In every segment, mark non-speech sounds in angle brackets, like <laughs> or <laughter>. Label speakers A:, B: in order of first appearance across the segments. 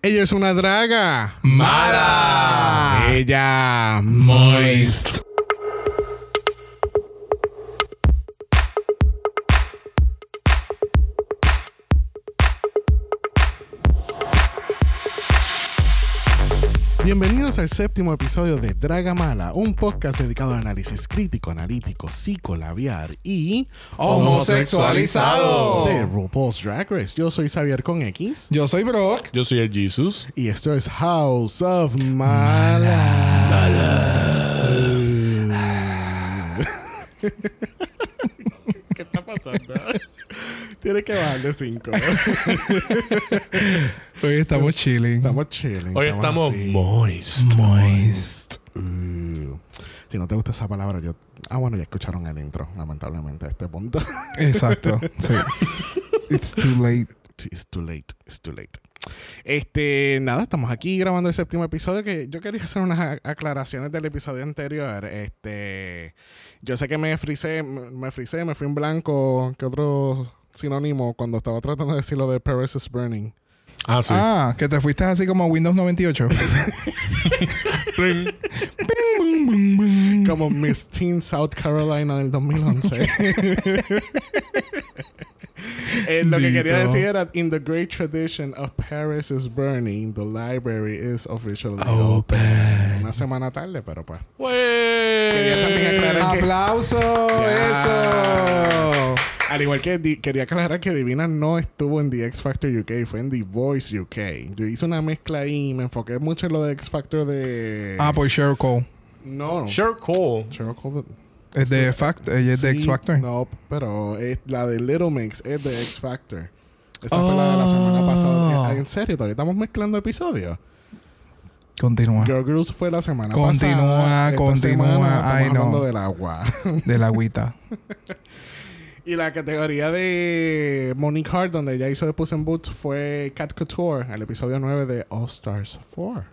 A: Ella es una draga.
B: Mara.
A: Ella.
B: Moist.
A: Bienvenidos al séptimo episodio de Draga Mala, un podcast dedicado al análisis crítico, analítico, psicolabiar y
B: Homosexualizado.
A: de RuPaul's Drag Race. Yo soy Xavier con X
B: Yo soy Brock.
C: Yo soy el Jesus.
A: y esto es House of Mala.
C: <laughs> ¿Qué está pasando?
A: Tiene que bajarle cinco.
B: Hoy estamos chilling.
A: Estamos chilling.
C: Hoy estamos
A: así.
C: moist.
B: Moist.
A: Uh, Si no te gusta esa palabra, yo. Ah, bueno, ya escucharon el intro, lamentablemente, a este punto. <laughs>
B: Exacto. Sí. It's too late.
A: Sí, It's too late, it's too late. Este, nada, estamos aquí grabando el séptimo episodio que yo quería hacer unas a- aclaraciones del episodio anterior. Este, yo sé que me frisé, me me frisé, me fui en blanco, que otro sinónimo cuando estaba tratando de decir lo de Paris is Burning.
C: Ah, sí.
B: Ah, que te fuiste así como Windows <laughs> 98.
A: Como Miss Teen South Carolina del 2011. Eh, lo que quería
B: Dito.
A: decir era, in the great tradition of Paris is Burning, the library is officially open. Una semana tarde, pero pues. Quería también aclarar que-
B: ¡Aplauso! ¡Eso!
A: Al igual que di- quería aclarar que Divina no estuvo en The X Factor UK, fue en The Voice UK. Yo hice una mezcla ahí y me enfoqué mucho en lo de X Factor de.
B: Ah, por Cheryl Cole.
A: no.
C: Sure Cole.
A: Cheryl Cole-
B: Es de Fact, ella es de
A: Sí,
B: X Factor.
A: No, pero es- la de Little Mix es de X Factor. Esa fue la de la semana pasada.
B: Oh.
A: Eh, En serio, todavía estamos mezclando episodios.
B: Continúa.
A: Girl Girls fue la semana
B: Ah. Continúa,
A: pasada. Esta
B: continúa.
A: semana
B: Ay,
A: Estamos
B: no.
A: hablando del agua. <laughs>
B: De la agüita.
A: Y la categoría de Monique Hart, donde ella hizo de Puss in Boots, fue Cat Couture, el episodio 9 de All Stars 4.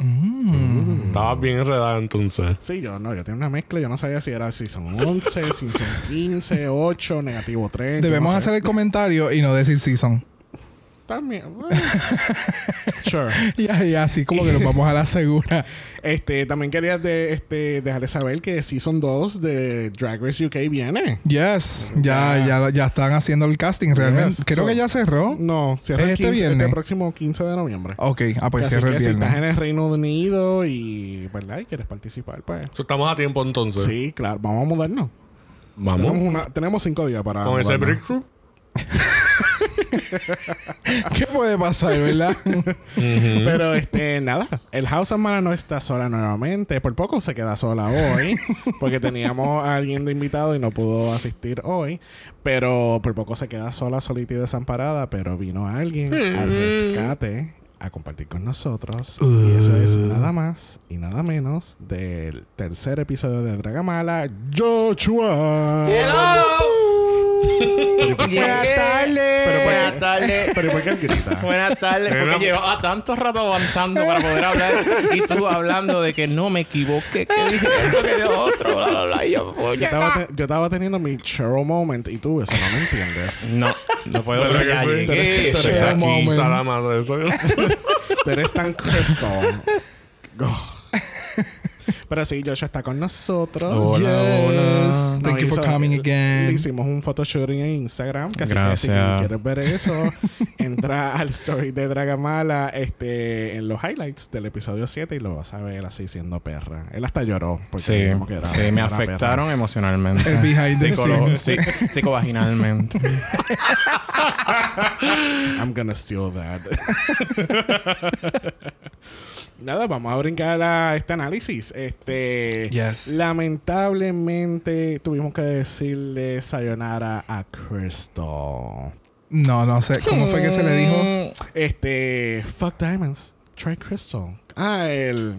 B: Mm.
C: Estaba bien enredada entonces.
A: Sí, yo no, yo tenía una mezcla, yo no sabía si era Season 11, Season 15, 8, negativo 3. yo
B: Debemos
A: no sé.
B: hacer el comentario y no decir season.
A: También.
B: <laughs>
A: bueno. sure.
B: Y ahí así como que nos vamos a la segura.
A: Este, también quería de, este, dejarles saber que Season 2 de Drag Race UK viene.
B: Yes, ya, ya, ya están haciendo el casting realmente.
A: Yes.
B: Creo
A: So-
B: que ya cerró.
A: No, cierra el
B: ¿Es este
A: 15,
B: viernes?
A: el próximo 15 de noviembre.
B: Ok, ah, pues
A: Así
B: cierra
A: que
B: el
A: si estás
B: viernes.
A: en el Reino Unido y, ¿verdad? Y quieres participar, pues.
C: So, estamos a tiempo entonces.
A: Sí, claro, vamos a mudarnos.
C: Vamos.
A: Tenemos, una- tenemos cinco días para.
C: Con ese
A: mudarnos.
C: break crew.
B: <laughs> ¿Qué puede pasar, verdad?
A: Pero este, <laughs> nada, el House of Mara no está sola nuevamente. Por poco se queda sola hoy, porque teníamos a alguien de invitado y no pudo asistir hoy. Pero por poco se queda sola, solita y desamparada. Pero vino alguien al rescate a compartir con nosotros. Y eso es nada más y nada menos del tercer episodio de Dragamala, Joshua.
D: Buenas tardes.
A: Pero por-
B: Eh,
D: Buenas
B: <laughs>
D: tardes.
A: Pero ¿y ¿por qué él
D: <laughs>
A: grita?
D: pues, Buenas tardes.
C: Pero-
D: Porque llevaba tanto rato aguantando
B: <laughs>
D: para poder hablar y tú hablando de que no me equivoqué, que dije esto que de otro, bla, bla, bla. Y yo, pues,
A: Yo
B: <laughs>
D: oye,
A: estaba, te- yo estaba teniendo mi Cheryl moment y tú eso no me entiendes.
D: no, no puedo
C: Pero
D: pero este
C: que
D: ya
C: fue-
D: llegué.
C: Pero está aquí,
B: moment.
C: sala madre. Eso-
A: Tú eres tan crystal. Oh. <laughs> Pero sí, Joshua está con nosotros.
D: Hola,
B: yes.
D: hola.
B: Thank
A: Nos
B: you for
A: hizo-
B: coming
A: Le
B: again.
A: hicimos un photoshooting en Instagram. Casi que si
D: Gracias.
A: quieres ver
D: <laughs>
A: eso, entra al story de Dragamala este, en los highlights del episodio 7 y lo vas a ver así siendo perra. Él hasta lloró. Porque
D: Sí,
A: dijimos que era-
D: sí, me
A: era perra.
D: afectaron emocionalmente.
B: El behind the
D: Psicolo-
B: scenes.
D: sí, psicovaginalmente.
A: I'm gonna steal
D: <laughs>
A: that. <laughs> Nada, vamos a brincar a este análisis. Este,
B: Yes.
A: lamentablemente tuvimos que decirle sayonara a Crystal.
B: No, no sé. <laughs> ¿Cómo fue que se le
D: <laughs>
B: dijo?
A: Este, fuck diamonds, try Crystal. Ah, el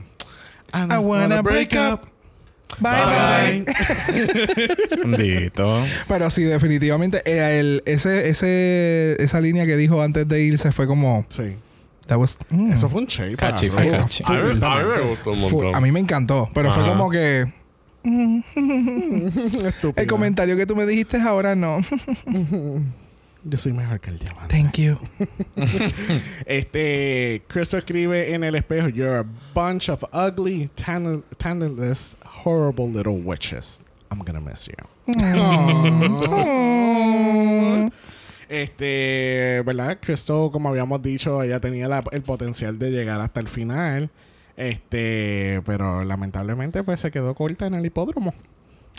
A: ah, I, don't
B: wanna break up. Bye, bye.
A: Bye.
D: Bendito.
B: Pero sí, definitivamente eh, el- ese, ese, esa línea que dijo antes de irse fue como...
A: Sí,
B: That was, mm,
A: eso fue un shape.
D: Cachi, fue cachi.
C: A mí a mí me gustó un
B: fue-
C: montón.
B: a mí me encantó. Pero fue
C: Ajá.
B: como que...
A: <laughs>
B: mm, El comentario que tú me dijiste ahora no.
A: Yo soy mejor que el diablo.
B: Thank <laughs> you.
A: Este, Cristo escribe en el espejo, You're a bunch of ugly, talent- talentless, horrible little witches. I'm gonna miss you. <laughs> Este, ¿verdad? Crystal, como habíamos dicho, ella tenía la- el potencial de llegar hasta el final. Este, pero lamentablemente pues se quedó corta en el hipódromo.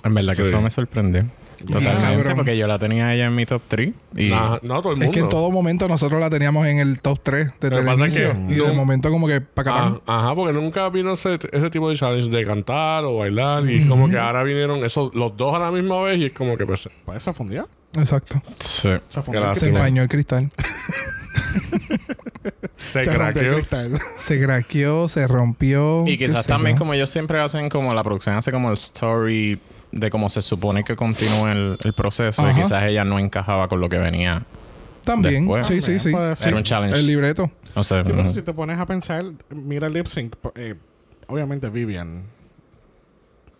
D: En verdad que
C: Sí.
D: eso me sorprendió. Totalmente,
B: cabrón.
D: porque yo la tenía ella en mi top 3. Y
C: Nah, no, todo el mundo.
B: Es que en todo momento nosotros la teníamos en el top 3 desde
C: Lo que
B: el
C: pasa es
B: inicio.
C: que mm,
B: y de
C: no-
B: momento como que pa'
C: Ah,
B: capán.
C: ajá, porque nunca vino ese, ese tipo de challenge de cantar o bailar. Y es como que ahora vinieron esos, los dos a la misma vez. Y es como que pues,
A: Pues se fundió.
C: ah,
B: Exacto.
D: sí.
A: Se fundió.
C: Gracias.
B: Se
C: Lástima.
B: empañó el cristal.
A: Se
C: se,
A: rompió el
C: craqueó.
A: cristal.
B: Se craqueó, se rompió.
D: Y
B: qué
D: quizás
B: sé yo.
D: también, como ellos siempre hacen, como la producción hace como el story de cómo se supone que continúa el, el proceso. Y
B: Ajá.
D: quizás ella no encajaba con lo que venía.
B: También.
D: Después.
B: sí, sí, sí,
A: Puede
B: sí.
A: ser.
D: Era un challenge.
B: El libreto.
D: No sé.
A: Sí, pero
D: ujú.
A: si te pones a pensar, mira Lip Sync, po- eh, obviamente Vivian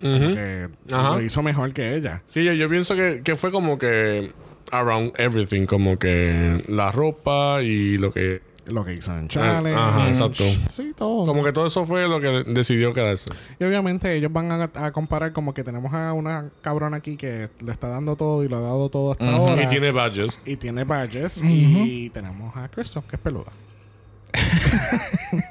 C: Ujú.
A: eh,
C: ¿Mm? Ajá.
A: lo hizo mejor que ella.
C: Sí, yo, yo pienso que, que fue como que around everything, como que la ropa y lo que...
A: Lo que hizo en Challenge.
C: Ah,
B: Mm.
C: ajá, exacto.
A: Sí, todo.
C: Como que todo eso fue lo que decidió quedarse.
A: Y obviamente ellos van a, a comparar como que tenemos a una cabrona aquí que le está dando todo y lo ha dado todo hasta ahora.
C: Y tiene badges.
A: y tiene badges y tenemos a Crystal que es peluda.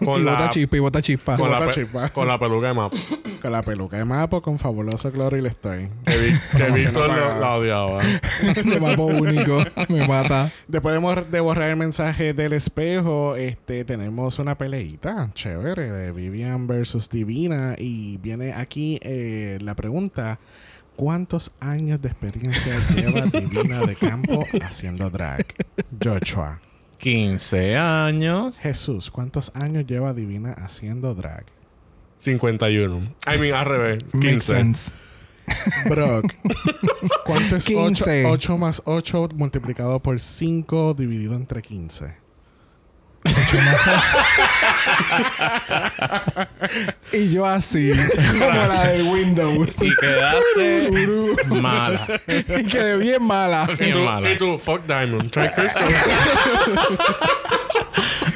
C: Con
B: y
C: la,
B: bota chispa, y bota chispa.
C: con, la
A: Bota
C: pe-
A: chispa.
C: con la peluca de mapa.
A: <laughs> Con la peluca de Mapo, con fabuloso Glory le estoy.
B: <laughs>
C: Que, vi- que
A: Promoción
C: Víctor
A: no
C: la,
A: pagada.
C: la odiaba.
B: <laughs> de mapo único. Me
C: <laughs>
B: mata.
A: Después de, mor- de borrar el mensaje del espejo, este tenemos una peleita chévere de Vivian versus Divina. Y viene aquí eh, la pregunta: ¿Cuántos años de experiencia
C: <laughs>
A: lleva Divina de campo haciendo drag? Joshua.
D: 15 años.
A: Jesús, ¿cuántos años lleva Divina haciendo drag?
C: 51. I mean, al revés.
B: Makes
C: 15.
B: sense.
A: Brock, ¿cuánto es
B: 15?
A: 8, más 8 multiplicado por 5 dividido entre 15?
B: Y yo
C: <laughs>
B: así, como la de Windows. <laughs>
D: Y quedaste mala.
B: y quedé bien
C: <laughs>
B: mala.
C: Y
D: Bien
C: tú,
D: mala.
C: y tú, fuck
B: <laughs>
C: Diamond. Try Crystal.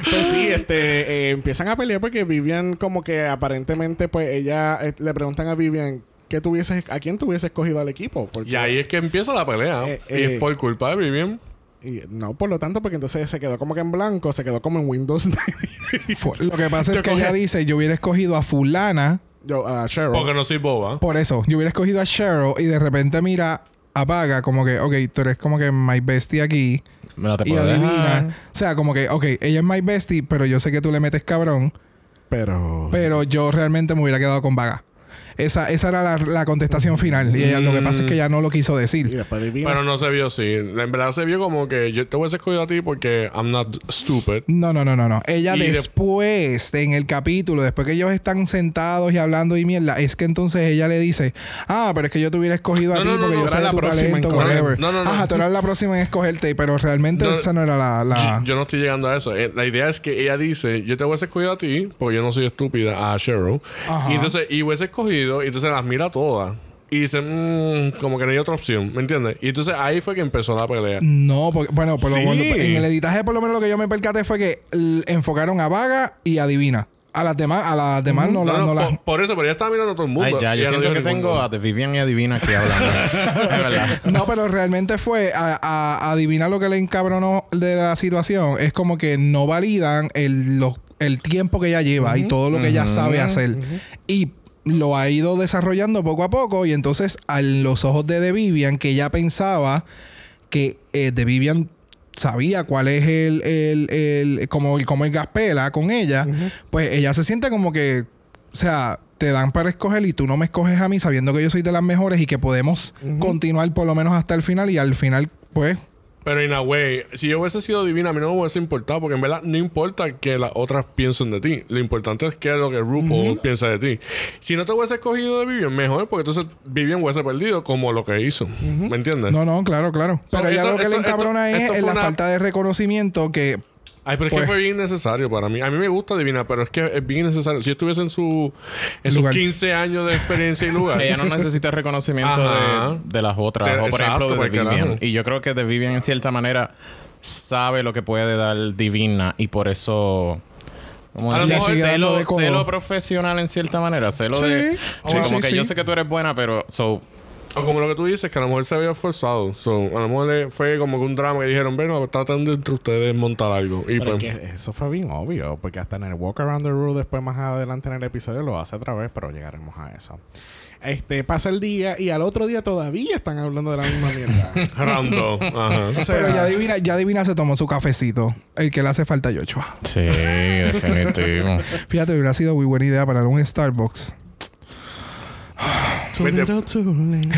A: Pues sí, este, eh, empiezan a pelear porque Vivian como que aparentemente pues ella eh, le preguntan a Vivian ¿qué tuvieses, a quién tuviese escogido al equipo. Porque,
C: y ahí es que empieza la pelea.
A: Eh,
C: y
A: eh.
C: es por culpa de Vivian.
A: y no, por lo tanto, porque entonces se quedó como que en blanco, se quedó como en Windows. <laughs>
B: Fue- Lo que pasa es
A: Yo
B: que
A: cogí-
B: ella dice, yo hubiera escogido a fulana,
A: Yo, a Cheryl.
C: Porque no soy boba.
B: por eso, yo hubiera escogido a Cheryl y de repente mira, apaga, como que, ok, tú eres como que my bestie aquí
D: No te
B: y
D: puedo dejar.
B: adivina. O sea, como que, ok, ella es my bestie, pero yo sé que tú le metes cabrón,
A: Pero...
B: pero yo realmente me hubiera quedado con vaga. Esa, esa era la, la contestación final y ella, lo que pasa es que ella no lo quiso
A: y
B: decir.
A: después Divina.
C: Pero no se vio así. En verdad se vio como que yo te voy a escoger a ti porque I'm not stupid.
B: No, no, no, no, no. Ella
C: Y de-
B: después, en el capítulo, después que ellos están sentados y hablando y mierda, es que entonces ella le dice, ah, pero es que yo te hubiera escogido a
C: No,
B: ti
C: no, no,
B: porque
C: no,
B: yo
A: era
B: sé de
A: la
B: tu
A: próxima en
B: talento,
A: correr.
B: whatever.
C: No, no, no.
B: Ajá, tú eras la próxima en escogerte, pero realmente
C: No,
B: esa no era la... la-
C: Yo, yo no estoy llegando a eso. Eh, La idea es que ella dice, yo te hubiese escogido a ti, porque yo no soy estúpida, a Cheryl.
B: Ajá.
C: Y entonces, y hubiese escogido, y entonces las mira todas. Y dice, "Mm, como que no hay otra opción, ¿me entiendes? Y entonces ahí fue que empezó la pelea.
B: No, porque, bueno, por lo
C: Sí.
B: menos- en el editaje por lo menos lo que yo me percaté fue que l- enfocaron a Vaga y a Divina. A las demás, a las demás no,
C: No,
B: las...
C: no,
B: no las-
C: por, por eso, pero ella estaba mirando a todo el mundo.
D: Ay, ya, yo
C: Ella no
D: siento
C: dijo
D: que
C: ninguno.
D: tengo a The Vivian y a Divina aquí <laughs> hablando. es verdad.
B: No, pero realmente fue a, a- a adivinar lo que le encabronó de la situación. Es como que no validan el, lo- el tiempo que ella lleva y todo lo que ella sabe hacer. Y lo ha ido desarrollando poco a poco. Y entonces, a los ojos de The Vivian, que ya pensaba que eh, The Vivian sabía cuál es el, el, el- como el cómo el gaspela con ella, pues ella se siente como que, o sea, te dan para escoger y tú no me escoges a mí sabiendo que yo soy de las mejores y que podemos continuar por lo menos hasta el final y al final, pues,
C: Pero in a way, si yo hubiese sido divina, a mí no me hubiese importado, porque en verdad no importa que las otras piensen de ti. Lo importante es que lo que RuPaul piensa de ti. Si no te hubiese escogido de Vivian, mejor, porque entonces Vivian hubiese perdido como lo que hizo. ¿Me entiendes?
B: no, no, claro, claro. Pero ella
C: esto-
B: lo que le
C: esto-
B: encabrona
C: esto-
B: es
C: esto
B: en
C: fue
B: la
C: una-
B: falta de reconocimiento que
C: Ay, pero es
B: Pues-
C: que fue bien necesario para mí. A mí me gusta Divina, pero es que es bien necesario. Si yo estuviese en, su, en sus
B: Lugar.
C: 15 años de experiencia
A: <laughs>
C: y lugar.
D: Ella no necesita el reconocimiento
C: Ajá.
D: de, de las otras.
C: Te-
D: o por
C: exacto,
D: ejemplo, de
C: pues, carajo.
D: Vivian. Y yo creo que de Vivian, en cierta manera, sabe lo que puede dar Divina. Y por eso. Como
C: A lo
D: decir,
C: mejor-
D: celo,
B: de codo.
D: celo profesional en cierta manera. Celo
B: Sí.
D: de.
B: Sí,
D: o sea,
B: sí,
D: como que
B: sí.
D: yo sé que tú eres buena, pero. So,
C: O como lo que tú dices, que a lo mejor se había forzado. So, a lo mejor le- fue como que un drama que dijeron, bueno, tratan de entre ustedes montar algo. Y
A: Pero
C: pues, <laughs>
A: es que eso fue bien obvio, porque hasta en el Walk Around the Room, después más adelante en el episodio, lo hace otra vez, pero llegaremos a eso. Este, pasa el día y al otro día todavía están hablando de la misma mierda.
C: rando.
B: <laughs>
C: Ajá.
A: O sea,
B: Pero ya adivina, ya adivina se tomó su cafecito. El que le hace falta a Yochoa.
D: sí, <laughs> definitivo.
B: Fíjate, hubiera sido muy buena idea para un Starbucks.
A: too little, too late.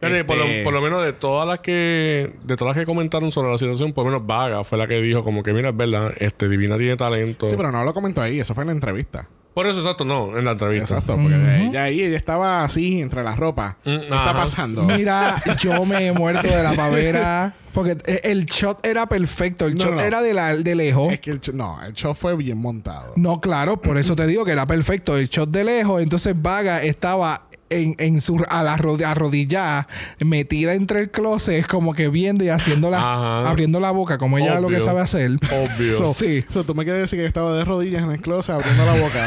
C: Pero, por, lo,
A: Este-
C: por lo menos de todas las que de todas las que comentaron sobre la situación, por lo menos Vaga fue la que dijo como que mira, es verdad, este Divina tiene talento.
A: Sí, pero no lo comentó ahí, eso fue en la entrevista.
C: Por eso exacto, no, en la entrevista.
A: Exacto, porque ella ahí ella estaba así entre las ropas.
C: Mm,
A: ¿Qué está
C: ajá.
A: pasando?
B: Mira, yo me he muerto de la pavera. Porque e- el shot era perfecto. El
A: No,
B: shot
A: no, no.
B: era de, la, de lejos.
A: Es que el show, no, el show fue bien montado.
B: No, claro, por eso te digo que era perfecto. El shot de lejos, entonces Vaga estaba en, en su a la rod- arrodillada, metida entre el closet, como que viendo y haciendo la,
C: Ajá.
B: abriendo la boca, como ella lo que
C: Obvio.
B: sabe hacer.
C: <laughs> Obvio.
B: So, sí,
A: O sea, tú me quieres decir que yo estaba de rodillas en el closet abriendo la boca.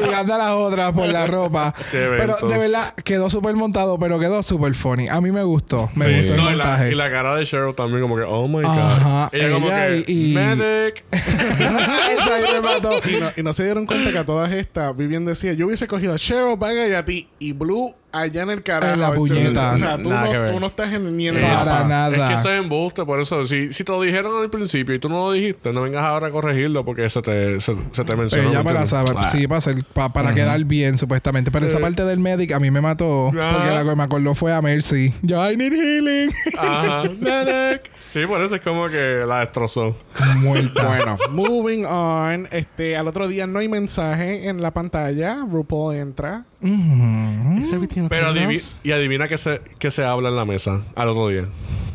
B: ligando a las otras por la ropa.
C: <laughs> Qué
B: pero
C: eventos.
B: de verdad quedó súper montado, pero quedó súper funny. A mí me gustó, me
C: Sí.
B: gustó el
C: No, y, la,
B: montaje.
C: y la cara de Cheryl también como que, oh my
B: Ajá.
C: god. Ella como
B: Ella
C: que,
B: y- y-
C: medic.
A: <laughs>
B: Eso ahí me mató.
A: y, no, y no se dieron cuenta que a todas estas, Vivian decía, yo hubiese cogido a Cheryl, Vaga y a ti, y Blue allá en el carajo.
B: En la
A: Y tú-
B: puñeta.
A: O sea, tú,
D: Nada
A: no,
D: que ver.
A: tú no estás en- ni en el
B: Para
A: mapa.
B: nada.
C: Es que eso es embuste, por eso. Si, si te lo dijeron al principio y tú no lo dijiste, no vengas ahora a corregirlo porque se te, se, se te
B: Pero Pues
C: menciona.
B: ya
C: ¿me
B: para
C: entiendes?
B: saber, sí, para, hacer- pa- para quedar bien, supuestamente. Pero esa parte del medic a mí me mató.
C: Ah.
B: Porque la que me acordó fue a Mercy. Yo, I need healing. <laughs>
C: Ajá. medic. Sí, por eso es como que la destrozó.
B: Muerta.
A: Bueno, moving on. Este, al otro día no hay mensaje en la pantalla. RuPaul entra. Is everything okay
C: Pero adivi-
A: else?
C: y adivina que se, que se habla en la mesa al otro día.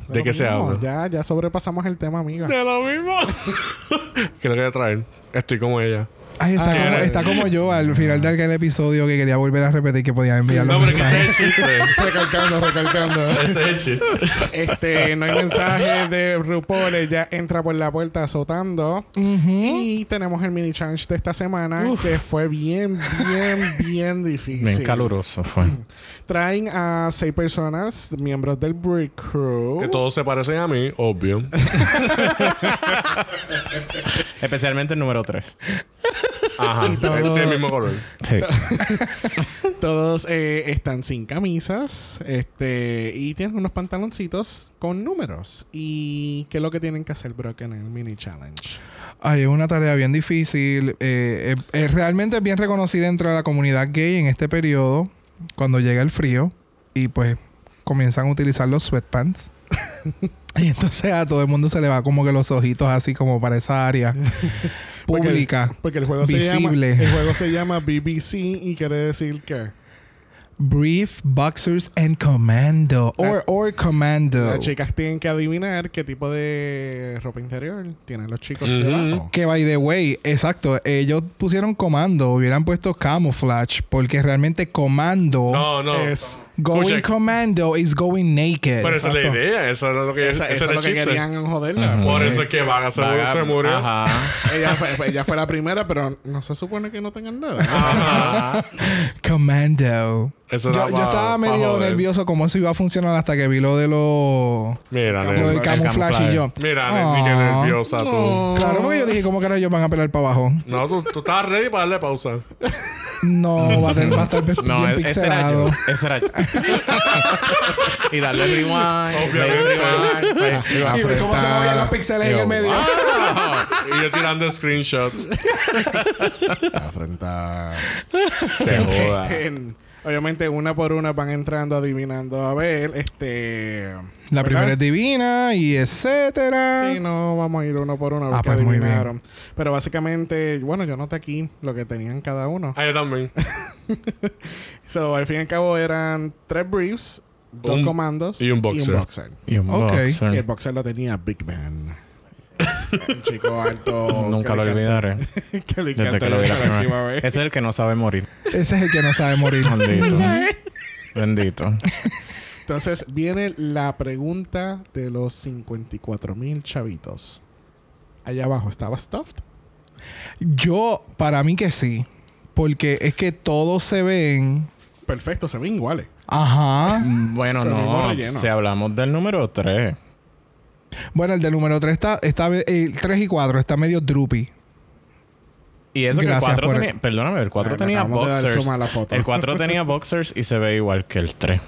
C: ¿De qué se
A: No,
C: habla?
A: Ya, ya sobrepasamos el tema,
C: <laughs>
A: amiga.
C: De lo mismo. que lo voy a traer. Estoy como ella.
B: Ay, está,
A: Ah.
B: como, está como yo al final de aquel episodio que quería volver a repetir que podía enviar los
C: No, pero que ese
B: mensajes.
C: es el chiste.
A: recalcando, recalcando.
C: Ese es el chiste.
A: Este, no hay mensaje de RuPaul. Ella entra por la puerta azotando. Y tenemos el mini challenge de esta semana que fue bien, bien, bien difícil.
D: Bien caluroso fue.
A: Traen a seis personas, miembros del Break Crew.
C: Que todos se parecen a mí, obvio.
D: <laughs> Especialmente el número 3.
C: Ajá. Este es el mismo color.
D: Sí.
A: Todos eh, están sin camisas. Este, y tienen unos pantaloncitos con números. ¿Y qué es lo que tienen que hacer, Brock, en el mini challenge?
B: Ay, es una tarea bien difícil. Eh, eh, eh, realmente es bien reconocida dentro de la comunidad gay en este periodo, cuando llega el frío y pues comienzan a utilizar los sweatpants. <laughs> y entonces a todo el mundo se le va como que los ojitos así como para esa área
A: Porque el-
B: pública.
A: Porque el juego
B: Visible.
A: se llama. El juego se llama BBC y quiere decir que.
B: Brief Boxers and Commando. Or, or Commando.
A: Las chicas tienen que adivinar qué tipo de ropa interior tienen los chicos
C: Ujú.
A: debajo.
B: Que by the way, exacto, ellos pusieron comando, hubieran puesto camouflage, porque realmente comando,
C: No, no.
A: Oh, Es-
B: going
C: Escucha,
B: commando is going naked.
C: Pero esa es la
A: Exacto.
C: idea. Esa era lo que,
A: Esa, eso
C: ese era
A: es
C: el
A: lo que
C: chiste.
A: querían joderla.
C: Por
A: porque
C: eso es que Vaga se,
D: Vaga-
C: se murió.
D: Ajá.
A: ella, fue, ella fue la primera, pero no se supone que no tengan nada.
C: <laughs> Ah, Ajá.
B: Commando.
C: Eso
B: Yo,
C: era
B: yo
C: pa-
B: estaba
C: pa
B: medio
C: joder.
B: nervioso cómo eso iba a funcionar hasta que vi lo de lo,
C: Mira,
A: Lo
B: lo
C: nene.
B: del camouflage y yo.
C: Mira, nene, ni que
B: "Ah".
C: nerviosa tú.
B: Claro, porque yo dije, ¿cómo que ahora ellos van a pelar para abajo?
C: No, tú, tú estabas ready para darle pausa.
B: No, va a, tener- va a estar bien
D: <laughs> No, e- ese era
B: pixelado.
D: yo. Ese era yo. <laughs> y darle rewind.
C: Obviamente.
D: darle rewind. Ah,
B: Y ver cómo se movían los píxeles en el medio.
C: y yo tirando screenshots.
A: Afrentada.
C: Se joda.
A: En- Obviamente, una por una van entrando, adivinando. A ver, este.
B: La primera es
A: ¿verdad?
B: divina y etcétera.
A: Sí, no vamos a ir uno por uno.
B: Ah,
A: porque
B: pues, muy bien.
A: adivinaron. Pero básicamente, bueno, yo noté aquí lo que tenían cada uno.
C: Ah, yo también.
A: So, al fin y al cabo eran tres briefs, dos
C: Un-
A: comandos
C: y un boxer.
A: boxer.
D: Y un
B: Ok.
D: boxer.
A: Y el boxer lo tenía Big Man. Un chico alto.
D: <laughs> Nunca
A: que
D: lo
A: le canta-
D: olvidaré.
A: que le
D: Desde
A: encanta
D: que lo vi la
A: última
D: primera
A: vez.
D: vez. Ese es el que no
B: <laughs>
D: sabe morir.
B: Ese es el que no sabe morir.
D: Bendito. Bendito.
A: Entonces viene la pregunta de los 54 mil chavitos. Allá abajo estaba Stuffed.
B: Yo, para mí que sí. Porque es que todos se ven.
A: Perfecto, se ven iguales.
B: Ajá.
D: Bueno,
A: Pero mismo
D: no.
A: relleno.
D: Si hablamos del número 3.
B: Bueno, el del número 3 está, está el 3 y 4 está medio droopy.
D: Y eso
B: Gracias
D: que el 4
B: por-
D: tenía... Perdóname, el 4
A: Ay,
D: tenía
A: acabamos de dar
D: boxers.
A: zoom a la foto.
D: El
B: <laughs>
D: 4 tenía boxers y se ve igual que el 3.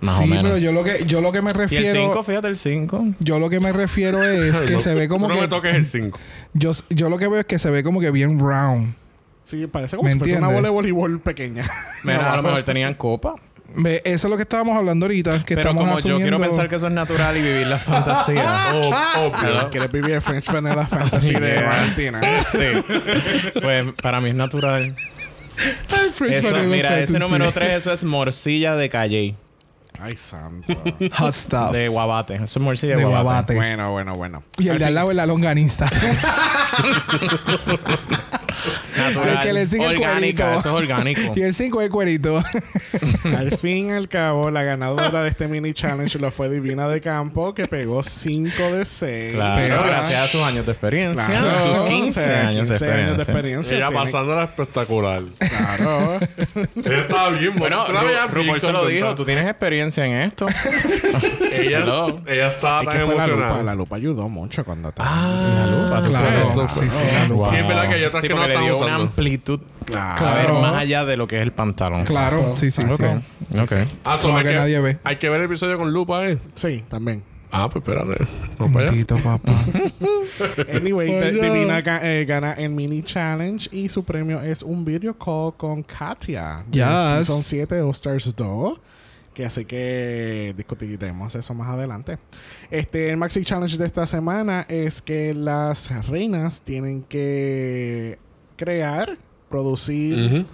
D: Más
B: sí,
D: o menos.
B: pero yo lo que yo lo que me
D: y el 5,
B: refiero
D: fíjate, el 5.
B: yo lo que me
D: <laughs>
B: refiero es que se ve como
C: Tú no
B: que
C: me toques el 5.
B: yo, yo lo que veo es que se ve como que bien round.
A: Sí, parece como
B: ¿Me
A: si fuese una
B: entiendes?
A: bola de voleibol pequeña.
D: Mira, a lo mejor tenían copa.
B: Ve, Eso es lo que estábamos hablando ahorita, que
D: pero
B: estamos
D: como
B: asumiendo
D: yo quiero pensar que eso es natural y vivir la fantasía. Oh,
C: Ob-
A: Ah.
D: Claro.
C: obvio.
A: Quieres vivir el French
D: <laughs>
A: Vanilla Fantasy de
D: Yeah.
A: Valentina.
D: sí. Pues para mí es natural.
B: Ay,
A: Pues
B: French
D: Eso,
B: Vanilla
D: mira, ese
B: Fantasy.
D: número 3, eso es morcilla de calle.
A: Ay, santo.
B: Hot stuff.
D: De guabate. Eso es morcilla de,
B: de
D: guabate.
B: guabate.
A: bueno, bueno, bueno.
B: Y el de al lado es la
D: <laughs>
B: longanista.
D: Natural.
B: El que le sigue el
D: orgánica.
B: cuerito.
D: Eso
B: <laughs>
D: es orgánico.
B: <laughs> y el 5 es cuerito.
A: Al fin y al cabo, la ganadora de este mini challenge lo fue Divina de Campo, que pegó 5 de 6.
D: Claro,
B: Pero-
D: gracias a sus años de experiencia.
A: Claro,
D: Sus 15
A: o sea, 15
D: años de
A: años de
D: experiencia.
A: experiencia.
C: Ella
A: tiene-
C: pasándola espectacular.
A: Claro.
C: Ella estaba bien
D: Bueno,
C: Tú la veías
D: Ru-
C: bien
D: RuPaul se lo
C: contenta.
D: dijo. Tú tienes experiencia en esto. Ah,
C: Ella,
D: Hello.
C: ella estaba
A: Es
C: tan
A: que fue la lupa.
C: emocionada.
A: La lupa ayudó mucho cuando estaba.
D: Ah, la
B: <laughs>
D: lupa.
B: claro.
C: Eso
B: sí, sí,
A: fue.
B: la lupa.
C: Sí, es verdad que hay otras
D: Sí,
C: que no
D: porque le
C: están
D: dio una
C: usando.
D: amplitud a
A: Claro.
D: ver,
B: Claro.
D: más allá de lo que es el pantalón.
B: Claro, sí, sí,
D: Ok.
B: sí.
D: Ok.
C: Ah, so,
B: Como
C: hay
B: que nadie ve.
C: Hay que ver el episodio con lupa, ¿eh?
A: Sí, también.
C: Ah, pues espérate. Vamos para allá.
B: Bendito, papá.
A: Anyway,
B: Oh,
A: Di-
B: no.
A: Divina ga- eh, gana el mini challenge y su premio es un video call con Katia. de
B: Yes.
A: Season 7 de All Stars 2. Que así que discutiremos eso más adelante. Este, el maxi challenge de esta semana es que las reinas tienen que crear, producir
C: Ujú.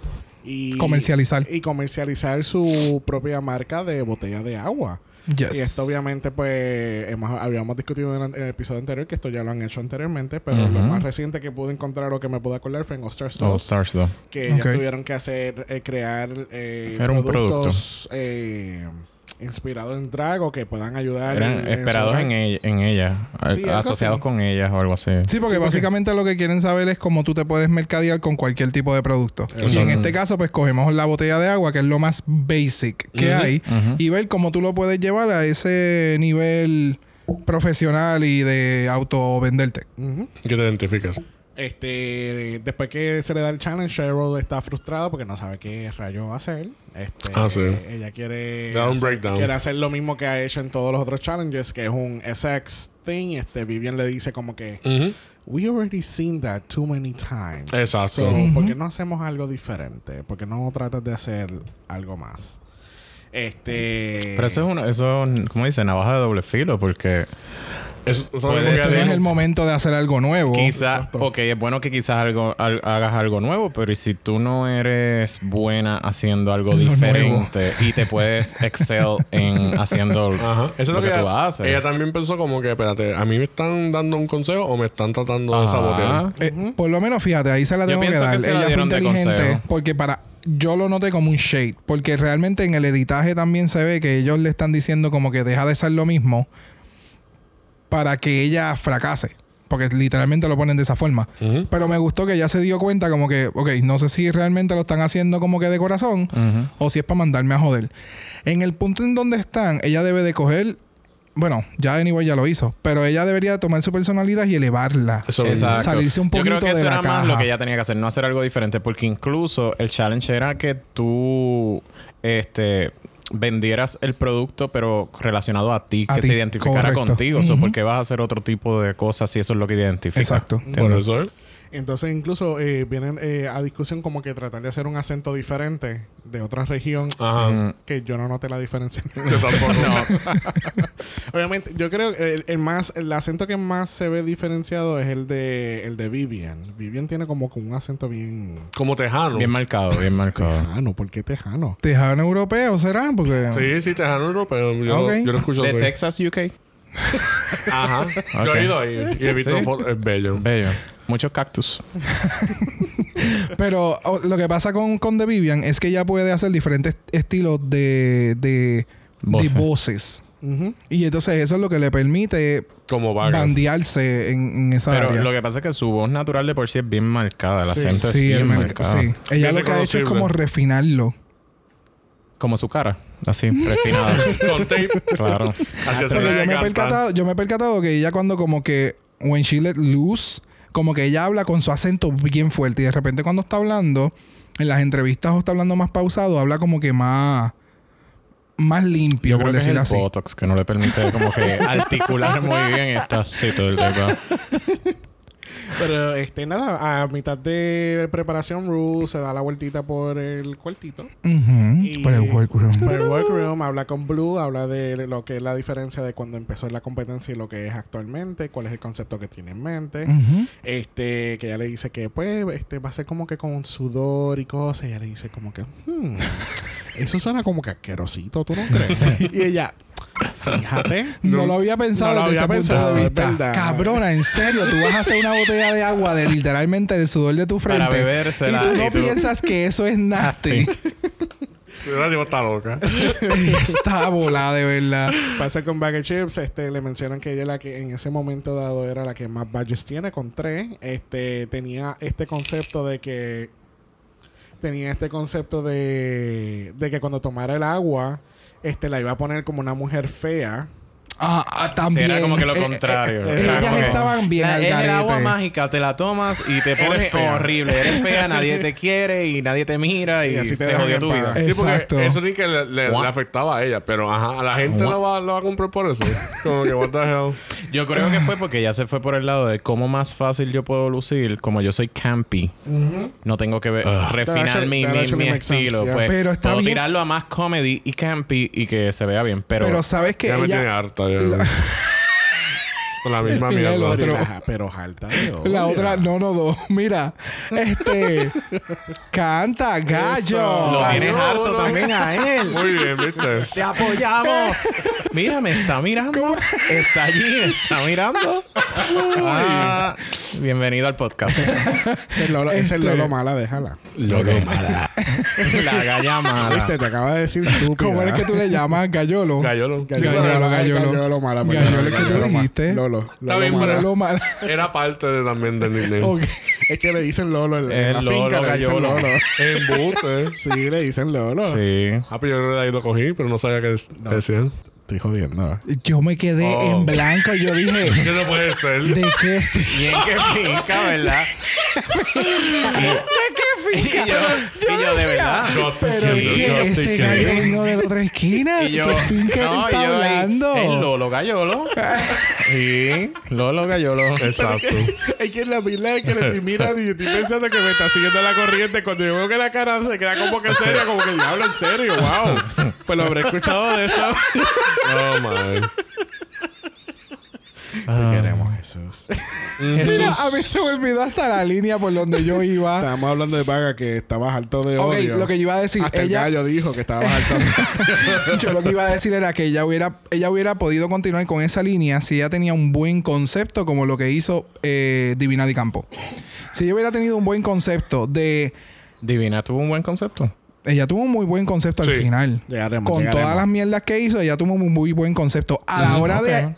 A: y
B: Comercializar.
A: y comercializar su propia marca de botella de agua.
B: Yes.
A: Y esto obviamente pues hemos- habíamos discutido en el, en el episodio anterior que esto ya lo han hecho anteriormente, pero lo
D: Ujú.
A: más reciente que pude encontrar o que me pude acordar fue en All Stars 2,
D: All Stars 2.
A: que ellas
B: Ok.
A: tuvieron que hacer, eh, crear eh,
D: Era un
A: productos eh, inspirados en drag o que puedan ayudar.
D: Eran esperados en, ella, en ella a-
A: eh, Sí, algo
D: asociados
A: así.
D: con ellas o algo así.
B: Sí, porque básicamente lo que quieren saber es cómo tú te puedes mercadear con cualquier tipo de producto. Y en
D: Exacto.
B: este caso, pues cogemos la botella de agua, que es lo más basic que
C: Ujú,
B: hay,
D: ujú.
B: y ver cómo tú lo puedes llevar a ese nivel profesional y de auto venderte.
A: Ujú.
C: ¿Qué te identificas?
A: Este, después que se le da el challenge, Cheryl está frustrada porque no sabe qué rayo hacer. Este,
C: Ah, sí.
A: Ella quiere,
C: Da un
A: hacer-
C: breakdown.
A: quiere hacer lo mismo que ha hecho en todos los otros challenges, que es un SX thing. Este, Vivian le dice como que,
C: Ujú.
A: we already seen that too many times.
C: Exacto.
A: So,
B: Ujú.
A: ¿Por qué no hacemos algo diferente? ¿Por qué no tratas de hacer algo más? Este...
D: Pero eso es una, eso, ¿cómo dice? Navaja de doble filo, porque
C: Eso, eso
D: Puede
C: mismo que
B: Este
C: ella
B: no es
C: dijo.
B: el momento de hacer algo nuevo.
D: quizás,
A: exacto.
D: ok, es bueno que quizás algo, al- hagas algo nuevo, pero ¿y si tú no eres buena haciendo algo
B: Lo
D: diferente y te puedes excel en haciendo
C: Ajá. Eso es lo, que,
D: tú
C: ella,
D: vas a hacer?
C: Ella también pensó como que, espérate, ¿a mí me están dando un consejo o me están tratando de
D: Ajá.
C: sabotear?
B: Eh, Por lo menos, fíjate, ahí se la
D: Yo
B: tengo que
D: pienso que
B: dar.
D: se la
B: Ella fue
D: dieron de
B: inteligente
D: consejo.
B: porque para... Yo lo noté como un shade, porque realmente en el editaje también se ve que ellos le están diciendo como que deja de ser lo mismo para que ella fracase, porque literalmente lo ponen de esa forma.
C: Ujú.
B: Pero me gustó que ella se dio cuenta como que, ok, no sé si realmente lo están haciendo como que de corazón
D: Ujú.
B: o si es para mandarme a joder. En el punto en donde están, ella debe de coger, bueno, ya Anyway ya lo hizo, pero ella debería tomar su personalidad y elevarla.
C: Eso mismo.
D: Exacto.
B: Salirse un
D: Yo
B: poquito
D: creo que
B: de
D: eso
B: la
D: era más
B: caja.
D: lo que ella tenía que hacer, no hacer algo diferente, porque incluso el challenge era que tú este vendieras el producto pero relacionado a ti,
B: A
D: que
B: ti,
D: se identificara
B: correcto.
D: contigo, o sea,
B: Ujú.
D: porque vas a hacer otro tipo de cosas si eso es lo que identifica.
B: Exacto.
C: Por eso, ¿eh?
A: Entonces incluso eh, vienen eh, a discusión como que tratar de hacer un acento diferente de otra región
C: Ajá.
D: Mm,
A: que yo no noté la diferencia. <laughs>
C: Yo tampoco.
A: Obviamente, yo creo que el, el más, el acento que más se ve diferenciado es el de el de Vivian. Vivian tiene como que un acento bien
C: Como tejano.
D: Bien marcado,
C: <laughs>
D: bien marcado.
A: tejano. ¿Por qué tejano?
B: ¿Tejano europeo será? Porque...
C: Sí, sí, tejano europeo. Yo,
B: Ok.
C: yo lo escucho
D: De
C: así.
D: Texas, UK.
C: Ajá. Yo he ido ahí y he visto
D: Sí.
C: fotos. Es bello.
D: Bello. Muchos cactus.
B: Pero o- lo que pasa con, con The Vivian es que ella puede hacer diferentes estilos de, de,
D: Voces.
B: de voces.
A: Ujú.
B: Y entonces eso es lo que le permite
C: Como vaga.
B: bandearse en, en esa
D: Pero
B: área.
D: lo que pasa es que su voz natural de por sí es bien marcada. El
A: Sí.
D: acento es ah.
B: sí,
D: bien
B: es marca-
D: marcado.
B: sí. Ella
C: Bien
B: lo que ha hecho es
C: reconocible.
B: como refinarlo.
D: Como su cara. Así, refinada.
B: <laughs>
C: Con tape.
D: claro.
C: Así se
B: Porque yo
C: le
B: me, he
C: encanta.
B: percatado, yo me he percatado que ella cuando como que when she let loose, como que ella habla con su acento bien fuerte y de repente cuando está hablando en las entrevistas o está hablando más pausado, habla como que más más limpio,
D: Yo
B: por
D: creo que es el
B: decirlo así.
D: Botox que no le permite como
B: <laughs>
D: que articular muy bien esta sí, todo el tiempo.
A: Pero este, nada, a mitad de preparación, Rue se da la vueltita por el cuartito.
B: Ujú,
A: Y-
B: por el workroom.
A: Por el workroom, habla con Blue, habla de lo que es la diferencia de cuando empezó la competencia y lo que es actualmente, cuál es el concepto que tiene en mente.
B: Ujú.
A: Este, que ella le dice que pues este va a ser como que con sudor y cosas. Y ella le dice como que, "Hmm,
B: <laughs>
A: eso suena como que asquerosito, ¿tú no crees? Y ella, fíjate.
B: No lo había pensado
A: No lo
B: desde
A: había
B: ese
A: pensado,
B: punto de
A: es
B: vista.
A: verdad.
B: Cabrona, en serio, tú vas a hacer una botella de agua de literalmente el sudor de tu frente.
D: Para bebérsela.
B: y tú no
D: y tú-
B: piensas que eso es
D: <laughs>
B: nasty.
C: La tipa está loca.
B: <laughs> Está volada, de verdad.
A: Pasa con Bag of Chips, este, le mencionan que ella la que en ese momento dado era la que más badges tiene con tres. Este, tenía este concepto de que tenía este concepto de, de que cuando tomara el agua, este, la iba a poner como una mujer fea.
B: Ah, ah, también.
D: Era como que lo
B: Eh, eh,
D: contrario.
B: eh,
A: Era
B: ellas
A: como que-
B: estaban bien
D: La-
B: al
D: es el agua
B: garete.
D: mágica, te la tomas y te pones
A: fea.
D: horrible. Eres fea, nadie te quiere y nadie te mira y,
A: Y así te
D: se
A: dejan
D: jodió
A: en
D: tu
A: paz.
D: vida.
B: Eh,
C: Sí, porque
B: Exacto.
C: Eso ni que le, le-
D: What?
C: le afectaba a ella, pero ajá, a la gente
D: What?
C: lo va, lo va a comprar
B: <laughs>
C: por eso. Como que, what the hell.
D: Yo creo que fue porque ya se fue por el lado de cómo más fácil yo puedo lucir, como yo soy campy. No tengo que ver- refinar
A: That actually-
D: mi,
A: that
D: mi-
A: actually
D: mi
A: makes sense,
D: estilo.
A: yeah.
D: pues,
B: Ah. Pero está
D: puedo
B: bien.
D: tirarlo a más comedy y campy y que se vea bien. Pero,
B: Pero sabes que
C: Ya me tiene
B: ella,
C: harta. ya. Con la misma
B: Mira el
C: mierda.
B: otro.
A: Relaja, pero jalta de odio.
B: <laughs> la otra, no, no, dos. Mira,
D: <laughs>
B: este canta gallo. eh,
D: lo tienes
C: no,
D: harto
C: no.
D: también a él.
C: Muy bien, viste.
D: Te apoyamos. <laughs> Mira, me está mirando. Está allí, me
B: <laughs>
D: está mirando. Ah, bienvenido al podcast.
A: Ese Es Lolo, ese es
B: Este-
A: Lolo mala, déjala.
D: Ok. <laughs> La galla mala.
A: Viste, te acaba de
D: <laughs>
A: decir tú.
B: ¿Cómo es que tú le llamas gallolo?
C: Gallolo.
B: Gallolo, gallolo.
A: Gallolo mala. pues, perdón.
B: Gallolo es que tú
A: Gallolo ma-
B: dijiste.
A: Lolo. Lolo
C: bien,
A: mala.
C: pero-
B: Gallolo mal.
C: Era parte de, también del nickname.
B: Ok.
A: Es que le dicen Lolo en la, en
D: El
A: la
D: Lolo,
A: finca. Le dicen
D: gallolo.
A: Lolo.
C: Embuste.
A: Sí, le dicen Lolo.
D: Sí.
C: Ah, pero yo de ahí lo cogí, pero no sabía qué es- decían.
A: Estoy jodiendo.
B: Yo me quedé
C: Oh.
B: en blanco y yo dije,
C: Que no puede ser.
B: ¿de qué fi-
D: Y en qué finca, ¿verdad?
B: ¿De qué
D: <laughs> Y yo,
B: finca?
D: y yo de verdad.
C: No estoy
B: Pero
C: diciendo,
B: ¿qué?
C: no estoy
B: ese
C: diciendo.
B: gallo vino de la otra esquina.
D: Y yo,
B: ¿Qué finca él
D: no,
B: está
D: y yo ahí,
B: hablando? Ah.
D: El Lolo Gallolo. Sí, Lolo Gallolo.
C: Exacto.
A: Es que la pila es que le estoy mirando y yo estoy pensando que me está siguiendo la corriente. Cuando yo veo que la cara se queda como que seria, como que diablo, en serio, wow. Pues lo habré escuchado de eso.
C: Oh, my.
D: <laughs> Ah,
A: Queremos Jesús.
D: Jesús.
B: Mira, ah. a mí se me olvidó hasta la línea por donde yo iba.
A: Estábamos hablando de Vaga que estabas alto de
B: ok,
A: odio.
B: lo que yo iba a decir,
A: Hasta
B: ella,
A: el gallo dijo que estabas alto de
B: <laughs>
A: <laughs>
B: yo lo que iba a decir era que ella hubiera, ella hubiera podido continuar con esa línea si ella tenía un buen concepto como lo que hizo eh, Divina Di Campo. Si ella hubiera tenido un buen concepto de,
D: Divina tuvo un buen concepto.
B: ella tuvo un muy buen concepto al
C: Sí.
B: final.
A: Llegaremos,
B: Con
A: llegaremos.
B: todas las mierdas que hizo, ella tuvo un muy buen concepto. A la
D: Ujú,
B: hora
D: ok.
B: de a-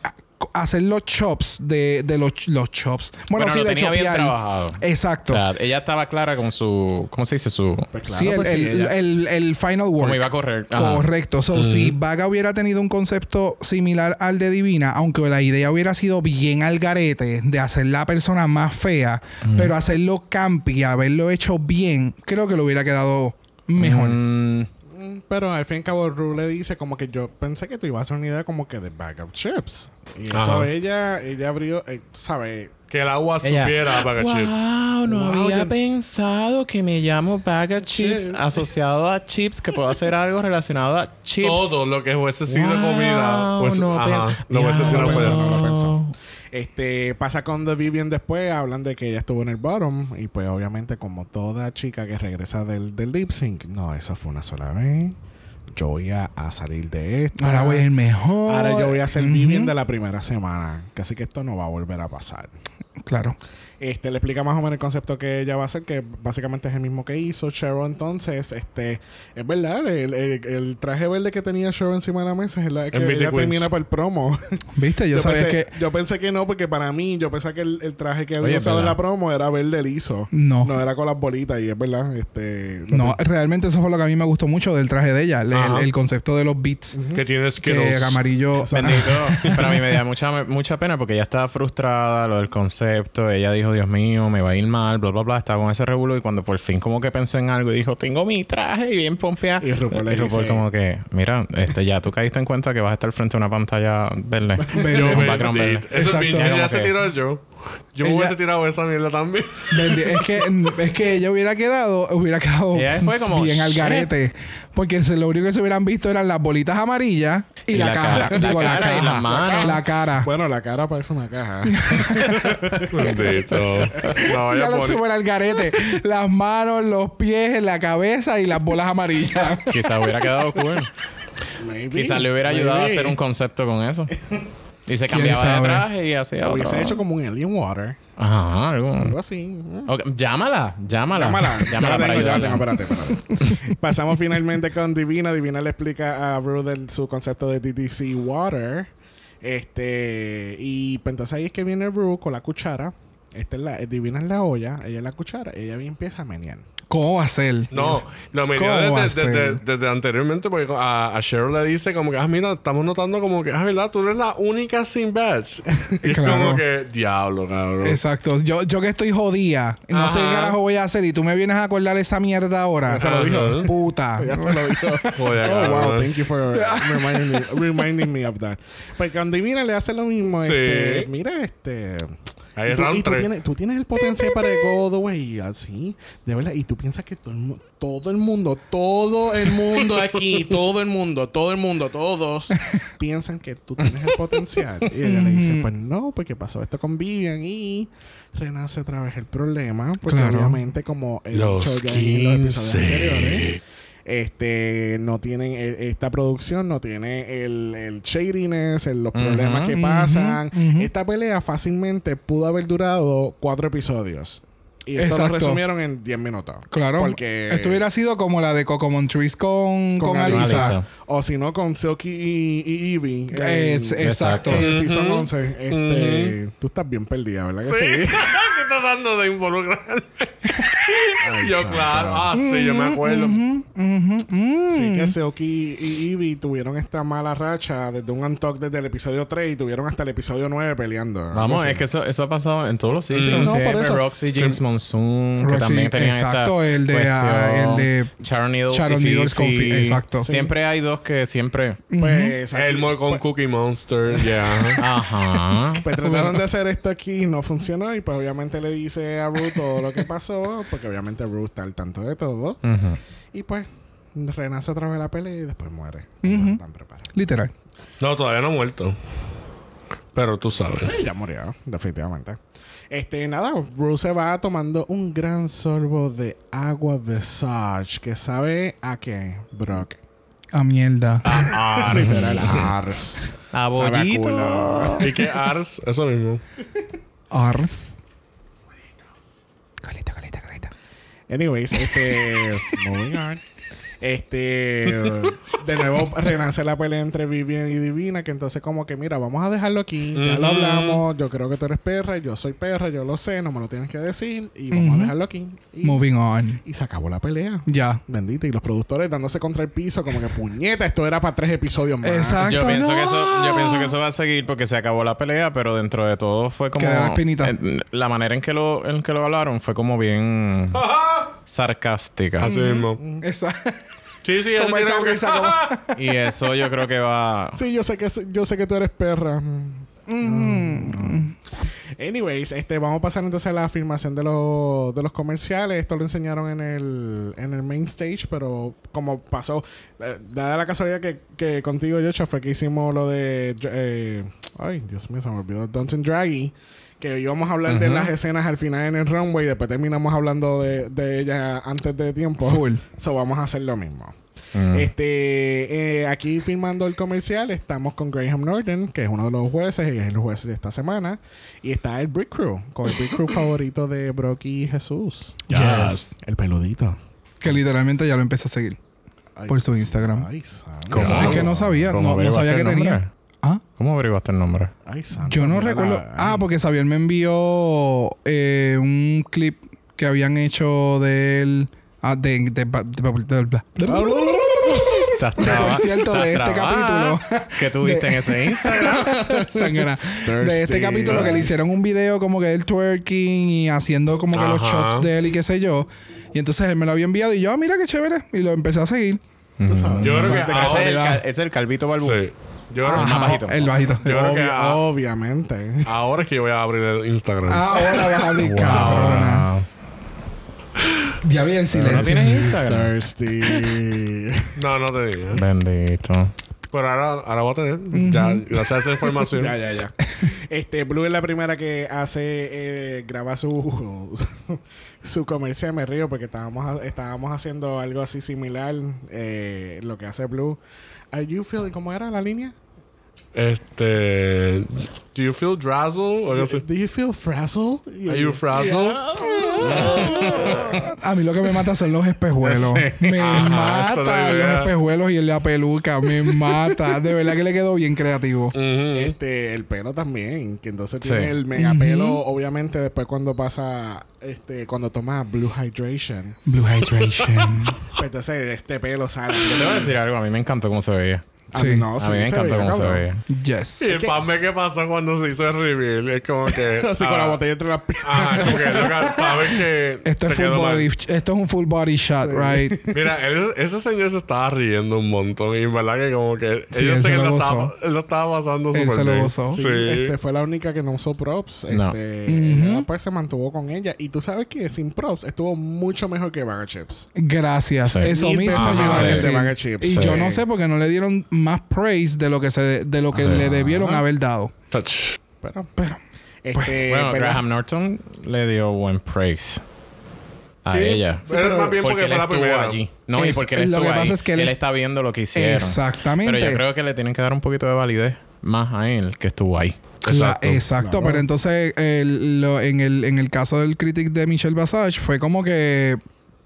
B: hacer los chops de, de los, los chops. Bueno,
D: Bueno,
B: sí,
D: lo
B: de
D: tenía bien
B: chopear.
D: trabajado.
B: Exacto.
D: O sea, ella estaba clara con su. ¿Cómo se dice? Su.
A: Pues claro,
B: sí, el,
A: pues sí,
B: el-
A: ella-
B: el- el final word.
D: ¿Cómo iba a correr? Ajá.
B: Correcto. So, si Vaga hubiera tenido un concepto similar al de Divina, aunque la idea hubiera sido bien al garete de hacer la persona más fea, pero hacerlo campi, haberlo hecho bien, creo que lo hubiera quedado mejor.
D: Mm,
A: Mm, Pero al fin y al cabo, Ru le dice como que yo pensé que tú ibas a hacer una idea como que de bag of chips. Y eso
C: Ajá.
A: ella, ella abrió, eh, ¿sabes?
C: Que el agua
D: Ella.
C: supiera para
D: Wow, no
A: Wow,
D: había
A: yo-
D: pensado que me llamo Bag of Chips
A: Chips.
D: asociado a chips, que puedo hacer algo relacionado a chips.
C: Todo lo que hubiese sido
D: Wow,
C: comida. Pues,
D: no,
C: ajá.
D: pen-
C: Lo hubiese
D: Ya,
A: no lo
C: tirado para
A: pensó,
C: allá.
A: no lo pensó. Este, pasa con The Vivian después, hablan de que ella estuvo en el bottom. Y pues obviamente como toda chica que regresa del, del lip sync, no, eso fue una sola vez. yo voy a, a salir de esto.
B: Ahora voy a ir mejor.
A: Ahora yo voy a hacer
B: Ujú.
A: Vivian de la primera semana. Así que esto no va a volver a pasar.
B: Claro.
A: Este, le explica más o menos el concepto que ella va a hacer, que básicamente es el mismo que hizo Cheryl. Entonces, este, es verdad, el, el- el traje verde que tenía Cheryl encima de la mesa es la que
C: En Beauty
A: ella
C: Queens.
A: termina para el promo.
B: Viste, yo, sabía
A: pensé, <laughs>
B: que.
A: yo pensé que no, porque para mí, yo pensé que el, el traje que había
D: Oye, es
A: usado en
D: verdad.
A: la promo era verde liso.
B: No.
A: No era con las bolitas, y es verdad, este. lo
B: No, realmente eso fue lo que a mí me gustó mucho del traje de ella, el,
C: Ajá.
B: el concepto de los beats
C: Que tienes que.
B: que amarillo.
D: Bendito. Pero a mí me da mucha, mucha pena porque ella estaba frustrada, lo del concepto. Ella dijo, Dios mío, me va a ir mal, bla, bla, bla. Estaba con ese revuelo y cuando por fin como que pensó en algo y dijo, tengo mi traje y bien pompeada.
A: Y RuPaul le dice-
D: como que, mira, este, ya tú caíste en cuenta que vas a estar frente a una pantalla verde.
B: Verde.
D: Un background
C: Bendito.
D: verde.
C: Eso es bien.
B: Exacto.
C: Ya
D: Como
C: se
D: que-
C: tiró yo. Yo me
B: Ella-
C: hubiese tirado esa mierda también.
B: Bendi- es, que, es que ella hubiera quedado, hubiera quedado
D: Ella fue como,
B: bien al
D: "Shit".
B: garete. Porque se- lo único que se hubieran visto eran las bolitas amarillas y,
D: Y
B: la,
D: la
B: cara.
D: cara-
B: Digo,
D: la
B: la
D: cara y
B: cara.
D: las manos.
B: La cara.
A: <laughs> Bueno, la cara parece una
B: <laughs>
A: caja.
C: Bendito. No,
B: ya
C: vaya
B: lo
C: por.
B: super al garete. Las manos, los pies, la cabeza y las bolas amarillas.
D: Quizás hubiera quedado cool.
A: Maybe,
D: Quizás le hubiera ayudado a
A: maybe.
D: hacer un concepto con eso. Y se cambiaba de
B: sabe?
D: traje y hacía
A: Lo
D: otro.
A: Hubiese hecho como un Alien Water.
D: Ajá, algo.
A: Algo así. ¿eh?
D: Ok, Llámala, llámala.
A: Llámala.
D: <laughs> Llámala
A: Ya
D: para
A: tengo, ya
D: ayudarla.
A: tengo, espérate, espérate. Pasamos finalmente con Divina. Divina le explica a Brudel su concepto de DTC Water. Este, y pues, entonces ahí es que viene Brew con la cuchara. Esta es la, eh, Divina es la olla, ella es la cuchara, ella bien empieza a menear.
B: ¿Cómo va a ser?
C: No, lo me dio
B: ¿Cómo va a
C: desde, desde-
B: ser?
C: desde anteriormente porque a, a Cheryl le dice como que, ah, mira, estamos notando como que, ah, ¿verdad? Tú eres la única sin badge. Y es
B: Claro.
C: como que, diablo, cabrón.
B: Exacto. Yo, yo que estoy jodida. No sé qué
C: Ajá.
B: carajo voy a hacer. Y tú me vienes a acordar esa mierda ahora.
C: se lo dijo.
B: Puta.
A: <laughs> Ya se lo dijo.
C: Joder,
A: oh, wow,
C: cabrón.
A: thank you for reminding me, reminding me of that. Porque cuando Divina le hace lo mismo,
C: Sí.
A: este, mira, este. y
C: Ahí es
A: tú, y
C: round
A: tú
C: 3.
A: tienes, tú tienes el potencial para el God Away, así, de verdad. Y tú piensas que todo el, mu- todo el mundo, todo el mundo aquí, todo el mundo, todo el mundo, todos piensan que tú tienes el potencial. Y ella le dice, pues no, porque pasó esto con Vivian y renace otra vez el problema. Porque
B: Claro.
A: obviamente como he
C: Los
A: dicho ya en los episodios
C: 15.
A: anteriores, este no tienen e- esta producción no tiene el, el shadiness el- los problemas que
B: ujú,
A: pasan
B: ujú.
A: esta pelea fácilmente pudo haber durado cuatro episodios y esto
B: Exacto.
A: lo resumieron en 10 minutos
B: Claro.
A: porque
B: Esto hubiera sido como la de Cocomon Trees con, con, Alisa.
D: Alisa.
A: o si no con Silky y, y Evie en-
B: Es- exacto.
A: en el season
C: Ujú.
A: 11 este, tú estás bien perdida ¿verdad que
C: <laughs>
A: sí?
C: Sí,
D: <laughs>
C: que tratando de involucrarme. yo,
A: santo. Mm,
C: claro. Ah, sí, yo me acuerdo.
B: Ujú, ujú, mm.
A: Sí, que Seoki y Ivy tuvieron esta mala racha desde un Untalk desde el episodio 3 y tuvieron hasta el episodio 9 peleando.
D: Vamos,
A: Algo
D: es que eso, eso ha pasado en todos los seasons.
A: Sí, no, por
D: siempre.
A: eso.
D: Roxy, James Monsoon,
B: Roxy,
D: que también tenían
B: exacto,
D: esta
B: el de,
D: cuestión.
B: ah, el de
D: Sharon Needles,
B: Sharon
D: y
B: Needles con
D: Fifi.
B: Fi- exacto.
D: Siempre hay dos que siempre...
A: así. Pues, aquí-
C: Elmore con Cookie Monster, ya.
D: Ajá.
A: pues trataron de hacer esto aquí y no funcionó. Y pues obviamente le dice a Ruth todo lo que pasó. Porque obviamente Ruth está al tanto de todo.
D: Ujú.
A: Y pues renace otra vez la pelea y después muere. No están preparados.
B: Literal.
C: No, todavía no ha muerto. Pero tú sabes.
A: Sí, ya murió, definitivamente. Este, nada, Ruth se va tomando un gran sorbo de agua Visage. Que sabe a qué, Brock.
B: A mierda.
A: Literal, ars. Sabe a
D: Abollito.
A: culo.
C: ¿Y qué Ars? Eso mismo.
B: Ars. Calita, calita, calita.
A: Anyways, este. moving on. Este. De nuevo renace la pelea entre Vivian y Divina. Que entonces, como que, mira, vamos a dejarlo aquí. Ya lo
C: Ujú.
A: hablamos. Yo creo que tú eres perra. Yo soy perra. Yo lo sé. No me lo tienes que decir. Y vamos
B: Ujú.
A: a dejarlo aquí. Y,
B: Moving on.
A: y se acabó la pelea.
B: Ya.
A: Bendita. Y los productores dándose contra el piso. Como que puñeta. Esto era para tres episodios más.
B: Exacto.
D: Yo pienso,
B: no.
D: que eso, yo pienso que eso va a seguir porque se acabó la pelea, pero dentro de todo fue como.
B: Queda la espinita.
D: eh, la manera en que lo, en que lo hablaron fue como bien sarcástica.
A: Mm.
C: Así mismo.
B: Esa-
C: Sí, sí,
B: Como
C: así
B: esa
C: mismo que-
B: risa, como-
C: <laughs>
D: Y eso yo creo
B: <laughs>
D: que va.
A: Sí, yo sé que yo sé que tú eres perra. Mm. Anyways, este, vamos a pasar entonces a la afirmación de, los de los comerciales. Esto lo enseñaron en el, en el main stage, pero como pasó, eh, dada la casualidad que, que contigo, Yocha, fue que hicimos lo de. eh, ay, Dios mío, se me olvidó. Dungeon Draggy. Que íbamos a hablar de las escenas al final en el runway, después terminamos hablando de, de ellas antes de tiempo.
B: Full.
A: So vamos a hacer lo mismo.
D: mm,
A: Este, eh, aquí filmando el comercial estamos con Graham Norton, que es uno de los jueces y es el juez de esta semana. Y está el Brick Crew, con el Brick Crew favorito de Brocky Jesús.
C: Yes.
A: El peludito.
B: Que literalmente ya lo empecé a seguir.
A: Ay,
B: Por su Instagram.
A: Ay, santo.
C: ¿Cómo?
B: Es que no sabía,
D: ¿Cómo
B: no, no
D: averiguaste
B: sabía que
D: el nombre?
B: tenía. Ah,
D: ¿Cómo averiguaste el nombre?
A: Ay, santo,
B: yo no
A: mira la-
B: recuerdo. Ah, porque Xavier me envió eh, un clip que habían hecho de él. Ah, de, de- de- de- de- <laughs>
D: Estás
B: Por cierto, de
D: estás
B: este
D: trabada.
B: capítulo.
D: ¿Qué tuviste
B: De-
D: en ese Instagram?
B: <laughs> Sangrana. de
A: Thirsty.
B: este capítulo que le hicieron un video como que del twerking y haciendo como que los
C: Ajá.
B: shots de él y qué sé yo. Y entonces él me lo había enviado y yo, ah, mira qué chévere. Y lo empecé a seguir.
A: Tú sabes,
C: Yo creo que
A: son de-
D: Ah, ese es el
C: ahora...
D: cal- ese es el calvito balbu.
C: Sí. Yo creo que
B: Ajá,
D: bajito.
B: El bajito.
C: Yo creo que
A: Obvia-
C: a-
A: obviamente.
C: ahora es que yo voy a abrir el Instagram.
A: Ah.
B: Ahora vas a abrir,
D: Ah,
B: cabrona.
D: Wow.
B: Ya vi el silencio.
D: ¿No tienes Instagram?
A: Thirsty.
C: No, no tenía.
D: Bendito.
C: Pero ahora, ahora voy a tener. Ya, gracias a esa
A: <laughs>
C: información.
A: Ya, ya, ya. Este, Blue es la primera que hace, eh, graba su, su comercial, me río, porque estábamos, estábamos haciendo algo así similar, eh, lo que hace Blue. Are you feeling, ¿cómo era la línea?
C: Este. ¿Do you feel drazzle? O algo así.
A: Do you feel frazzled?
C: ¿Are you frazzled?
B: <laughs> A mí lo que me mata son los espejuelos. Me
C: Ajá, esa es la
B: mata
C: idea.
B: los espejuelos y la peluca. Me mata. De verdad que le quedó bien creativo.
C: Ujú.
A: Este, el pelo también, que entonces
D: Sí.
A: tiene el megapelo, obviamente, después cuando pasa, este, cuando toma Blue Hydration,
B: Blue
C: <laughs>
B: Hydration.
A: pues entonces este pelo sale.
D: Yo te voy a decir algo. A mí me encantó cómo se veía.
A: A mí
B: Sí.
A: no,
D: a
A: sí,
D: mí
A: se
D: me encantó
A: veía
D: cómo se
A: cabrón. <laughs>
D: veía.
B: Yes.
C: Y el panme que pasó cuando se hizo el reveal es como que.
B: <laughs>
A: Así con la
C: ah,
A: botella entre las piernas.
C: Ajá, como que loca, sabes que.
B: Esto
C: te
B: es, full
C: quedó mal.
B: body, esto es un full body shot, right?
C: <laughs> Mira, él- ese señor se estaba riendo un montón. Y en verdad que como que.
B: Sí,
C: yo
B: él
C: sé
B: se
C: que
B: lo
C: lo
B: gozó.
C: estaba, él lo estaba pasando
B: Él
C: súper
B: se lo
C: bien.
D: Oh,
B: gozó.
A: Sí,
C: Sí.
A: Este, fue la única que no usó props. Este,
D: No.
A: ella, Pues se mantuvo con ella. Y tú sabes que sin props estuvo mucho mejor que Bag of Chips.
B: Gracias.
D: Sí.
B: Eso
A: Mil
B: mismo
A: veces
B: yo iba a
D: mejor
B: decir.
A: que Bag of Chips.
B: Y
A: Sí.
B: yo no sé por qué no le dieron más praise de lo que se de lo que le debieron haber dado.
C: Touch.
A: Pero,
B: Pero
A: este,
D: pues,
C: Eh,
D: bueno,
A: ¿verdad? <laughs>
D: Graham Norton le dio buen praise a
C: Sí,
D: ella.
C: pero más bien porque
D: él
C: fue la
D: estuvo
C: primera.
D: allí. No, y
B: Es-
D: porque él
B: lo
D: estuvo
B: que pasa
D: ahí.
B: es que él
D: él
B: es-
D: está viendo lo que hicieron.
B: exactamente.
D: Pero yo creo que le tienen que dar un poquito de validez más a él que estuvo ahí.
B: La-
C: Exacto.
B: Exacto, pero entonces el- lo- en, el, en el caso del critic de Michelle Basage fue como que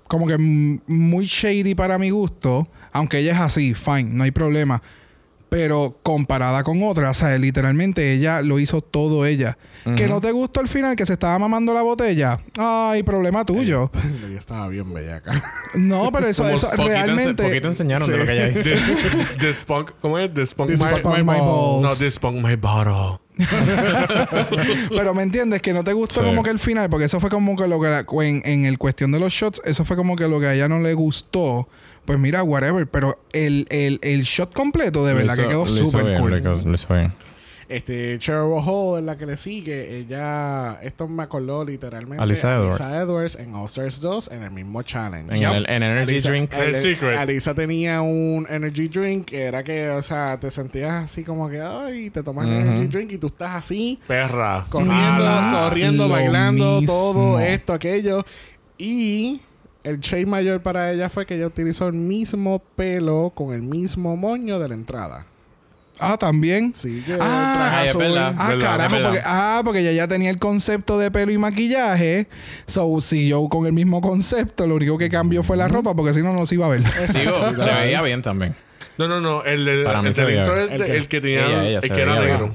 B: como que m- muy shady para mi gusto, aunque ella es así, fine, no hay problema. Pero comparada con otras, o sea, literalmente ella lo hizo todo ella. Que no te gustó al final que se estaba mamando la botella. Ay, problema tuyo.
A: Ella estaba bien bellaca.
D: <laughs>
B: No, pero eso,
D: Como
B: eso
D: poquito ense-
B: realmente
D: poquito enseñaron de lo que ella hizo.
C: Dis- Dispunk. ¿Cómo es? Dispunk my,
B: Dispunk
C: my-
B: my balls.
C: No, dispunk my bottle.
B: Pero me entiendes que no te gustó
D: Sí.
B: como que el final, porque eso fue como que lo que la- en, en el cuestión de los shots, eso fue como que lo que a ella no le gustó. Pues mira, whatever, pero el, el, el shot completo <laughs> de
D: Lo
B: verdad que
D: hizo-
B: quedó
D: lo hizo
B: súper
D: bien,
B: cool.
D: lo hizo- lo hizo bien.
A: <laughs> Este, Cheryl Hall es la que le sigue. Ella, esto me acordó literalmente.
D: Alisa Edwards.
A: Alisa Edwards en All Stars 2 en el mismo challenge.
D: En el en Energy
A: Alisa-
D: Drink.
A: Ale-
C: El secret.
A: Alisa tenía un energy drink que era que, o sea, te sentías así como que, ay, te tomas el energy drink y tú estás así.
C: Perra.
A: corriendo,
C: Mala.
A: corriendo,
B: lo
A: bailando, todo
B: mismo.
A: esto, aquello. Y el shade mayor para ella fue que ella utilizó el mismo pelo con el mismo moño de la entrada.
B: Ah, también.
A: Así que
B: Ah,
A: traje
D: ay, es
A: azul.
D: verdad.
B: Ah,
D: Verdad,
B: carajo,
D: verdad.
B: porque, ah, porque ella ya tenía el concepto de pelo y maquillaje. So, si yo con el mismo concepto, lo único que cambió fue la ropa, porque si no, no se iba a ver.
D: Digo, se veía bien también.
C: No, no, no. El, de-
D: Para mí
C: el
D: se
C: del
D: veía
C: intro
D: bien.
C: es de-
A: ¿El
C: el,
A: qué?
C: que tenía.
D: Ella, ella,
C: el
D: se
C: que era
D: veía
C: negro.
D: bien.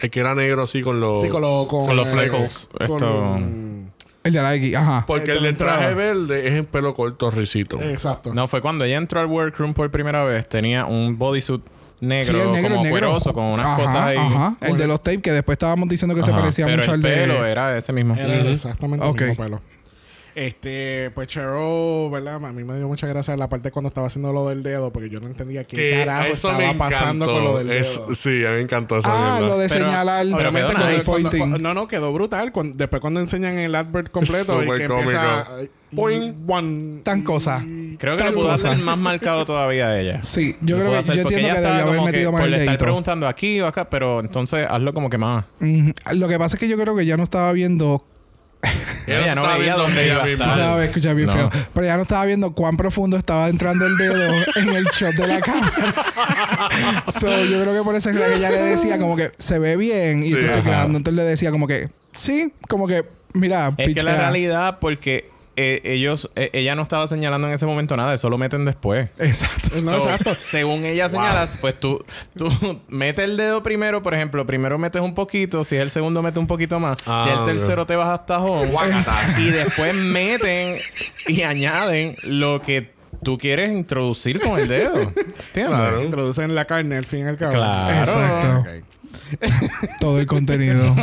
C: El que era negro así con los.
A: Sí, con, lo-
D: con los
A: eh,
D: flecos,
A: con-
B: El de la X, ajá.
C: Porque
A: Eh,
C: el del
A: entraba.
C: traje verde es en pelo corto, ricito.
A: Exacto.
D: No, fue cuando ella entró al workroom por primera vez. Tenía un bodysuit
B: Sí,
D: negro,
B: el negro,
D: como
B: el negro.
D: cueroso, con unas
B: Ajá,
D: cosas ahí.
B: Ajá, el de los tapes que después estábamos diciendo que se
D: Ajá,
B: parecía
D: pero
B: mucho
D: el
B: al de.
D: pelo era ese mismo.
A: Era exactamente
B: Ok.
A: el mismo pelo. Este, pues Cheryl, ¿verdad? A mí me dio mucha gracia la parte cuando estaba haciendo lo del dedo, porque yo no entendía qué
C: Que
A: carajo
C: eso me
A: estaba pasando
C: encantó.
A: con lo del dedo.
C: Es- sí, a mí me encantó esa
B: Ah,
C: mierda.
B: lo de
D: Pero-
B: señalar.
D: pero
A: Obviamente,
D: perdona,
A: cuando-
B: Eye
A: cuando-
B: pointing.
A: no, no, quedó brutal. Cuando- después cuando enseñan el advert completo y
C: Súper
A: que empieza...
C: cómico.
A: eh,
C: Boing.
A: one,
B: Tan cosa.
A: y-
D: Creo que le
B: Tal
D: pudo
B: cosa.
D: hacer más marcado todavía a ella.
B: Sí, yo
D: Le
B: creo
D: pudo
B: que
D: hacer,
B: yo
D: porque
B: entiendo
D: ella
B: que
D: estaba
B: debió haber
D: como que,
B: metido más
D: pues,
B: el
D: Le estar
B: dedito.
D: preguntando aquí o acá, pero entonces hazlo como que más.
B: Ujú. Lo que pasa es que yo creo que ya no estaba viendo
C: Ella
D: Ella no
C: estaba
D: veía
C: viendo
D: dónde
C: ella
D: iba a
C: misma.
B: Tú
D: estar.
B: sabes, escucha bien
D: No.
B: feo. Pero ya no estaba viendo cuán profundo estaba entrando el dedo en el shot de la <laughs> cámara. so, yo creo que por eso es que ella le decía como que se ve bien. Y
C: Sí,
B: entonces,
C: ajá.
B: claro, entonces le decía como que, sí, como que, mira,
D: Es que la
B: pichea.
D: realidad, porque eh, ellos, eh, ella no estaba señalando en ese momento nada, eso lo meten después.
B: Exacto.
D: No, exacto. Según ella señalas, pues tú, tú <laughs> metes el dedo primero, por ejemplo, primero metes un poquito, si es el segundo mete un poquito más,
C: Ah,
D: ya el
C: ok.
D: tercero te vas hasta home
B: Exacto.
D: y después meten y añaden lo que tú quieres introducir con el dedo. ¿Entiendes?
A: Claro. Introducen la carne al fin y al cabo.
D: Claro.
B: Exacto.
A: Ok.
B: Todo el
D: <laughs>
B: contenido.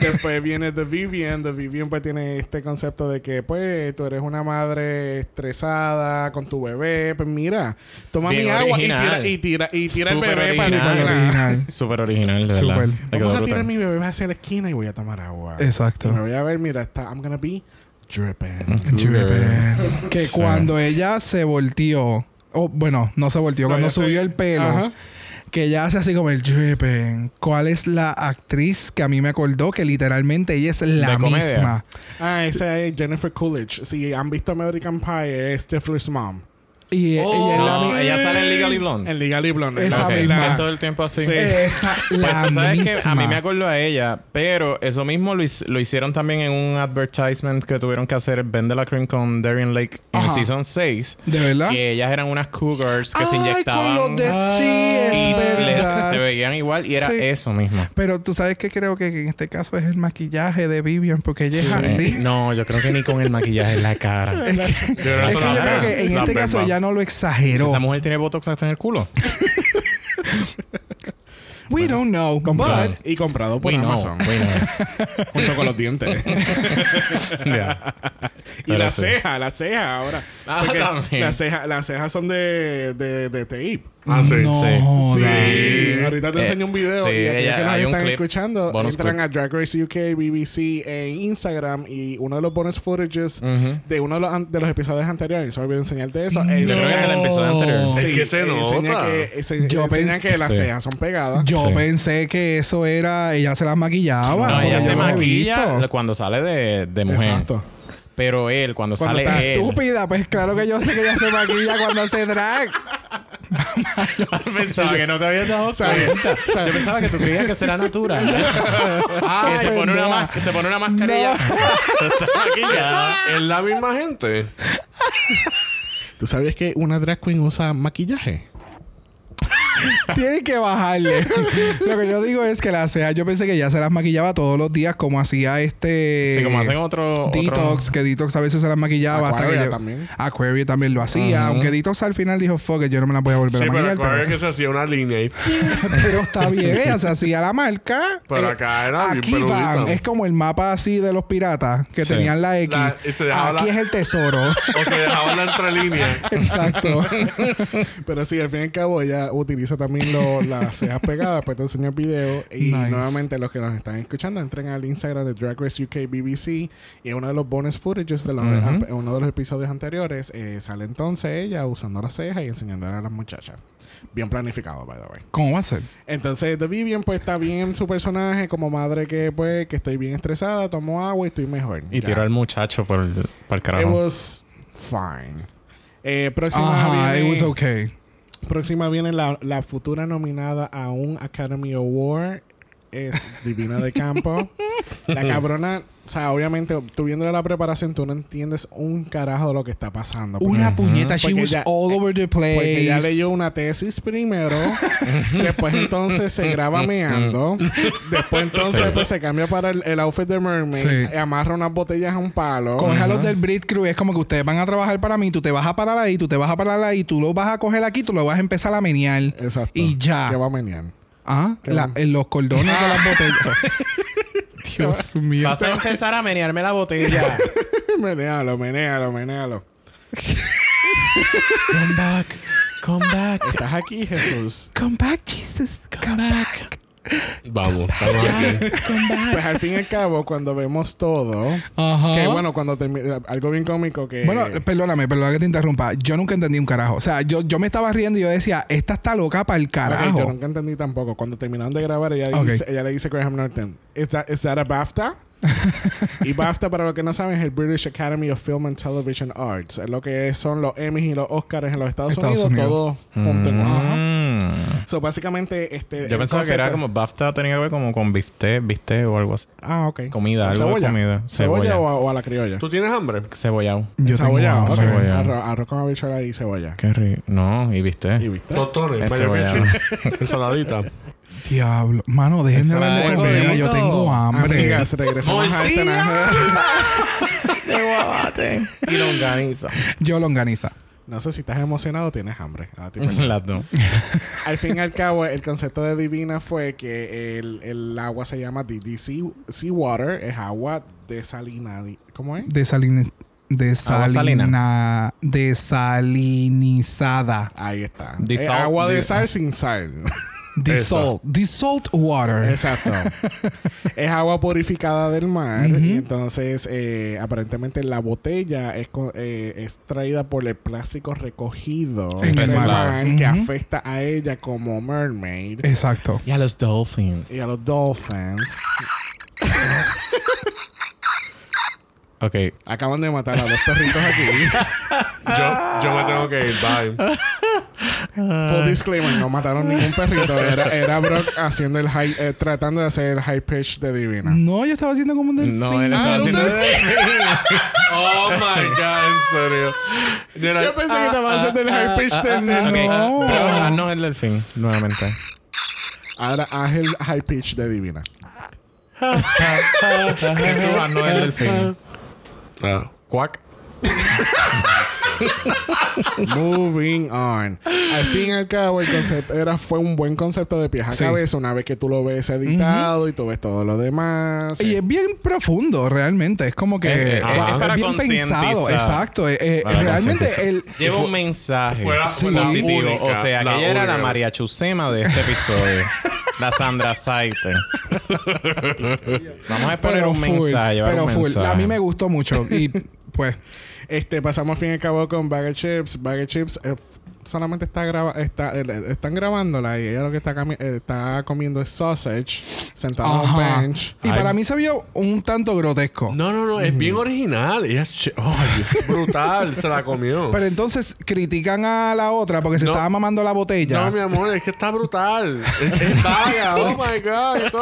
A: Después viene The Vivian. The Vivian pues tiene este concepto de que pues tú eres una madre estresada con tu bebé. Pues mira, toma
D: Bien
A: mi agua y
D: original.
A: tira, y tira, y tira el
D: Súper
A: bebé para
D: original.
A: la esquina.
B: original.
D: Súper original, de
B: Súper.
D: verdad. Le quedó
A: Vamos a
D: brutal.
A: tirar mi bebé hacia la esquina y voy a tomar agua.
B: Exacto.
A: Y me voy a ver, mira, está, I'm gonna be dripping.
B: Dripping. Que cuando ella se volteó, oh, bueno, no se volteó,
A: No,
B: cuando
A: ya se-
B: subió el pelo,
A: Ajá.
B: que ella hace así como el dripping. ¿Cuál es la actriz que a mí me acordó que literalmente ella es la
D: De comedia.
B: misma?
A: Ah, esa es Jennifer Coolidge. Si han visto American Pie, es Stifler's mom.
B: Y,
C: Oh.
B: y es la
D: No,
B: misma.
D: ella sale en Legally Blonde.
A: En Legally Blonde.
B: Esa
A: Ok.
D: Que
B: misma.
D: está todo el tiempo así.
A: Sí.
B: Esa,
D: Pues
B: la
D: tú sabes que
B: misma.
D: a mí me acuerdo a ella, pero eso mismo lo, his- lo hicieron también en un advertisement que tuvieron que hacer Ben de la Cream con Darien Lake en
B: Ajá.
D: Season 6.
B: ¿De verdad?
D: Que ellas eran unas cougars que se
B: Ay, con
D: inyectaban
B: los de... Sí,
D: y
B: es
D: se, le- se
B: verdad.
D: veían igual y era
B: Sí.
D: eso mismo.
B: Pero tú sabes que creo que en este caso es el maquillaje de Vivian, porque ella es
D: Eh,
B: así.
D: No, yo creo que ni con el maquillaje en la cara.
B: <laughs> Es que-
C: Yo creo que
B: Es
C: eso
B: que
C: la
B: yo creo
C: hagan.
B: que en
C: La
B: este
C: misma.
B: caso ella no lo exageró.
D: Esa mujer tiene botox hasta en el culo.
B: We don't know, but
D: Comprado.
A: Y comprado por
D: We know,
A: Amazon.
D: we know.
A: Junto con los
D: <laughs>
A: dientes.
B: <laughs>
D: Yeah.
A: y la
D: Pero sí.
A: ceja, la ceja ahora.
D: Ah,
A: Porque
D: también.
A: las cejas las cejas son de, de, de tape.
C: Ah, sí.
B: no.
D: Sí.
B: joda.
A: Sí.
D: Sí.
A: Ahorita te
D: Eh,
A: enseño un video
D: sí,
A: y aquellos
D: ella-
A: que nos
D: hay un
A: están
D: clip.
A: escuchando
D: Bonus
A: entran
D: clip.
A: a Drag Race UK, BBC en Instagram y uno de los bonus footages de uno de los, an- de los episodios anteriores. Solo voy a enseñarte eso. Eh,
D: Yo creo que en el
A: enseña-
D: episodio anterior.
C: Es que se
A: eh, enseña
C: nota.
A: que- eh, se-
B: Yo
A: enseña
B: pens-
A: que las
D: Sí.
A: cejas son pegadas.
B: Yo
D: Sí.
B: pensé que eso era. Ella se las maquillaba.
D: No,
B: Ah, porque
D: ella
B: yo
D: se
B: lo he
D: maquilla
B: visto.
D: cuando sale de, de mujer.
A: Exacto.
D: Pero él, cuando,
B: Cuando
D: sale
B: está
D: él, <laughs>
B: estúpida, pues claro que yo sé que ella se maquilla cuando hace drag.
D: Pensaba que no te habías dado cuenta. Yo pensaba que tú creías que eso era
B: <laughs>
D: natural. ah, que se pone, una
B: pendeja.
D: mas- que se pone una <laughs> mascarilla. Maquillada.
C: Es la misma gente.
A: ¿Tú sabías que una drag queen usa maquillaje?
B: Tiene que
D: <laughs>
B: bajarle. Lo que yo digo es que la ceja, yo pensé que ella se las maquillaba todos los días, como hacía este.
D: Sí, como hacen otro...
B: Detox,
D: otro-
B: que Detox a veces se las maquillaba hasta
A: Aquaria
B: que yo-
A: también.
B: Aquaria también lo hacía, aunque Detox al final dijo, fuck it, yo no me la voy a volver
C: Sí,
B: a
C: pero
B: maquillar.
C: acuérdate
B: pero-
C: que se hacía una línea ahí.
B: <laughs> Pero está bien, ¿eh? ella se hacía la marca.
C: Pero
B: Eh,
C: acá era bien
B: Aquí
C: peludita.
B: van, es como el mapa así de los piratas que
D: Sí.
B: tenían la X.
C: La- y se dejaba
B: aquí
C: la-
B: es el tesoro.
C: O que dejaban la
D: <laughs>
C: entrelínea.
B: Exacto.
A: Pero sí, al fin y al cabo ella utiliza también lo- <laughs> las cejas pegadas, pues te enseño el video. Y
B: Nice.
A: nuevamente los que nos están escuchando, entren al Instagram de Drag Race UK BBC y en uno de los bonus footages de los,
D: Ujú.
A: en uno de los episodios anteriores eh, sale entonces ella usando las cejas y enseñándole a las muchachas. Bien planificado, by the way.
B: ¿Cómo va a ser?
A: Entonces, The Vivian, pues está bien su personaje como madre que, pues, que estoy bien estresada, tomo agua y estoy mejor.
D: Y
A: Ya.
D: tiró al muchacho por, el- por el
A: It
D: carajo.
A: was fine. Eh, próxima
B: Ajá,
A: viene-
B: it was okay.
A: Próxima viene la, la futura nominada a un Academy Award. Es Divina de
D: <laughs>
A: Campo. la cabrona, o sea, obviamente, tú viendo la preparación, tú no entiendes un carajo de lo que está pasando. Porque-
B: Una puñeta, she
A: Porque
B: was
A: ya-
B: all over the place.
A: Porque ella leyó una tesis
B: <laughs>
A: primero, después entonces se
B: Mm,
A: graba meando, después entonces pues, se cambia para el, el outfit de mermaid,
B: Sí.
A: amarra unas botellas a un palo.
B: Coge a los del Brit Crew, es como que ustedes van a trabajar para mí, tú te vas a parar ahí, tú te vas a parar ahí, tú lo vas a coger aquí, tú lo vas a empezar a menear.
A: Exacto.
B: Y ya.
A: Que va a menear.
B: Ah, la-
A: bueno.
B: en los cordones de las botellas. <laughs> Dios mío.
D: Vas a empezar a menearme
B: <laughs>
D: la botella.
A: <laughs> menealo, menealo, menealo.
D: come back. Come
A: <laughs>
D: back.
A: Estás aquí, Jesús.
B: Come back, Jesus. Come, back.
C: Vamos, estamos aquí.
A: Pues al fin y al cabo, cuando vemos todo,
B: Ajá.
A: que bueno, eh, cuando termina, algo bien cómico que...
B: Ah. Bueno, perdóname, perdóname que te interrumpa. Yo nunca entendí un carajo. O sea, yo, yo me estaba riendo y yo decía, esta está loca para el
A: Ok,
B: carajo.
A: yo nunca entendí tampoco. Cuando terminaron de grabar, ella,
B: Ok. <laughs>
A: dice- ella le dice a Graham Norton, ¿Is that, is that a BAFTA? y BAFTA, para los que no saben, es el British Academy of Film and Television Arts. Es lo que son los Emmys y los Oscars en los Estados,
B: Estados
A: Unidos,
B: Unidos.
A: todos juntos. Ajá.
D: Mm.
A: So, básicamente, este.
D: Yo
A: el
D: pensaba que
A: concepto-
D: era como BAFTA tenía que ver como con bifte, biste o algo así.
A: Ah, ok.
D: Comida, algo de
A: ¿Cebolla?
D: comida.
A: ¿Cebolla,
D: Cebolla.
A: o, Mm. a, o a la criolla?
C: ¿Tú tienes hambre?
D: Cebollado.
B: Yo tengo
A: Cebolla, ok.
B: hambre.
D: Cebolla.
A: Arro- Arroz con habichuela y cebolla.
D: Qué rico. No, y viste.
A: ¿Y viste?
C: Tostones,
D: Es
C: mayo
D: cebollado.
C: queche, ensaladita.
B: Diablo. Mano, dejen de hablar de
D: Algo
B: comida. Yo
D: rico.
B: tengo hambre.
A: Amigas, regresamos a este
D: De guabate. <laughs> Y
A: <laughs>
D: longaniza.
B: Yo longaniza.
A: No sé si estás emocionado o tienes hambre. Ah,
D: <laughs>
A: tipo-
D: Las dos.
A: al fin y al cabo, el concepto de Divina fue que el, el agua se llama DDC Sea Water, es agua desalinada. ¿Cómo es?
B: Desalin... Desalina...
D: salina.
B: Desalinizada.
A: Ahí está.
D: De
A: Es
D: sal-
A: agua de
D: de-
A: sal sin sal.
B: Dissolved. Dissolved water.
A: Exacto. es agua purificada del mar. Y entonces, eh, aparentemente, la botella es, co- eh, es traída por el plástico recogido
B: En
A: del
D: el
A: mar,
D: mar.
A: que
B: Ujú.
A: afecta a ella como mermaid
B: Exacto.
D: Y a los dolphins.
A: y a los dolphins.
D: Ok.
A: Acaban de matar a dos perritos aquí.
C: Yo, yo me tengo que ir, bye.
B: Ah.
A: Full disclaimer, no mataron ningún perrito. Era, era Brock haciendo el high, eh, tratando de hacer el high pitch de Divina.
B: No, yo estaba haciendo como un delfín.
D: No, él estaba
A: Ah, era un
D: haciendo.
C: Oh my God, en serio. Yo era-
A: Yo pensé que estaba haciendo el high pitch del
D: Ok.
A: No.
D: Pero, ah, no, el delfín. Nuevamente.
A: Ahora haz el high pitch de
B: <laughs>
A: Divina.
D: Jesús, ah, <laughs> no el delfín.
C: Ah, cuac.
A: Moving on. Al fin y al cabo, el concepto era, fue un buen concepto de pies a
B: Sí.
A: cabeza. Una vez que tú lo ves editado y tú ves todo lo demás.
B: Y es bien profundo, realmente. Es como que
D: Eh, eh,
C: es
B: es,
D: para
B: bien pensado.
D: concientizar.
B: Exacto. Eh, eh,
D: Para
B: realmente
D: concientizar.
B: el,
D: Lleva un mensaje
C: Fue la- fue la
D: positivo.
C: única,
D: o sea,
C: la
D: que ella era la
C: única.
D: María Chusema de
C: <laughs>
D: este episodio. la Sandra Saite. Vamos a poner
B: pero
D: un
B: full,
D: mensaje. llevar
B: pero
D: un
B: full.
D: mensaje.
B: A mí me gustó mucho.
D: <laughs>
B: Y pues,
A: Este, pasamos al fin y al cabo con Bag of Chips. Bag of Chips eh, solamente está graba está, eh, eh, están grabándola y ella lo que está, cami- eh, está comiendo es sausage sentada en
B: ajá.
A: un bench.
B: Y
C: Ay.
B: para mí se vio un tanto grotesco.
C: No, no, no, es bien original. Ella es ch- oh, Dios, brutal, se la comió.
B: Pero entonces critican a la otra porque se
C: No.
B: estaba mamando la botella.
C: No, mi amor, es que está brutal. Es, es vaga. Oh my God,
A: Tú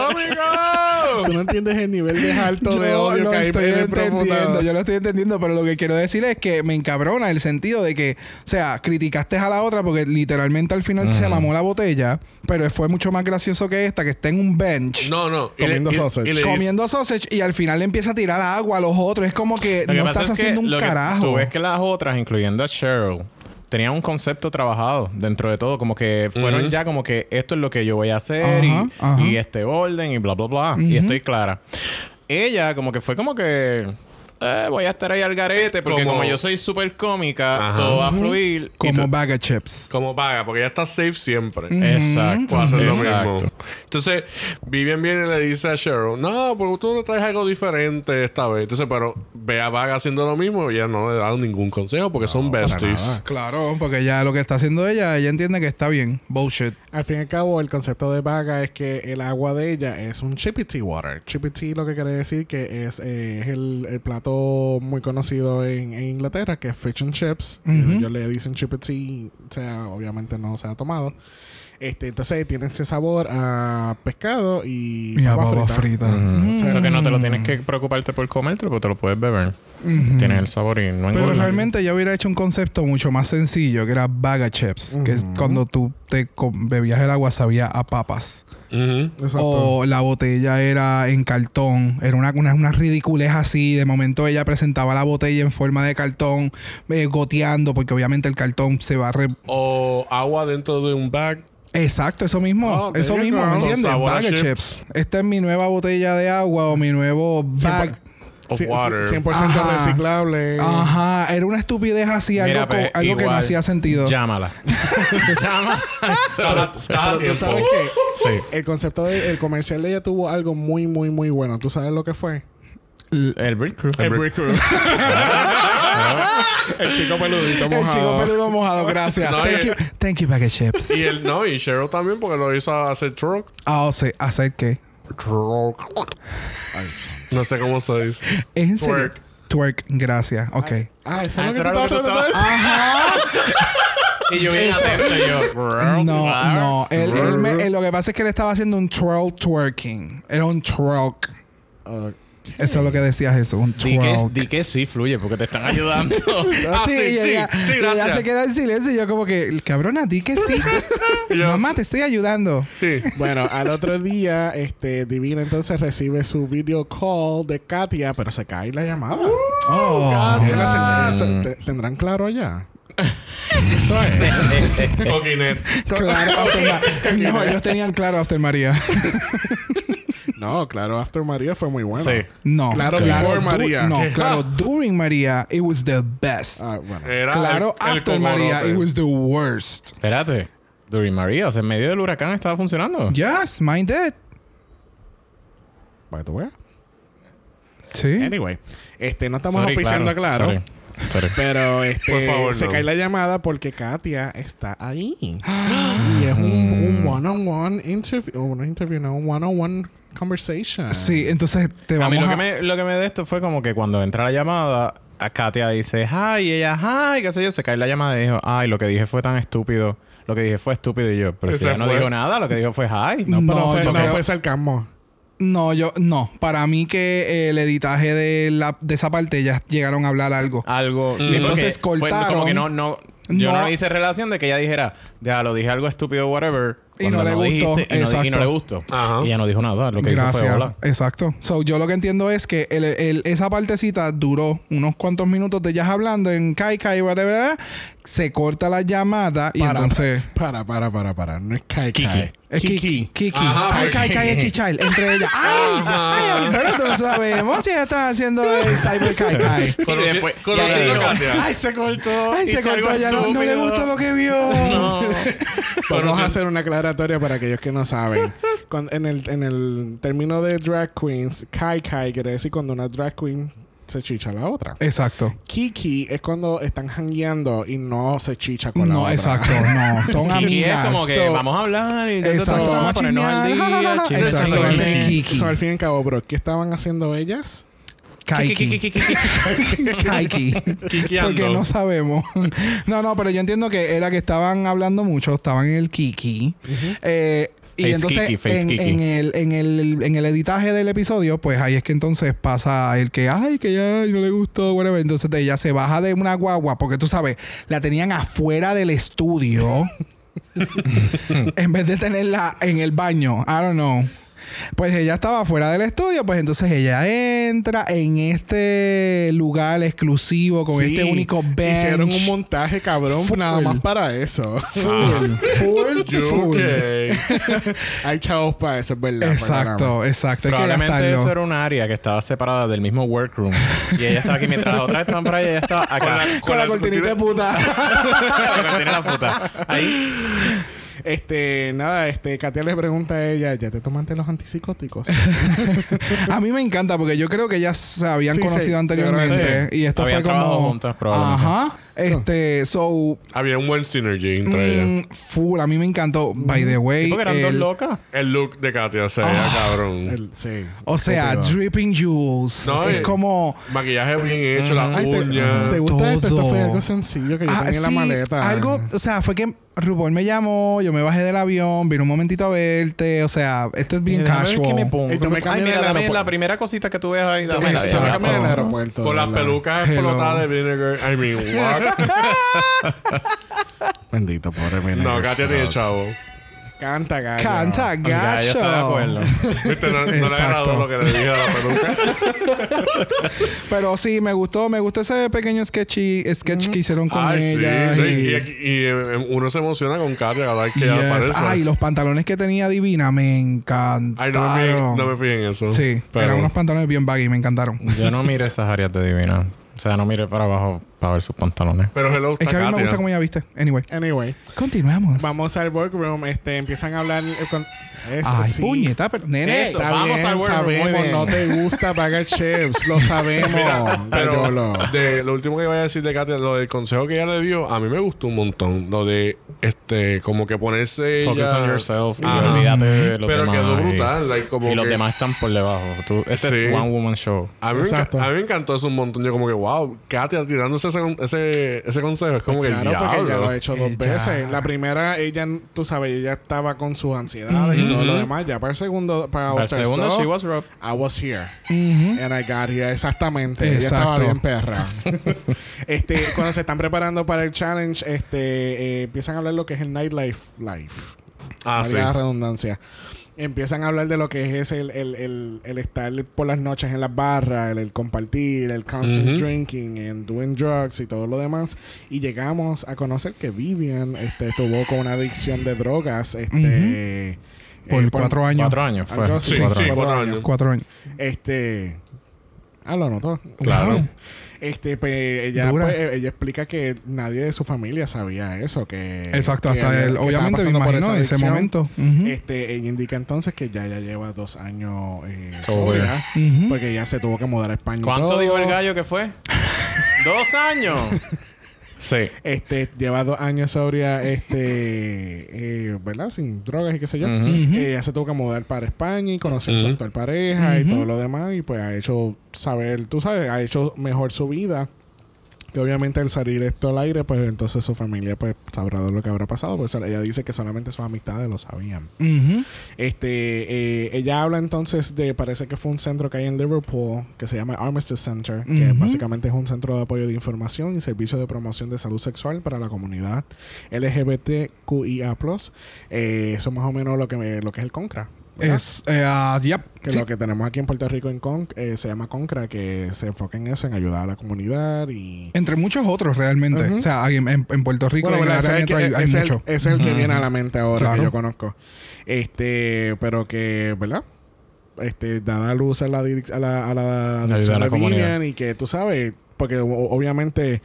C: cómico.
A: no entiendes el nivel de alto
B: <laughs>
A: de odio
B: lo
A: que hay
B: estoy
A: en el
B: entendiendo,
A: profundado.
B: yo lo estoy entendiendo, pero lo que quiero decir es que me encabrona el sentido de que, o sea, criticaste a la otra porque literalmente al final se mamó la botella, pero fue mucho más gracioso que esta, que está en un bench.
C: No, no. y le-
A: Comiendo
C: y-
A: sausage.
C: y le dice-
B: comiendo sausage y al final le empieza a tirar agua a los otros. Es como que
D: Lo que
B: no
D: pasa
B: estás
D: es que
B: haciendo
D: lo
B: un
D: que Tú
B: carajo.
D: ves que las otras, incluyendo a Cheryl, tenían un concepto trabajado dentro de todo. Como que fueron ya como que esto es lo que yo voy a hacer
B: Ajá,
D: y,
B: ajá.
D: y este orden y bla, bla, bla. Y estoy clara. Ella como que fue como que... eh, voy a estar ahí al garete porque
C: Como-
D: como, yo soy súper cómica,
C: Ajá.
D: todo va a fluir. y
B: Como
D: tú-
B: bag of chips.
C: Como vaga, porque ella está safe siempre.
D: Exacto.
C: Puedo hacer lo
D: Exacto.
C: mismo. Entonces, Vivian viene y le dice a Cheryl, no, porque tú no traes algo diferente esta vez. Entonces, pero ve a Vaga haciendo lo mismo y ella no le da ningún consejo porque son besties.
B: Claro, porque ya lo que está haciendo ella, ella entiende que está bien. Bullshit.
A: Al fin y al cabo, el concepto de vaga es que el agua de ella es un chippity water. Chippity lo que quiere decir que es, eh, es el, el plato muy conocido en, en Inglaterra, que es fish and chips.
B: Ujú.
A: Ellos le dicen chippity, o sea, obviamente no se ha tomado. Este, entonces tiene ese sabor a pescado y,
B: Y a
A: papa
B: papa frita. Mm.
A: O sea,
D: Eso que no te lo tienes que preocuparte por comértelo porque te lo puedes beber. Tienes el sabor y no
B: Pero
D: engorda.
B: realmente yo hubiera hecho un concepto mucho más sencillo, que era bag of chips, que es cuando tú te com- bebías el agua sabía a papas.
C: Ujú.
A: Exacto.
B: O la botella era en cartón. Era una, una, una ridiculez así. De momento ella presentaba la botella en forma de cartón, eh, goteando, porque obviamente el cartón se va a... re-
C: O agua dentro de un bag.
B: Exacto, eso mismo.
A: Oh, there
B: eso
A: you
B: mismo,
A: go.
B: ¿me
A: Con
B: entiendes?
C: sabor a
B: Bag of
C: chips.
B: chips. Esta es mi nueva botella de agua o mi nuevo bag.
C: Of
A: Cien-
C: water.
A: cien- 100%
B: Ajá.
A: reciclable.
B: Ajá, era una estupidez así, algo,
D: Mira,
B: co-
D: pues,
B: algo que no
D: igual,
B: hacía sentido.
D: Llámala. Llámala.
A: Pero
C: Cada- cada
A: tú
C: tiempo.
A: sabes que
D: Sí.
A: el concepto del comercial de ella tuvo algo muy, muy, muy bueno. ¿Tú sabes lo que fue?
D: El Brick Crew.
A: El Brick Crew. el chico peludito
B: El chico
A: mojado.
B: peludo mojado, gracias.
C: No,
D: eh.
B: thank,
C: y-
B: you, thank you, bag of chips.
C: <laughs> Y él, no, y Cheryl también porque lo hizo hacer truck.
B: Ah, o sea, ¿hacer qué?
C: Truck.
A: Ay, santo.
C: No sé cómo se dice.
B: ¿Es en serio?
C: Twerk.
B: Twerk, gracias. Ok.
A: Ah, eso
D: Ah,
A: es
D: eso
A: lo que
D: era
A: tú
D: lo que tú
A: estabas tratando de decir.
D: Y yo bien atento, yo.
B: No, no. Él, él me- él- lo que pasa es que él estaba haciendo un twirl twerking. Era un twerk. Eso es lo que decía Jesús, un
D: Di que,
B: twerk.
D: di que sí fluye porque te están
B: <laughs>
D: ayudando.
C: Ah,
B: sí, y ella,
C: sí,
B: y ella
C: gracias.
B: se queda en silencio y yo como que, cabrona, di que sí.
C: Y <laughs> yo,
B: Mamá, te estoy ayudando.
C: Sí.
A: Bueno, al otro día, este, Divina entonces recibe su video call de Katia, pero se cae la llamada.
D: Ah.
B: Oh.
A: Él hace- eso, te- ¿Tendrán claro ya? Eso es.
C: Coquinet.
B: Claro, After
C: <laughs>
B: Ma- No, ellos tenían claro After María.
A: No, claro, After María fue muy bueno.
D: Sí.
B: No,
A: Claro, before
B: du-
A: María.
B: No,
C: Yeah.
B: claro, during María, it was the best.
A: Ah, bueno.
D: Eh.
C: Era
B: claro,
C: el- el
B: after María,
C: cocorote.
B: it was the worst.
D: Espérate. During María, o sea, en medio del huracán estaba
A: Ah.
D: funcionando.
B: Yes, mine did.
A: By the way.
B: Sí.
A: Anyway, este, no estamos
D: Sorry,
A: auspiciando a Claro.
D: Sorry, sorry.
A: Pero este,
C: <laughs> Por favor,
A: se
C: no.
A: cae la llamada porque Katia está
C: <gasps>
A: ahí. y es
B: Mm.
A: un, un one-on-one interview. una interview, no, un one-on-one conversation.
B: Sí, entonces te
D: A
B: vamos
D: mí
B: a...
D: lo que, me, lo que me de esto fue como que cuando entra la llamada, a Katia dice, hi, y ella, hi, qué sé yo, se cae la llamada y dijo, ay, lo que dije fue tan estúpido. Lo que dije fue estúpido y yo, pero
C: Que
D: si
C: se
D: ella no
C: fue.
D: dijo nada, lo que dijo fue hi.
A: No, pero
B: No,
A: fue,
B: yo
A: no
B: creo-
A: fue sarcasmo.
B: No, yo... No. Para mí que eh, el editaje de, la, de esa parte ya llegaron a hablar algo.
D: Algo.
B: Y entonces
D: que- fue- como
B: cortaron.
D: que no, no, yo no.
B: No.
D: hice relación de que ella dijera, ya lo dije algo estúpido, whatever.
B: Y no
D: cuando
B: le gustó,
D: dijiste, y, no, di- y no
B: exacto.
D: le gustó.
C: Ajá.
D: Y ella no dijo nada, lo que dijo fue
B: Gracias.
D: hola.
B: Exacto. So, yo lo que entiendo es que el- el- esa partecita duró unos cuantos minutos de ellas hablando en Kai Kai, bla, bla, bla. se corta la llamada y
A: Para,
B: entonces.
A: Para, para, para, para. No es Kai
D: Kiki.
A: Kai.
B: Es <laughs> Kiki. Kiki.
C: Ajá,
B: Kai
C: ok.
B: Kai Kai es Chichal. Entre
D: <laughs>
B: ellas. ¡Ay!
D: Ah,
B: <laughs> ¡Ay! Pero tú no sabemos si ella está haciendo el Cyber Kai
D: <laughs>
B: Kai.
C: Conoci-
D: Y después-
C: conociendo
D: y ella dijo,
C: Katia.
D: Ay, se cortó.
B: ¡Ay! Se
D: hice algo
B: cortó ya. No, no le
D: estúpido".
B: gustó lo que vio.
D: <laughs> No.
A: Vamos
C: Conoci-
A: a hacer una aclaratoria para aquellos que no
B: <laughs>
A: saben. Con- en, el, en el término de drag queens, Kai Kai quiere decir cuando una drag queen se chicha a la otra.
B: Exacto.
A: Kiki es cuando están jangueando y no se chicha con la
B: No,
A: otra.
B: exacto. No.
D: <laughs>
B: Son
D: Kiki es
B: amigas.
D: como que
A: So-
D: vamos a hablar y
B: Exacto,
D: nosotros
B: vamos a
D: ponernos al
B: chismear.
D: día, chismes,
B: Exacto,
A: So, al
D: chismes.
B: ese
A: fin-
B: Kiki.
A: so, al fin y al cabo, bro, ¿qué estaban haciendo ellas?
B: Kai
D: Kiki, <laughs>
B: Kai.
D: Kiki, Kiki, Kiki.
B: Kai Kai.
C: Kikiando.
B: Porque no sabemos. <laughs> no, no, pero yo entiendo que era que estaban hablando mucho, estaban en el Kiki. Eh, y
D: Face
B: entonces
D: Kiki, face
B: en,
D: Kiki.
B: en el, en, el, en el editaje del episodio, pues ahí es que entonces pasa el que, ay, que ya ay, no le gustó, whatever. Entonces ella se baja de una guagua, porque tú sabes, la tenían afuera del
D: <laughs>
B: estudio en vez de tenerla en el baño. I don't know. Pues ella estaba fuera del estudio, pues entonces ella entra en este lugar exclusivo con
A: Sí,
B: este único bench.
A: Hicieron un montaje cabrón
B: Full.
A: nada más para eso. <laughs>
B: full, full,
C: Ah. <laughs> Yo,
B: full.
C: ok.
A: Hay chavos para eso, es verdad. perdóname.
B: Exacto, exacto. Hay que
D: Probablemente eso
B: gastarlo.
D: era un área que estaba separada del mismo workroom. Y ella estaba aquí mientras las otras estaban por allá, ella estaba acá. <laughs>
B: Con la cortinita de puta.
D: Porque tiene la puta. Ahí.
A: Este, nada, este, Katia le pregunta a ella, ¿ya te tomaste los
B: <laughs>
A: antipsicóticos?
B: <laughs> A mí me encanta porque yo creo que ya se habían
A: Sí, sí,
B: conocido
A: yo creo que Ah.
B: anteriormente.
D: sí.
B: Y esto
D: Habían
B: fue
D: trabajado
B: como.
D: juntas, probablemente.
B: Ajá. Este, so.
C: Había un buen synergy entre ellas.
B: mm, full, a mí me encantó. By the way.
D: Porque eran dos
B: el-
D: locas.
C: El look de Katia se veía
B: Ah,
C: cabrón.
A: El- sí.
B: O sea,
A: Estúpido.
B: dripping jewels.
C: No,
B: es
C: eh.
B: como.
C: Maquillaje bien
B: Ah.
C: hecho, la
A: Ay, te,
C: uña.
A: te gusta esto? Esto
B: Todo.
A: fue algo sencillo que yo
B: Ah,
A: tenía en la
B: sí,
A: maleta.
B: Algo, o sea, fue que RuPaul me llamó, yo me bajé del avión, vine un momentito a verte. O sea, esto es bien
D: Déjame ver qué
B: casual.
D: me pongo.
A: Y tú me
D: Ay,
A: cambias
D: mira,
A: el
D: dame
A: aeropuerto.
D: la primera cosita que tú veas ahí. Dame
A: Déjame
B: Exacto.
A: déjame en el
B: Exacto.
A: aeropuerto.
C: Con las
A: ¿verdad?
C: pelucas
B: Hello.
C: explotadas de vinegar. I
B: <laughs>
C: mean, what?
A: Bendito, pobre Mena.
C: no, Katia tiene chavo.
A: Canta, gallo.
B: Canta,
D: Pues Ya, yo
B: gacho.
D: estoy de acuerdo.
C: Viste, no, no le
B: Exacto.
C: agradó lo que le dije a la peluca.
B: Pero sí, me gustó, me gustó ese pequeño sketchy, sketch que hicieron <laughs> con
C: Ay, sí,
B: ella.
C: sí.
B: y-
C: Y, y, eh, uno se emociona con Katia cada vez que
B: Yes.
C: ella aparece.
B: Ay, los pantalones que tenía Divina me
C: Ay, no me, fui,
B: encantaron.
C: no me fui en eso.
B: Sí,
C: pero
B: eran unos pantalones bien baggy, me encantaron.
D: Yo no mire esas áreas de divina. O sea, no mire para abajo para ver sus pantalones.
C: Pero hello,
B: Es que a mí me
C: Takatia.
B: gusta como ella viste. Anyway,
A: Anyway,
B: continuamos.
A: vamos al workroom. Este, empiezan a hablar. eh, con- Eso,
B: Ay,
A: sí.
B: puñeta, pero. Nene.
D: Eso.
A: Está
D: Vamos
A: bien,
D: al workroom, muy
A: sabemos,
D: bien.
A: no te gusta pagar chips,
D: <laughs>
A: lo sabemos. Gallolo.
C: Pero de, lo último que voy a decir de Katia, lo del consejo que ella le dio, a mí me gustó un montón. Lo de, este, como que ponerse.
D: Focus
C: ella-
D: on yourself y
C: Ajá.
D: olvídate de los
C: Pero
D: demás.
C: quedó
D: y-
C: brutal. like, como
D: Y los
C: que-
D: demás están por debajo. Tú, este
C: Sí.
D: es One Woman Show.
C: A mí, me enca-
A: Exacto.
C: a mí me encantó eso un montón. Yo, como que, wow, Katia tirándose ese, ese, ese consejo. Es como que el
A: Claro, porque
C: diablo.
A: ella lo ha hecho dos
B: Ella-
A: veces. La primera, ella, tú sabes, ella estaba con sus ansiedades y todo lo demás. Ya para el segundo,
B: Ah,
A: para
D: Al
A: Oster
D: segundo,
A: Stop,
D: she was robbed.
A: I was here.
B: Ujú.
A: And I got here. Exactamente. Ella
B: Exacto.
A: estaba bien perra. <laughs> este, cuando se están preparando para el challenge, este, eh, empiezan a hablar lo que es el nightlife life.
C: Ah, sí.
A: Valga la redundancia. Empiezan a hablar de lo que es el, el, el, el estar por las noches en las barras, el, el compartir, el constant
C: Ujú.
A: drinking and doing drugs y todo lo demás. Y llegamos a conocer que Vivian este, estuvo con una adicción de drogas este,
B: Ujú.
A: eh,
B: Por cuatro años.
D: Cuatro años fue.
A: algo así,
C: Sí,
A: cuatro
C: sí,
A: años.
C: cuatro años.
B: Cuatro años.
A: Este. Ah, lo anotó.
C: Claro.
A: Wow. Este, pues, ella,
B: Dura.
A: pues, ella explica que nadie de su familia sabía eso. Que,
B: Exacto,
A: que
B: hasta
A: ella-
B: él.
A: que
B: Obviamente me
A: estaba pasando por
B: imagino en
A: esa
B: ese
A: adicción.
B: momento. Eh, Ujú.
A: Este, ella indica entonces que ya, ya lleva dos años eh,
D: Sobria.
A: sobria,
B: Ujú.
A: porque ya se tuvo que mudar a España. y
D: ¿Cuánto
A: todo.
D: dijo el gallo
B: <laughs>
D: que fue? ¡Dos años! sí.
A: Este, lleva dos años sobria,
B: <laughs>
A: este, eh, ¿verdad? Sin drogas y qué sé yo.
D: Ujú.
B: Ujú.
A: Ella se tuvo que mudar para España y conocer a su
C: Ujú.
A: actual pareja y todo lo demás. Y pues ha hecho saber, tú sabes, ha hecho mejor su vida. Que obviamente al salir esto al aire, pues entonces su familia pues sabrá de lo que habrá pasado. Pues ella dice que solamente sus amistades lo sabían.
B: Ujú.
A: Este, eh, ella habla entonces de, parece que fue un centro que hay en Liverpool, que se llama Armistice Center, que
B: Ujú.
A: básicamente es un centro de apoyo de información y servicio de promoción de salud sexual para la comunidad LGBTQIA+. Eh, eso más o menos lo que, me- lo que es el CONCRA. ¿verdad?
B: Es, eh, ah, yep.
A: Que
B: Sí.
A: lo que tenemos aquí en Puerto Rico en Con, eh, se llama CONCRA, que se enfoca en eso, en ayudar a la comunidad y...
B: Entre muchos otros, realmente.
A: Ujú.
B: O sea, hay- en, en Puerto Rico
A: Bueno,
B: y en el
A: ¿verdad? Ese es
B: área
A: el que-
B: metro hay, hay
A: ese es el-
B: mucho.
A: ese es el que viene a la mente ahora
B: Claro.
A: que yo conozco. Este, pero que, ¿verdad? Este, da la luz a la, direc- a la, a la
D: Ayuda
A: dirección
D: a la
A: de Vivian
D: comunidad.
A: y que tú sabes, porque o- obviamente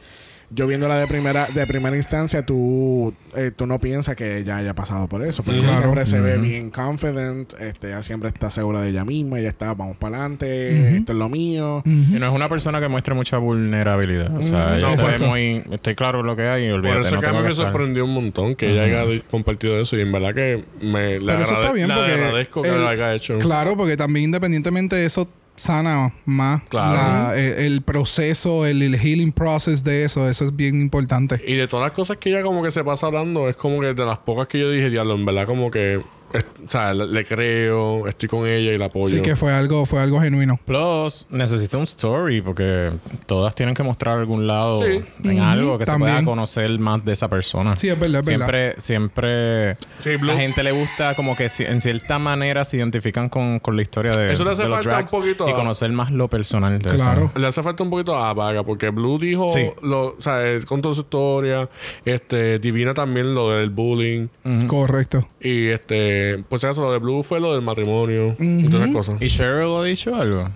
A: yo viéndola de primera de primera instancia, tú, eh, tú no piensas que ella haya pasado por eso. Porque ella
B: Claro.
A: siempre se ve
D: Ujú.
A: bien confident, este, ella siempre está segura de ella misma, ella está, vamos para adelante,
B: Ujú.
A: esto es lo mío.
D: Y
B: Ujú.
D: no es una persona que muestre mucha vulnerabilidad. O sea, ella
C: No,
D: se ve
B: exacto.
D: muy... Estoy claro lo que hay y
C: Por
D: olvídate.
C: eso
D: no
C: que a mí
D: tengo que
C: me
D: estar.
C: sorprendió un montón que ella haya di- compartido eso y en verdad que me le,
B: Pero eso está
C: agrade-
B: bien
C: le
B: porque
C: agradezco que
B: el-
C: lo haya hecho.
B: Claro, porque también independientemente de eso sana más
C: Claro.
B: la- el, el proceso, el, el healing process de eso. Eso es bien importante.
C: Y de todas las cosas que ella como que se pasa hablando, es como que de las pocas que yo dije, diablo, en verdad como que, es- o sea, le, le creo, estoy con ella y la apoyo.
B: Así que fue algo, fue algo genuino.
D: Plus, necesita un story porque todas tienen que mostrar algún lado
C: Sí.
D: en
B: Ujú,
D: algo que se pueda
B: también.
D: conocer más de esa persona.
B: Sí, es verdad, es verdad.
D: siempre, siempre
C: Sí, Blue.
D: la gente le gusta como que si- en cierta manera se identifican con, con la historia de,
C: Eso le hace
D: de los
C: falta
D: drags
C: un poquito
D: y
C: a-
D: conocer más lo personal de
B: Claro.
C: Le hace falta un poquito a Vaga, porque Blue dijo,
D: Sí.
C: lo, o sea, él contó su historia, este, Divina también lo del bullying,
B: Correcto.
C: y este, pues eso, lo de Blue fue lo del matrimonio y todas esas cosas.
D: eso. ¿Y Cheryl ha dicho algo?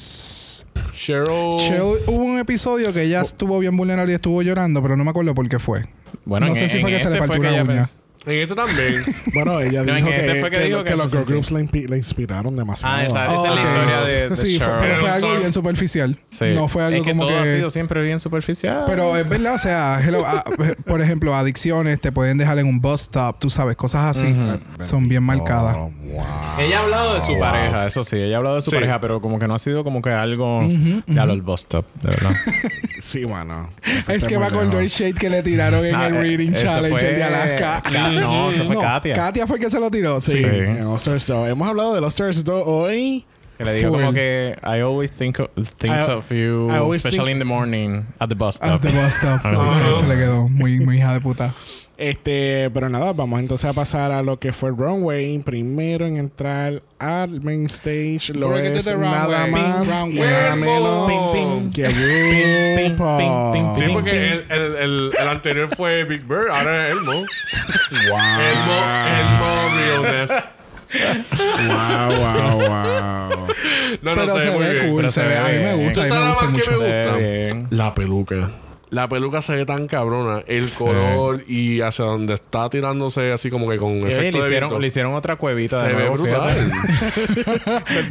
A: Oh.
C: Cheryl,
B: Shell, hubo un episodio que ella estuvo bien vulnerable y estuvo llorando, pero no me acuerdo por qué fue.
D: Bueno,
B: No
D: en-
B: sé si
D: en
B: fue que se le
D: este
B: partió una
D: ella
B: uña.
D: pens-
C: en este
D: <laughs>
C: también.
A: Bueno, ella
D: No, en
A: dijo que,
D: este fue que
A: que
D: dijo
A: lo-
D: que
A: que
D: eso
A: los
D: se
A: girl groups la, impi- la inspiraron demasiado.
D: Ah, esa, esa
B: Oh,
D: es
B: ok.
D: la historia de, de
B: sí, fue-
D: Cheryl.
B: pero fue
C: Pero
B: algo
C: son-
B: bien superficial.
D: Sí.
B: No fue algo
D: es que
B: como
D: todo
B: que.
D: ha sido siempre bien superficial.
B: Pero es verdad, o sea, hello, ah, <laughs> por ejemplo, adicciones te pueden dejar en un bus stop, tú sabes, cosas así ah, son bien marcadas.
A: Oh, wow.
D: Ella ha hablado de su pareja, eso sí, ella ha hablado de su
C: Sí.
D: pareja, pero como que no ha sido como que algo ya lo el bus stop, de verdad.
A: Sí, bueno.
B: Es que
A: Muy
B: me acordó
A: lejos.
B: el shade que le tiraron <laughs> en
D: Ah,
B: el
D: eh,
B: Reading
D: eso
B: Challenge
D: fue-
B: el de Alaska. <laughs> Ah,
D: Ca- no, eso fue
B: No,
D: Katia.
B: Katia fue que se lo tiró. Sí.
A: Sí,
D: Sí.
A: en Osters 2. Hemos hablado de Osters 2 hoy.
D: Que le digo
B: Full.
D: como que I always think of, thinks
A: I-
D: of you,
A: I always
D: especially
A: think-
D: in the morning at the bus
B: At
D: stop.
B: the bus stop.
D: Ah.
B: Se le quedó muy, muy hija de puta.
A: Este, pero nada, vamos entonces a pasar a lo que fue el runway. Primero en entrar al main stage lo
B: Break it to
A: es
B: the
A: nada
B: runway.
A: más
B: Runway.
A: y nada menos
D: Ping, ping.
A: que
D: ping,
A: RuPaul.
D: ping,
C: Sí,
D: ping,
C: porque el, el, el, el anterior fue Big Bird, ahora es Elmo. Elmo,
A: Wow.
C: Elmo Realness.
A: wow, wow, wow.
C: No, no
B: Pero
C: sé,
B: se
C: muy
B: ve
C: bien.
B: cool,
D: Pero
B: se
D: se
B: ve.
D: ve
B: A mí me
D: bien.
B: gusta, a mí me
C: ¿Tú sabes
B: gusta
C: más que
B: mucho.
C: me gusta?
D: Bien.
C: La peluca. La peluca se ve tan cabrona, el color y hacia donde está tirándose así como que con
D: Y, oye,
C: efecto
D: le,
C: de
D: hicieron,
C: viento.
D: le hicieron otra cuevita
C: se
D: de
C: ve
D: nuevo,
C: brutal.
D: fíjate.
A: El
B: Yo creo que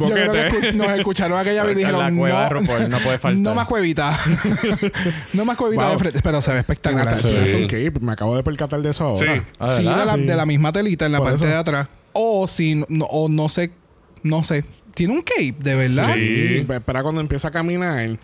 A: boquete.
B: escu- nos escucharon aquella vez y
D: En la
B: dijeron,
D: cueva de
B: no,
D: aeropuerto, no puede faltar".
B: no más cuevita. no más cuevita
A: Wow.
B: de frente, pero se ve espectacular.
A: Gracias.
B: Sí,
C: Sí.
A: Ok, me acabo de percatar de eso ahora.
C: <laughs> Sí.
D: Ah, ¿verdad?
B: de, la, de la misma telita en la
A: Por
B: parte
A: eso.
B: de atrás. O si, no, o no sé, no sé. Tiene un cape, de verdad.
C: Sí.
A: Y pues, espera cuando empieza a caminar.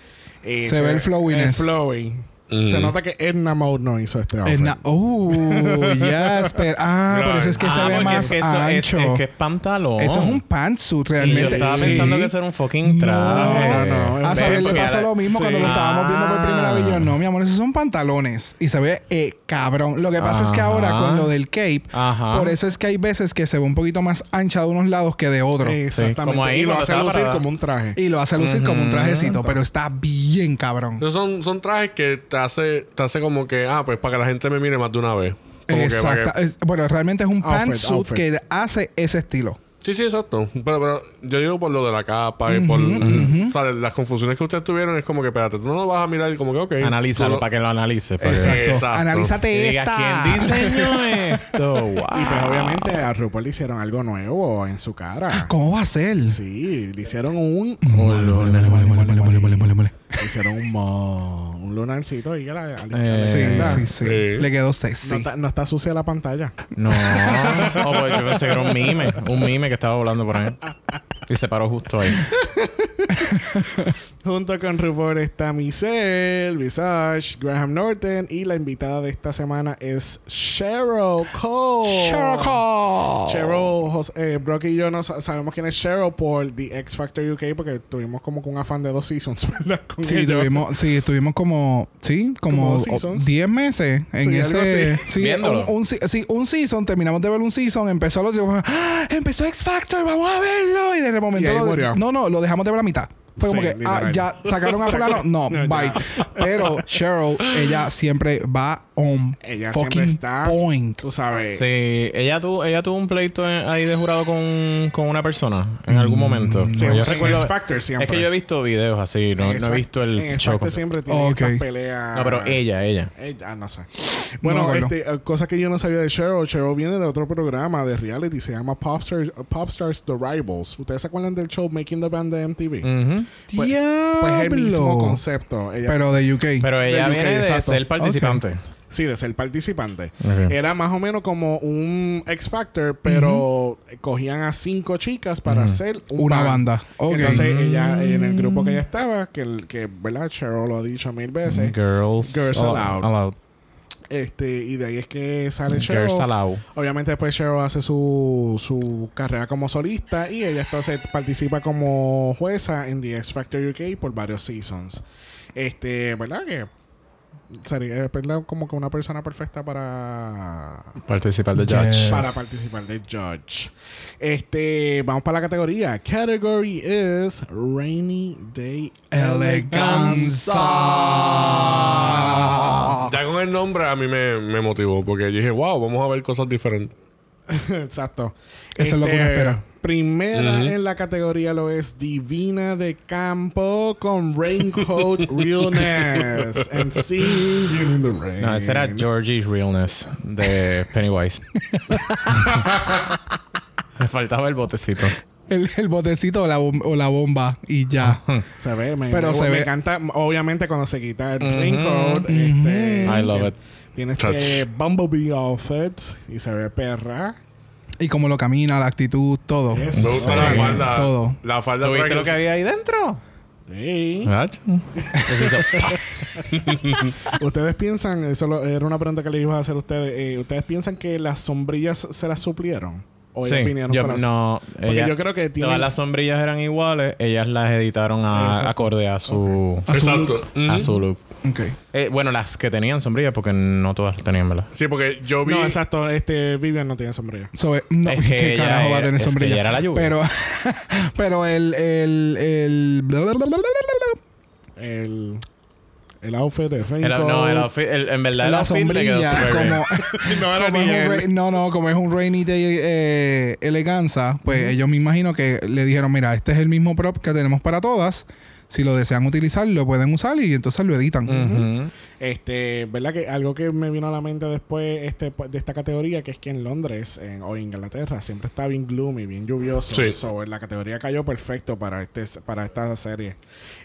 A: eh,
B: Se ve el flowiness.
A: El flowing.
C: Mm.
A: Se nota que Edna Mode no hizo este outfit.
B: Es na- oh, yes, pero, ah,
C: Right.
B: por eso es que se
D: Ah,
B: ve
D: porque
B: más
D: es que eso es-
B: ancho.
D: Es, que es pantalón.
B: Eso es un pantsuit
D: Y Oh. yo
B: realmente.
D: estaba
B: Sí.
D: pensando que eso era un fucking traje.
A: No, no, no.
B: A
A: Ven,
B: saber, le
D: porque
B: pasó
D: ahora-
B: lo mismo cuando
A: sí.
B: lo estábamos viendo por primera vez. Yo,
D: Ah.
B: no, mi amor, esos son pantalones. Y se ve eh, cabrón. Lo que pasa es que ahora
D: Ajá.
B: con lo del cape,
D: Ajá.
B: por eso es que hay veces que se ve un poquito más ancha de unos lados que de otros.
A: Exactamente.
D: Sí, como ahí
A: y lo
D: cuando
A: hace
D: estaba
A: lucir
D: parada.
A: como un traje.
B: Y lo hace lucir como un trajecito, pero está bien cabrón.
C: Esos son, son trajes que te hace, te hace como que, ah, pues para que la gente me mire más de una vez. Como que para que-
B: Exacto. Es- Bueno, realmente es un
A: Outfit,
B: pantsuit
A: outfit.
B: que hace ese estilo.
C: Sí, sí, exacto. Pero, pero yo digo por lo de la capa y por o sea, las confusiones que ustedes tuvieron es como que, espérate, tú no lo vas a mirar y como que, ok.
D: Analízalo
C: tú
D: para que lo analices. para que-
B: Exacto.
C: Exacto.
D: Y
B: Analízate
D: digas,
B: esta.
D: ¿quién diseñó
B: <laughs>
D: esto?
A: Y pues
D: Wow.
A: obviamente a RuPaul le hicieron algo nuevo en su cara.
B: ¿Cómo va a ser?
A: Sí, le hicieron un...
B: Ah, Mm. Mole, mole, mole, mole, mole, mole, mole, mole, mole, mole.
A: le hicieron un, mo- un lunarcito ahí a la... a la-
D: Eh,
B: Sí,
A: ¿verdad?
B: sí, sí.
C: Sí.
B: Le quedó
A: No,
B: sexy.
A: está, no está sucia la pantalla.
D: No. Oh, pues, yo pensé que era un mime. Un mime que estaba volando por ahí. Y se paró justo ahí.
A: Junto con RuPaul está Michelle, Visage, Graham Norton y la invitada de esta semana es Cheryl Cole.
B: Cheryl Cole.
A: Cheryl, Jos- eh, Brock y yo no sa- sabemos quién es Cheryl por The X Factor UK porque tuvimos como que un afán de dos seasons, <laughs> ¿verdad? Con
B: Sí,
A: ellos.
B: tuvimos, sí, estuvimos como, sí,
A: Como
B: como
A: dos seasons.
B: 10 meses en
A: Sí, algo
B: ese.
A: así.
B: Sí,
D: Viéndolo.
B: un, un se- sí, un season, terminamos de ver un season, empezó el otro, ¡ah! empezó X Factor, vamos a verlo. Y de momento.
A: Y ahí
B: lo de-
A: murió.
B: no, no, lo dejamos de ver a la mitad. Fue como
A: Sí,
B: que, ah,
A: literal.
B: ya sacaron a
A: <laughs>
B: Fulano. No,
A: No, ya.
B: bye. Pero Cheryl, ella siempre va on
A: Ella siempre
B: fucking
A: está.
B: point.
A: Tú sabes.
D: Sí, ella tuvo, ella tuvo un pleito en- ahí de jurado con, con una persona en algún momento.
A: Mm, Sí,
D: Yo
A: en
D: recuerdo-
A: X Factor siempre.
D: Es que yo he visto videos así, no,
A: En
D: no he
A: X-
D: visto el
A: en X Factor
D: show completo.
A: siempre tiene
B: Ok.
A: estas peleas.
D: No, pero ella, ella.
A: Eh, ah, no sé. Bueno,
B: No, bueno.
A: este, eh, cosa que yo no sabía de Cheryl. Cheryl viene de otro programa de reality. Se llama Popstars, Popstars The Rivals. ¿Ustedes se acuerdan del show Making the Band de MTV?
D: Ujú.
A: Pues- Pues es el mismo concepto. Ella,
B: Pero de UK.
D: Pero ella
A: UK,
D: viene de
A: exacto.
D: ser participante.
A: sí, de ser participante.
D: Ok.
A: Era más o menos como un X Factor, pero cogían a cinco chicas para hacer un
B: una
A: band.
B: banda. Ok.
A: Entonces, ella, eh, en el grupo que ella estaba, que, el- que ¿verdad? Cheryl lo ha dicho mil veces.
D: Mm, Girls,
A: Girls
D: al-
A: Aloud.
D: Aloud.
A: Este, y de ahí es que sale Cheryl.
D: Girls Aloud.
A: Obviamente después Cheryl hace su, su carrera como solista y ella entonces participa como jueza en The X Factor UK por varios seasons. Este, ¿verdad? Que sería eh, ¿verdad? como que una persona perfecta para,
D: Participar de
B: Yeah.
D: Judge.
A: para participar de Judge. Este, vamos para la categoría. Category is Rainy Day
B: Eleganza.
C: Ya con el nombre a mí me, me motivó porque yo dije, wow, vamos a ver cosas diferentes.
A: Exacto.
B: Eso es lo que uno espera.
A: Este, Primera en la categoría lo es Divina de Campo con Raincoat
D: <laughs>
A: Realness. and Sing You in the Rain.
D: No, ese era Georgie's Realness de
A: <laughs>
D: Pennywise. Me faltaba el botecito.
B: El, el botecito o la, bom- o la bomba y ya.
A: Se ve, me,
B: Pero
A: me-
B: se
A: me
B: ve.
A: encanta. Obviamente, cuando se quita el Raincoat. este,
D: I love
A: tien-
D: it.
A: Tiene este
C: Touch.
A: Bumblebee outfit y se ve perra.
B: Y cómo lo camina, la actitud, todo.
A: Eso.
C: Me gusta la
B: Sí,
C: falda.
B: todo.
C: La falda
D: ¿Lo viste
C: trae-
D: lo que había ahí dentro?
A: Sí.
D: Gacho.
A: Ustedes piensan, eso lo- era una pregunta que les iba a hacer a ustedes. eh, ¿Ustedes piensan que las sombrillas se las suplieron? ¿O ellas
D: Sí,
A: vinieron
D: yo,
A: con las-
D: no,
A: Porque
D: ella-
A: yo creo que tienen-
D: todas las sombrillas eran iguales, ellas las editaron a,
A: Exacto.
D: acorde a su,
B: A su
C: Exacto.
B: look.
C: Ujú.
D: a su look.
B: Ok.
D: Eh, bueno, las que tenían sombrillas, porque no todas tenían, ¿verdad?
C: Sí, porque yo vi.
A: No, exacto. Este Vivian no tiene sombrilla.
B: So, eh, no,
D: Es que
B: ¿Qué
D: ella
B: carajo va a
D: era-
B: tener
D: es que
B: sombrilla?
D: ella era la lluvia.
B: Pero, <laughs> pero el, el, el.
A: El, el outfit de
D: El-
A: Raincoat.
D: no, el outfit, el- en verdad, el
B: La
D: outfit le quedó
B: sombrilla,
D: súper bien.
B: como.
D: <laughs>
A: No era
B: como
A: ni
B: es un
A: él.
B: ra- no, no, como es un rainy day eh, eleganza, pues ellos me imagino que le dijeron, mira, este es el mismo prop que tenemos para todas. Si lo desean utilizar, lo pueden usar y entonces lo editan.
D: Ujú.
A: Este, ¿verdad? Que algo que me vino a la mente después este, de esta categoría, que es que en Londres en- o Inglaterra siempre está bien gloomy, bien lluvioso.
C: Sí.
A: So, la categoría cayó perfecto para este para esta serie.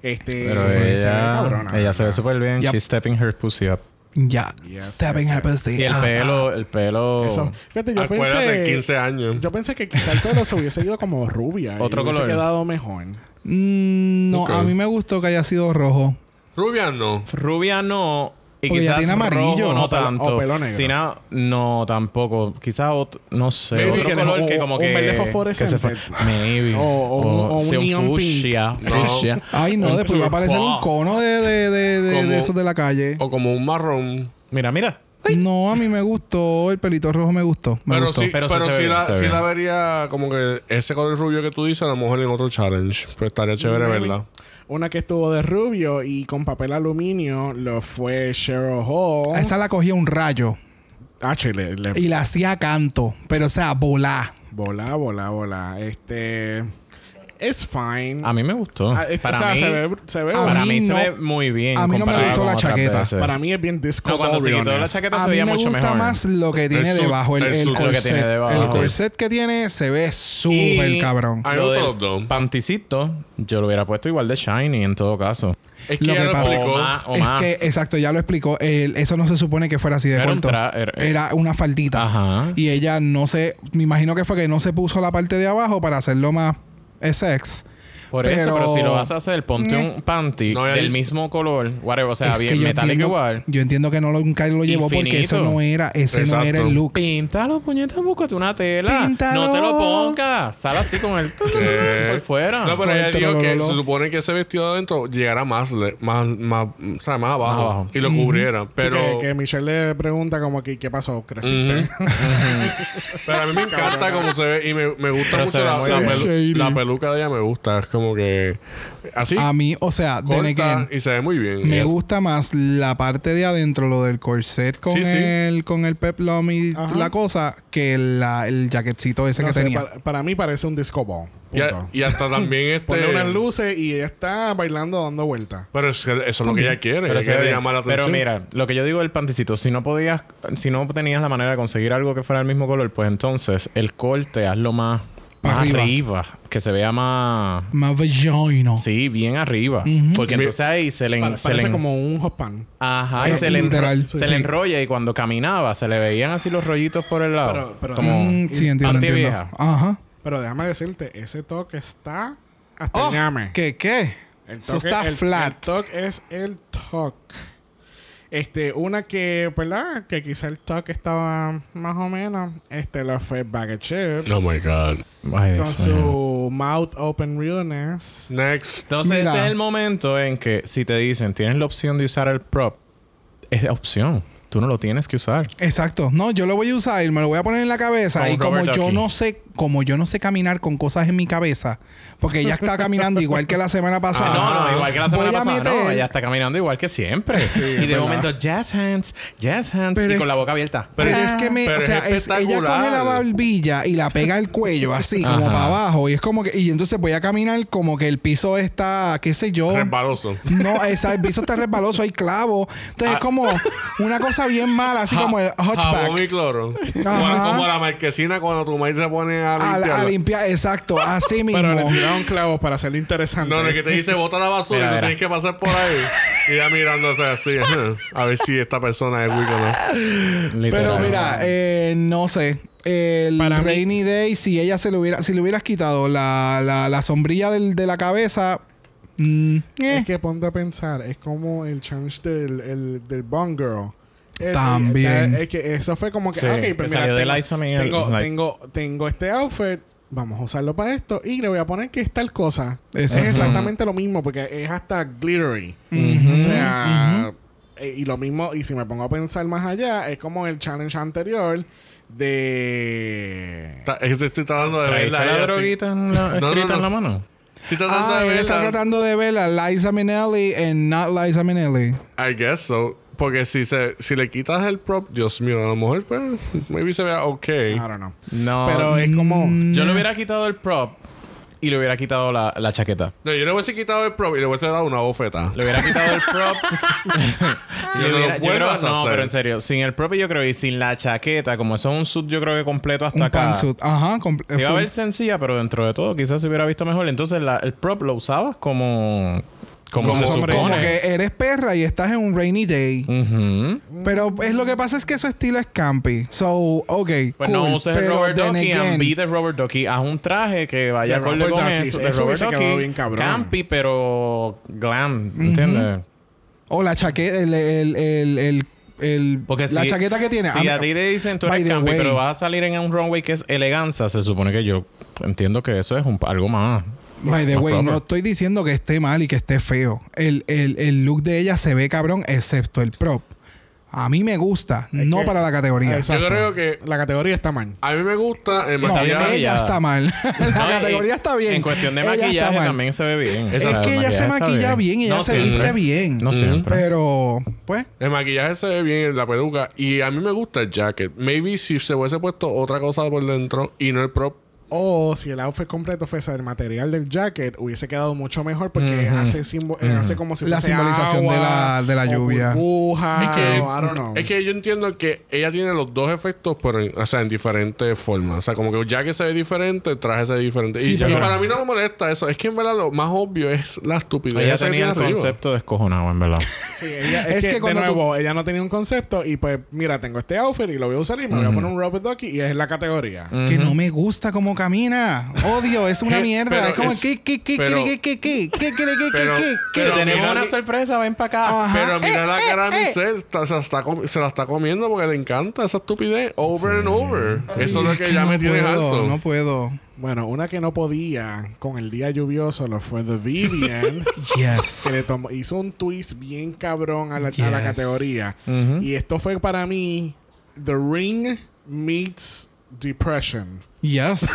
A: Este,
D: Pero
A: se ve- se ve
D: ella,
A: cabrona.
D: ella se ve súper bien.
B: Yep.
D: She's stepping her pussy up.
B: Ya.
A: Yes,
B: Stepping
A: yes,
B: up
A: yes.
B: as the-
D: Y el
B: ah,
D: pelo, el pelo.
A: Eso. Fíjate, yo
C: Acuérdate,
A: pensé,
C: 15 años.
A: yo pensé que quizá el pelo se hubiese ido como rubia. y
D: <laughs> Otro
A: hubiese
D: color.
A: quedado mejor.
B: Mm, no,
C: Ok.
B: a mí me gustó que haya sido rojo.
C: Rubia no.
D: Rubia no. Y
B: Porque ya
D: quizás
B: tiene amarillo,
D: rojo no
B: o
A: pelo-
D: tanto.
A: o pelo negro.
D: Sina- no, tampoco. Quizás otro, no sé.
C: Maybe
D: otro
C: que
A: no,
D: color
A: o-
D: que como
A: o
D: que.
A: un verde
D: que se
A: fosforescente.
D: fue- Maybe.
A: O- o un- o un
D: sea,
A: neon pink.
D: fucsia.
C: No.
D: fucsia.
B: Ay, no,
C: Un
B: después va a aparecer
C: turquoise.
B: un cono de, de, de, de- de
C: Como-
B: esos de la calle.
C: O como un marrón.
D: Mira, mira.
B: No, a mí me gustó. El pelito rojo me gustó. Me
C: pero
B: gustó.
C: sí, pero,
D: Pero sí se
C: sí,
D: ve
C: la,
D: bien, se
C: sí
D: ve
C: la
D: bien.
C: vería como que ese color rubio que tú dices, a lo mejor en otro challenge. Pero estaría chévere verla.
A: Una que estuvo de rubio y con papel aluminio lo fue Cheryl Hall.
B: A Esa la cogía un rayo
A: Ah, chile, le,
B: y la hacía canto. Pero, o sea, volá.
A: Volá, volá, volá. Este. Es fine.
D: A mí me gustó.
A: Ah, es-
D: para,
A: o sea,
D: mí,
A: se ve, se ve
B: a
A: bueno.
D: para
B: mí
D: mí
B: no-
D: se ve muy bien.
B: a mí no me
D: comparado
B: gustó
D: con
B: la
D: otras
B: chaqueta.
D: veces.
A: para mí es bien disco
D: No, cuando
A: ball
D: se quitó la
A: realness.
D: chaqueta
B: A
D: se
B: mí
D: veía
B: me
D: mucho
B: gusta
D: mejor.
B: más lo que tiene
C: El suit,
B: debajo. El,
C: el
B: el
C: suit,
D: lo que
B: corset.
D: tiene debajo.
B: El corset que tiene se ve súper
D: Y- Ah,
B: cabrón.
C: A mí me
D: Lo
C: gustó
D: del
C: los dos.
D: Panticito, yo lo hubiera puesto igual de shiny en todo caso.
C: Es que
B: Lo
C: ya
B: que
C: lo
B: pasa-
C: explicó.
D: O más, o
B: Es
D: más.
B: que, exacto, ya lo explicó. el- eso no se supone que fuera así de
D: Era un
B: corto.
D: tra- era-
B: Era una faldita.
D: Ajá.
B: Y ella no se. Me imagino que fue que no se puso la parte de abajo para hacerlo más sex.
D: Por
B: Pero-
D: eso, pero si lo vas a hacer, ponte
B: Meh.
D: un panty
C: No, y ahí-
D: del mismo color, whatever, o sea,
B: Es
D: bien
B: yo
D: metálico
B: entiendo,
D: igual.
B: Yo entiendo que no lo, nunca lo llevó porque
D: Infinito.
B: eso no era. Ese no era el
C: Exacto.
B: look.
D: Píntalo, puñeta, búscate una tela.
B: Píntalo.
D: No te lo pongas. Sal así con
C: <laughs>
D: el por fuera.
C: No, pues, pero ella
B: Cuéntalo,
C: dijo que
B: Lolo.
C: se supone que ese vestido de adentro llegara más, le- más, más, o sea, más abajo,
D: Más abajo.
C: y lo cubriera.
A: Sí,
C: Pero,
A: que, que Michelle le pregunta como que qué pasó, creciste.
C: pero
B: <laughs>
C: a mí me encanta cómo se ve y me, me gusta
D: Pero
C: mucho
D: se ve
C: la,
D: muy
C: la
D: bien.
C: pelu-
B: Shady.
C: la peluca de ella, me gusta. Es como que así,
B: A mí, o sea, then
C: corta
B: again,
C: y se ve muy bien.
B: me
C: Y-
B: gusta más la parte de adentro, lo del corset con
C: Sí, sí.
B: el con el peplum y
A: Ajá.
B: la cosa, que la- el jaquetcito
A: <laughs>
B: ese
A: No
B: que
A: sé,
B: tenía.
A: para, para mí parece un disco ball.
C: Y, a-
A: Punto.
C: y hasta también
D: <laughs>
C: este...
A: Pone unas luces y ella está bailando dando vueltas.
C: Pero es que eso es lo que ella quiere.
D: Pero,
C: ella
D: se ve
C: quiere
D: bien.
C: llamar la
D: Pero
C: atención.
D: mira, lo que yo digo del panticito, si no podías, si no tenías la manera de conseguir algo que fuera del mismo color, pues entonces el corte hazlo más,
B: Pa'
D: más
B: arriba.
D: arriba. que se vea más,
B: Más vagino.
D: sí, bien arriba, porque
C: Mi-
D: entonces ahí se le,
A: Pa-
D: se
A: parece
D: le-
A: como un hot pan.
D: ajá, y
B: Eh,
D: se, le, enro-
B: literal,
D: se
B: sí.
D: le enrolla y cuando caminaba se le veían así los rollitos por el lado,
A: Pero- pero-
D: como
B: Mm, sí, entiendo,
D: parte
B: entiendo.
D: vieja.
B: Ajá.
A: Pero déjame decirte, ese toque está hasta
B: Oh,
A: el ñame.
B: ¿Qué qué?
A: El
B: Eso
A: toque-
B: está
A: el-
B: flat.
A: El toque es el toque. Este, una que, ¿verdad? Que quizá el toque estaba más o menos. Este lo fue Bag of Chips.
C: Oh my God.
D: Ay,
A: con
D: Dios mío.
A: su mouth open realness.
C: Next.
D: Entonces,
B: Mira.
D: ese es el momento en que si te dicen tienes la opción de usar el prop, es opción. Tú no lo tienes que usar.
B: Exacto. No, yo lo voy a usar, me lo voy a poner en la cabeza
D: Como
B: y como
D: Robert
B: yo
D: Ducky.
B: no sé, como yo no sé caminar con cosas en mi cabeza, porque ella está caminando igual que la semana pasada.
D: Ah, no, no, igual que la semana
B: Ah, voy a
D: pasada.
B: meter-
D: No, ella está caminando igual
B: <laughs>
D: que siempre. y de momento, jazz hands, jazz hands.
B: Pero
D: y
B: es-
D: con la boca abierta.
B: Pero,
C: Pero
B: es
C: es-
B: que me,
C: pero
B: o
C: es
B: sea, es- ella
C: espectacular.
B: coge la barbilla y la pega al cuello así como
D: Ajá.
B: para abajo y es como que y entonces voy a caminar como que el piso está, qué sé yo,
C: Resbaloso.
B: No, esa, el piso está resbaloso, hay clavo. Entonces es como una cosa bien mala, así como el
C: Jabón
B: hotchback.
C: y cloro.
B: Ajá.
C: Como, como la marquesina cuando tu maíz se pone a
B: A,
C: limpiar.
B: a limpiar, exacto, así mismo.
A: Pero le tiraron clavos para hacerlo interesante.
C: No, no, es que te dice bota la basura
D: Mira,
C: y tú
D: mira.
C: tienes que pasar por ahí. Y ya mirándote así. ajá, a ver si esta persona es weak o no.
B: Pero mira, eh, no sé. El
A: Para mí-
B: Rainy Day, si ella se lo hubiera, si le hubieras quitado la, la, la sombrilla del- de la cabeza. mm, eh.
A: Es que ponte a pensar, es como el challenge del, el, del Bond Girl. Es-
B: También.
A: Es, que eso fue como que,
D: Sí,
A: ah, ok,
D: que
A: pues mira,
D: salió de
A: tengo,
D: Liza Minnelli.
A: tengo,
D: Like-
A: tengo, tengo este outfit, vamos a usarlo para esto y le voy a poner que es tal cosa. Es
B: Exacto.
A: exactamente lo mismo porque es hasta glittery. O sea, eh, y lo mismo, y si me pongo a pensar más allá, es como el challenge anterior de...
C: Está- Es que te estoy tratando de
D: ¿Traíste
C: verla.
D: la
C: ella, sí.
D: droguita en la,
C: No,
D: escrita
C: no,
D: en
C: no.
D: la mano?
C: Estoy tratando
B: Ah,
C: de
B: él
C: verla.
B: está tratando de ver a Liza Minnelli and not Liza Minnelli.
C: I guess so. Porque si, se, si le quitas el prop, Dios mío, a lo mejor, pues, maybe se vea ok.
A: I don't know.
D: No.
A: Pero es como...
B: mm.
D: yo le hubiera quitado el prop y le hubiera quitado la, la chaqueta.
C: No, yo le hubiese quitado el prop y le hubiese dado una bofeta.
D: Le hubiera quitado el
A: <laughs>
D: prop.
C: Y
D: Le
C: no lo
D: hubiera- yo creo-
C: vuelvas a
D: no,
C: hacer.
D: pero en serio, sin el prop yo creo y sin la chaqueta, como eso es un suit yo creo que completo hasta
B: Un
D: acá.
B: pantsuit. Ajá. compl-
D: Se iba a
B: full.
D: ver sencilla, pero dentro de todo quizás se hubiera visto mejor. Entonces la- el prop lo usabas como... Como,
C: Como
D: se
C: sombrero.
D: supone.
B: Como que eres perra y estás en un rainy day.
D: Ujú.
B: Pero es lo que pasa es que su estilo es campy. So, ok.
D: Pues
B: cool,
D: no uses el
B: pero
D: Robert
B: then
D: Ducky and
B: again-
D: be the Robert Ducky. Haz un traje que vaya
A: De
D: acorde
A: Robert
D: con
A: Ducky.
D: eso.
A: Eso
D: Robert
A: hubiese quedado bien cabrón.
D: Campi, pero glam. ¿Entiendes?
B: O oh, la chaqueta, el, el, el, el- el-
D: Porque
B: la
D: si-
B: chaqueta que tiene.
D: Si
B: Ah,
D: a ti te dicen tú
B: by
D: eres
B: the
D: campi,
B: way.
D: pero vas a salir en un runway que es eleganza, se supone que yo entiendo que eso es un- algo más.
B: By the
D: No
B: way,
D: problem.
B: no estoy diciendo que esté mal y que esté feo. El, el- el look de ella se ve cabrón, excepto el prop. A mí me gusta, no
A: que-
B: para la categoría.
A: Exacto.
C: Yo creo que
A: La categoría está mal.
C: a mí me gusta el
B: No,
D: bien
C: material.
B: ella
D: maquillada.
B: está mal. <laughs> la
D: No,
B: categoría
D: en-
B: está bien.
D: En cuestión de
B: Ella está
D: maquillaje
B: mal.
D: también se ve bien.
C: Es
B: Es
D: O sea,
B: que
D: el
B: ella se
D: maquillaje está
B: maquilla bien, y ella
D: No
B: se
D: siempre.
B: viste bien.
D: No siempre.
B: Pero, pues,
C: El maquillaje se ve bien, la peluca. Y a mí me gusta el jacket. Maybe si se hubiese puesto otra cosa por dentro y no el prop.
A: O si el outfit completo fuese el material del jacket, hubiese quedado mucho mejor porque hace, simbo- eh, hace como si
B: La
A: fuese
B: simbolización de la- de la
A: o
B: lluvia.
A: burbuja,
C: es, que,
A: o I don't know.
C: es que yo entiendo que ella tiene los dos efectos, pero en- o sea, en diferentes formas. O sea, como que el jacket se ve diferente, el traje se ve diferente.
B: Sí,
C: y, y
B: pero-
C: para mí no me molesta eso. Es que en verdad lo más obvio es la estupidez.
D: Ella
C: esa que
D: tenía el
C: tiene arriba.
D: concepto descojonado, en verdad.
A: Sí, ella- es,
B: Es
A: que,
B: que cuando
A: de
B: tú-
A: nuevo, ella no tenía un concepto y pues, mira, tengo este outfit y lo voy a usar y me voy a poner un Robert Ducky y es la categoría.
B: es que no me gusta cómo camina. Odio, es una
C: Eh,
B: mierda.
C: pero
B: Es como
C: es-
B: que, que, que, que,
C: pero-
B: que, que, que, que, que, que,
C: pero-
B: que, que.
C: pero-
D: Tenemos
C: mira-
D: una sorpresa, ven para acá.
B: Ajá.
C: Pero mira la cara de Michelle, está- se, la está com- se la está comiendo porque le encanta esa estupidez over and over. Eso es
B: Ay,
C: lo
B: es
C: que ya me tiene
B: puedo,
C: harto.
B: No puedo.
A: Bueno, una que no podía con el día lluvioso lo fue The
B: <laughs>
A: Vivian.
B: Yes.
A: que le tomó- hizo un twist bien cabrón a la, a
B: Yes.
A: la categoría. Y esto fue para mí The Ring meets Depression.
B: Yes.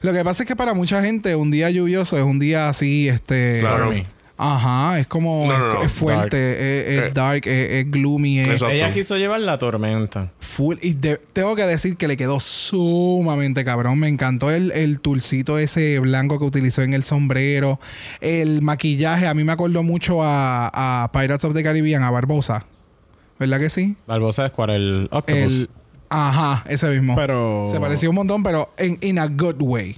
B: Lo que pasa es que para mucha gente un día lluvioso es un día así, este.
C: Claro.
D: Stormy.
B: Ajá, es como.
C: No, no,
B: es,
C: no.
B: es fuerte, es, es
C: Eh.
B: dark, es, es gloomy, es
C: Exacto.
D: Ella quiso llevar la tormenta.
B: full. Y de- tengo que decir que le quedó sumamente cabrón. Me encantó el, el tulcito ese blanco que utilizó en el sombrero. El maquillaje, a mí me acordó mucho a, a Pirates of the Caribbean, a Barbosa. ¿Verdad que sí?
D: Barbosa es cuál el octopus.
B: El. Ajá, ese mismo.
A: Pero.
B: Se parecía un montón, pero en in a good way.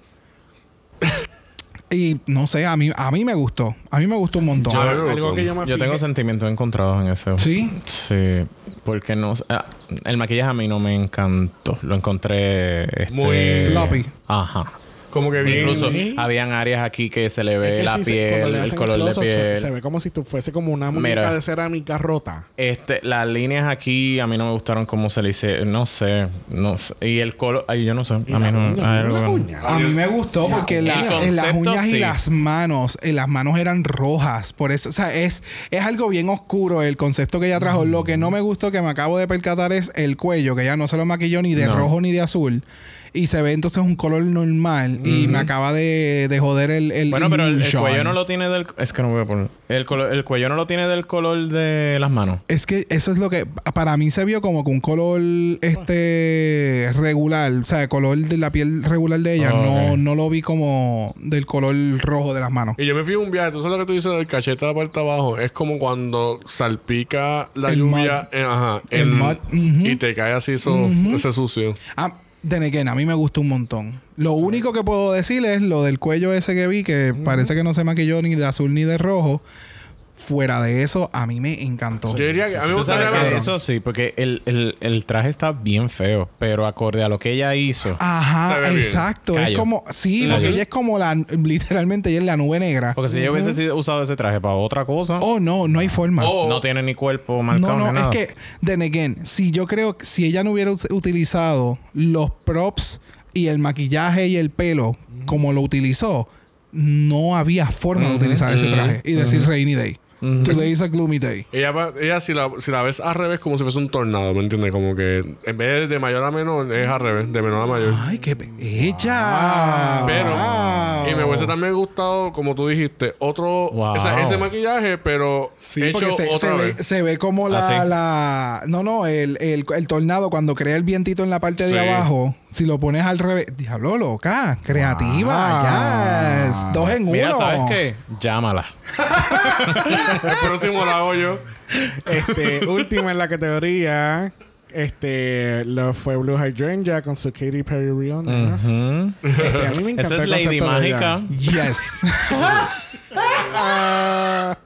B: y no sé, a mí, a mí me gustó. A mí me gustó un montón.
C: Yo-
A: Algo que yo me
D: Yo tengo
A: fijé-
D: sentimientos encontrados en ese.
B: ¿Sí?
D: Sí, porque no. ah, el maquillaje a mí no me encantó. Lo encontré. este,
C: Muy-
B: Sloppy.
D: Ajá.
C: Como que bien.
D: Incluso
A: Sí.
D: habían áreas aquí que se le
A: Es
D: ve
A: que
D: la
A: sí, se- cuando
D: piel,
A: le
D: el
A: hacen
D: color de
A: close-up, se-
D: piel.
A: Se, ve como si tú fuese como una muñeca
D: Mira.
A: de cerámica rota.
D: Este, las líneas aquí a mí no me gustaron como se le hice, no sé, no sé. Y el color, ay, yo no sé. A
A: Y
D: mí
A: la
D: no.
A: uña,
D: ay,
A: mira la
D: algo-
A: uña.
B: A mí me gustó porque
D: El
B: la- en las
D: concepto,
B: uñas y
D: sí.
B: las manos, en las manos eran rojas. Por eso, o sea, es, es algo bien oscuro el concepto que ella
D: Mm.
B: trajo. Lo que no me gustó que me acabo de percatar es el cuello, que ella no se lo maquilló ni de
D: No.
B: rojo ni de azul. Y se ve entonces un color normal. Y me acaba de, de joder el, el
D: Bueno, pero el, el
B: illusion.
D: cuello no lo tiene del. Es que no voy a poner. El, color, el cuello no lo tiene del color de las manos.
B: Es que eso es lo que para mí se vio como que un color este regular, o sea, el color de la piel regular de ella,
D: Ah,
B: no
D: ok.
B: no lo vi como del color rojo de las manos.
C: Y yo me fui a un viaje. Tú sabes lo que tú dices del cachete de la parte de abajo. Es como cuando salpica la
B: El
C: lluvia. en- ajá.
B: El mud, ujú.
C: Y te cae así eso, ese sucio.
B: Ah, then again, a mí me gustó un montón. Lo único que puedo decir es lo del cuello ese que vi que parece que no se maquilló ni de azul ni de rojo. Fuera de eso, a mí me encantó.
C: Yo diría que a mí me
D: Tú sabes
C: gustaría
D: que
C: ver-
D: eso sí, porque el, el- el traje está bien feo, pero acorde a lo que ella hizo.
B: Ajá,
C: Se ve bien.
B: exacto. Es
D: Callo.
B: como, sí, porque
D: Callo.
B: ella es como la, literalmente ella es la nube negra.
D: Porque si ella hubiese sido- usado ese traje para otra cosa,
B: Oh, no, no hay forma.
C: Oh,
D: no tiene ni cuerpo
B: No,
D: marcado
B: no,
D: ni nada.
B: es que, then again, si yo creo que si ella no hubiera us- utilizado los props y el maquillaje y el pelo como lo utilizó, no había forma de utilizar ese traje y decir rainy day. Today is a gloomy day.
C: Ella, va- ella si, la, si la ves al revés, como si fuese un tornado, ¿me entiendes? Como que en vez de, de mayor a menor, es al revés, de menor a mayor.
B: Ay, qué bella.
C: Pero-
B: Wow.
C: Y me hubiese también gustado, como tú dijiste, otro.
D: Wow.
C: o sea, ese maquillaje, pero
B: Sí,
C: hecho
B: porque se,
C: otra
B: se
C: vez. Ah,
B: ve, se ve como la,
D: Así.
B: la- No, no, el, el- el tornado cuando crea el vientito en la parte de
C: Sí.
B: abajo. Si lo pones al revés. Diablo, loca.
C: Ah.
B: Creativa.
A: Wow.
B: Yes. Dos en
D: Mira,
B: uno.
D: ¿sabes qué? Llámala.
C: El próximo la hago yo.
D: <laughs>
A: Este, última en la categoría. Este lo fue Blue Hydrangea con su Katy Perry Rihanna's.
D: Ujú.
A: Este, a mí me encanta
D: ¿Mm? <laughs> Esa es
A: el
D: Lady
A: concepto de
D: Mágica.
A: <laughs> ella.
B: Yes.
A: Ah.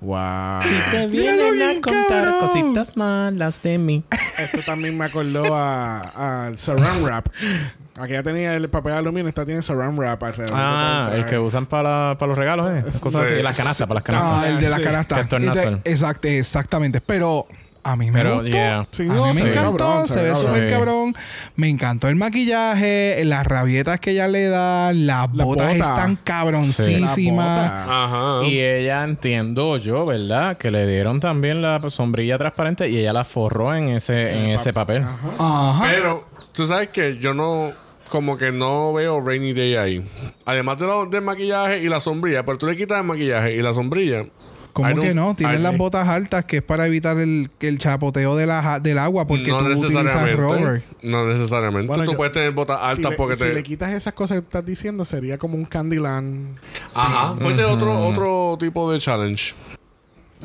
A: wow.
D: Te
B: vienen bien, a contar cabrón. cositas
D: malas de mí.
A: Esto también me acordó a, a Saran Wrap. Aquí ya tenía el papel de aluminio, esta tiene Saran Wrap alrededor. de
D: Ah,
A: todo
D: el que
A: traje.
D: usan para, para los regalos, ¿eh? Las cosas
C: Sí.
D: así. Las canastas, para las
B: ah,
D: canastas.
B: el de la
A: Sí.
B: canasta.
D: El tornasol.
B: Ente- Exacto, exactamente. Pero a mí me
D: Pero,
B: gustó.
D: yeah.
A: Sí,
B: A
A: no,
B: mí
A: se
B: me
A: ve
B: encantó,
A: cabrón,
B: se ve
A: cabrón.
B: súper
D: Sí.
B: cabrón. Me encantó el maquillaje, las rabietas que ella le da, las
A: Las
B: botas
A: botas.
B: están
A: La
B: cabroncísimas.
A: bota.
C: Ajá.
D: Y ella entiendo yo, ¿verdad? Que le dieron también la sombrilla transparente y ella la forró en ese, en ese papel.
A: Ah.
B: Ajá.
C: Pero, tú sabes que yo no. Como que no veo Rainy Day ahí. Además de lo, del maquillaje y la sombrilla. Pero tú le quitas el maquillaje y la sombrilla. I
B: ¿Cómo
C: don't-
B: que no?
C: I-
B: Tienen las botas altas que es para evitar el, que el chapoteo de la, ja- del agua porque tú utilizas rubber.
C: No necesariamente.
A: Bueno,
C: tú
A: yo-
C: puedes tener botas
A: Si,
C: altas
A: le,
C: porque
A: si
C: te.
A: le quitas esas cosas que tú estás diciendo, sería como un Candyland.
C: Ajá. Fuese otro, otro tipo de challenge.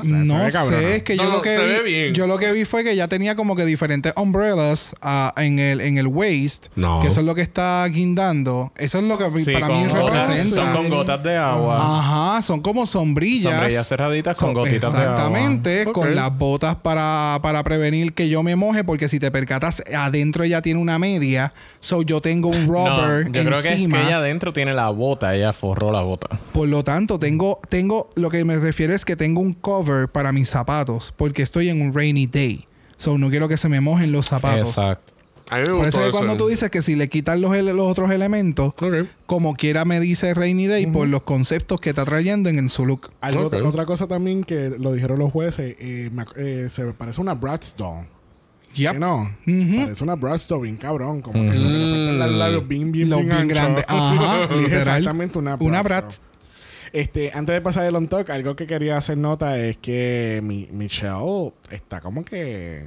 A: se
B: No
A: ve cabrón,
B: sé,
A: ¿no?
B: es que
C: No,
B: yo
C: no,
B: lo que
C: se ve
B: vi,
C: bien.
B: yo lo que vi fue que ya tenía como que diferentes umbrellas ah, en el en el waist,
C: No.
B: que eso es lo que está guindando. Eso es lo que
D: Sí,
B: para
D: con
B: mí
D: gotas-
B: representa.
D: son con gotas de
B: Ah,
D: agua.
B: Ajá, son como sombrillas.
D: Sombrillas cerraditas con
B: Son-
D: gotitas de agua.
B: Exactamente,
C: Ok.
B: con las botas para, para prevenir que yo me moje, porque si te percatas, adentro ella tiene una media, so yo tengo un rubber
D: <laughs> No, yo creo que es
B: encima.
D: que ella adentro tiene la bota, ella forró la bota.
B: Por lo tanto, tengo, tengo, lo que me refiero es que tengo un cover para mis zapatos, porque estoy en un rainy day. So no quiero que se me mojen los zapatos.
D: Exacto.
C: A mí me
B: Por
C: gustó
B: eso es
C: eso.
B: cuando tú dices que si le quitan los, ele- los otros elementos,
C: Ok.
B: como quiera me dice Rainy Day por los conceptos que está trayendo en, en su look.
A: Algo-
C: Ok.
A: Otra cosa también que lo dijeron los jueces, eh, me ac- eh, se parece una Bratz Doll.
B: Yep.
A: ¿Qué no? Parece una Bratz Doll bien cabrón. Como que lo que le faltan los labios bien, bien,
B: Los
A: bien,
B: bien
A: anchos.
B: grandes.
A: <laughs>
B: Ajá,
A: Es
B: literal.
A: Exactamente una Bratz.
B: Una
A: Doll.
B: Bratz.
A: Este, antes de pasar el on talk, algo que quería hacer nota es que mi- Michelle está como que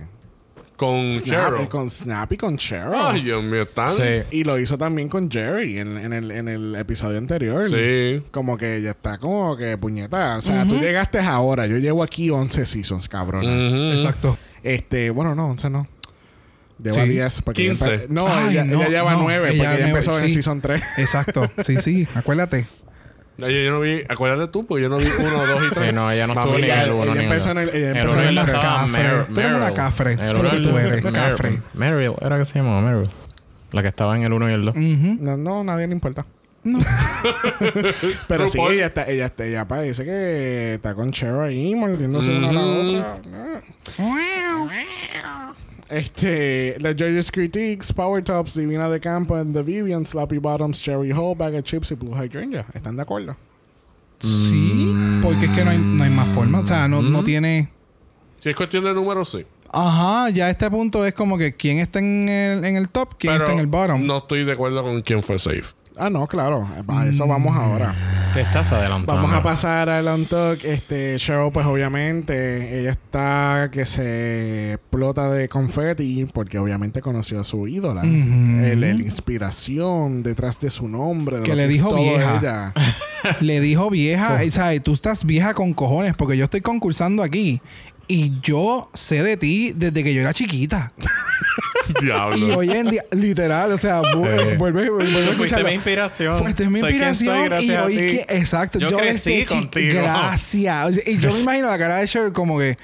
C: Con
A: snap,
C: Cheryl.
A: eh, con Snap y con Cheryl.
C: Ay, Dios mío,
B: Ah,
C: están.
D: Sí.
A: y lo hizo también con Jerry en, en el, en el episodio anterior.
C: Sí.
A: Como que ya está como que puñetada. O sea, tú llegaste ahora. Yo llevo aquí 11 seasons, cabrón.
C: Ujú.
B: Exacto.
A: Este, bueno, no, 11 no. Lleva
B: Sí.
A: 10. Porque
C: 15.
A: ella empe- no,
B: Ay,
A: ella,
B: no,
A: ella lleva
B: no,
A: 9
B: ella
A: porque ella
B: nueve,
A: empezó en
B: sí.
A: season 3.
B: Exacto. Sí, sí. Acuérdate.
C: Ay, yo no vi. Acuérdate tú, porque yo no vi uno, dos y tres.
D: Sí, no, ella no
C: Mami,
D: estuvo ni en
A: ella-
D: el uno
A: ella
D: ni en el
A: empezó
D: dos.
A: en el- ella
D: El
A: empezó en
D: uno en
A: el
D: la
A: tres.
D: estaba
B: Cafre.
D: Mer-
B: Tú eres una
D: Meryl.
B: cafre.
D: El
B: Eso es
D: uno
B: lo que
D: en
B: tú
D: el-
B: eres,
D: Mer-
B: cafre.
D: Meryl, era que se llamaba Meryl. La que estaba en el 1 y el 2.
B: Ujú.
A: No, no, nadie le importa.
B: No.
A: <laughs> Pero sí,
C: RuPaul.
A: ella está, ella está, ella parece que está con Cheryl ahí mordiéndose una a la otra. Mm. Este, The Judges Critiques, Power Tops, Divina de Campo, and The Vivian, Sloppy Bottoms, Cherry Hole, Bag of Chips y Blue Hydrangea. ¿Están de acuerdo?
B: Sí. Porque es que no hay, no hay más forma. O sea, no, no tiene.
C: Si es cuestión de números, sí.
B: Ajá, ya a este punto es como que quién está en el, en el top, quién
C: Pero
B: está en el bottom.
C: No estoy de acuerdo con quién fue safe.
A: Ah, no, claro. A eso
B: Mm,
A: vamos ahora.
D: Te estás adelantando.
A: Vamos a pasar al on talk. Este, Cheryl, pues obviamente, ella está que se explota de confeti porque obviamente conoció a su ídola.
B: Ujú.
A: El- el inspiración detrás de su nombre. de
B: Que
A: lo
B: le
A: es
B: dijo
A: todo
B: vieja. <laughs>
A: ella.
B: <laughs> Le dijo vieja, o sea, tú estás vieja con cojones porque yo estoy concursando aquí y yo sé de ti desde que yo era chiquita. Y
C: Diablo.
B: hoy en
D: <laughs>
B: día, literal, o sea, vu- eh, vuelve, vuelve a
D: Fuiste
B: escucharlo.
D: mi inspiración.
B: Fuiste mi
D: Soy quien soy
B: inspiración y
D: gracias a
B: hoy
D: ti.
B: que, exacto, yo,
D: Yo crecí
B: desde chiqui-
D: contigo.
B: gracias. O sea, Y yo
D: <laughs>
B: me imagino la cara de Cher como que,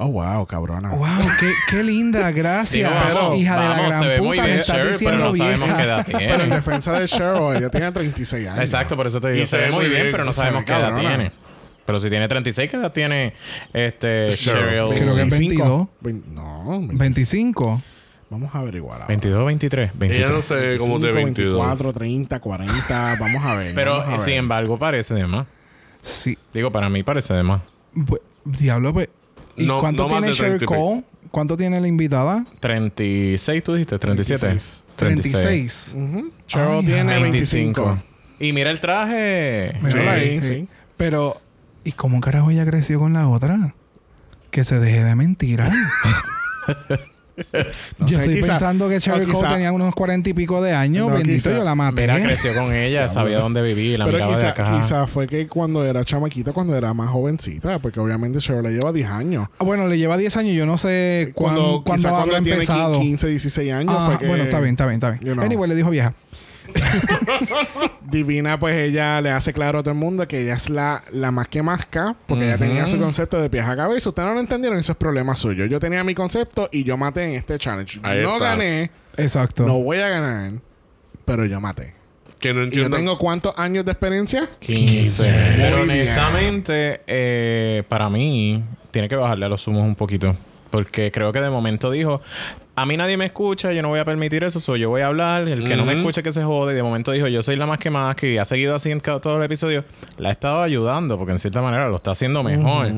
A: Oh, wow, cabrona.
B: wow, qué, qué linda,
D: Digo,
B: gracias,
D: vamos,
B: hija de
D: vamos,
B: la
D: se
B: gran
D: ve muy
B: puta,
D: bien,
B: me estás
D: Sherry,
B: diciendo
D: pero no
B: vieja.
D: sabemos qué edad tiene.
A: Pero en defensa de Cheryl, ella tenía 36 años.
D: Exacto, por eso te digo.
C: Y
D: se ve muy bien, pero no
A: se ve
D: sabemos qué edad
A: cabrona.
D: tiene. Pero si tiene 36, ¿qué edad tiene este
C: Cheryl.
D: Cheryl?
B: Creo que es
A: 25. Vein- no, 20.
B: 25.
A: vamos a averiguar. ahora. Eh,
D: 22, 23, 23.
C: Ella no sé cómo de
A: 25,
C: 22.
A: 24, 30, 40. Vamos a ver.
D: Pero
A: vamos a
D: eh,
A: ver.
D: sin embargo parece de más.
B: Sí.
D: Digo, para mí parece de más.
B: Pues, diablo, pues. ¿Y
C: No,
B: cuánto
C: no más
B: tiene
C: de
B: Sherry
C: 30 y
B: Cole? ¿Cuánto tiene la invitada?
D: 36, tú dijiste, 37.
A: 36.
B: 36.
A: Ujú. Cheryl
B: Ay,
A: tiene 25.
D: 25. Y mira el traje.
B: Míralo
C: Sí,
B: ahí.
A: sí.
B: sí. Pero, ¿y cómo carajo ella creció con la otra? Que se deje
A: <laughs>
B: de mentiras.
A: No
B: yo
A: sé,
B: estoy
A: quizá-
B: pensando que Cheryl
A: no,
B: Cole
A: quizá-
B: tenía unos cuarenta y pico de años.
A: No,
B: Bendito,
A: quizá-
B: yo la maté.
D: Mira, creció con ella, sabía dónde vivía, la
A: Pero
D: miraba de
A: quizá,
D: acá.
A: quizá fue que cuando era chamaquita, cuando era más jovencita, porque obviamente Chevrolet lleva 10 años.
B: Ah, Bueno, le lleva 10 años. Yo no sé cuándo,
A: Eh, Cuando, quizá
B: cuándo
A: cuando
B: habrá
A: tiene
B: empezado.
A: 15, 16 años.
B: Ah,
A: fue que
B: Bueno, está bien, está bien, está bien.
A: You know.
B: Anyway, le dijo vieja.
A: Divina, pues ella le hace claro a todo el mundo que ella es la, la más que masca, porque ella
D: Ujú.
A: tenía su concepto de pies a cabeza. Ustedes no lo entendieron, eso es problema suyo. Yo tenía mi concepto y yo maté en este challenge.
C: Ahí
A: no
C: está.
A: gané,
B: Exacto.
A: no voy a ganar, pero yo maté.
C: Que no
A: ¿Y yo
C: entiendo.
A: tengo cuántos años de experiencia?
D: 15. Pero
A: Muy bien.
D: honestamente, eh, para mí, tiene que bajarle a los humos un poquito. Porque creo que de momento dijo, a mí nadie me escucha, yo no voy a permitir eso, soy yo voy a hablar, el que no me
C: Ujú.
D: escuche que se jode. Y de momento dijo, yo soy la más que más, que ha seguido así en cada- todo el episodio. La ha estado ayudando, porque en cierta manera lo está haciendo mejor.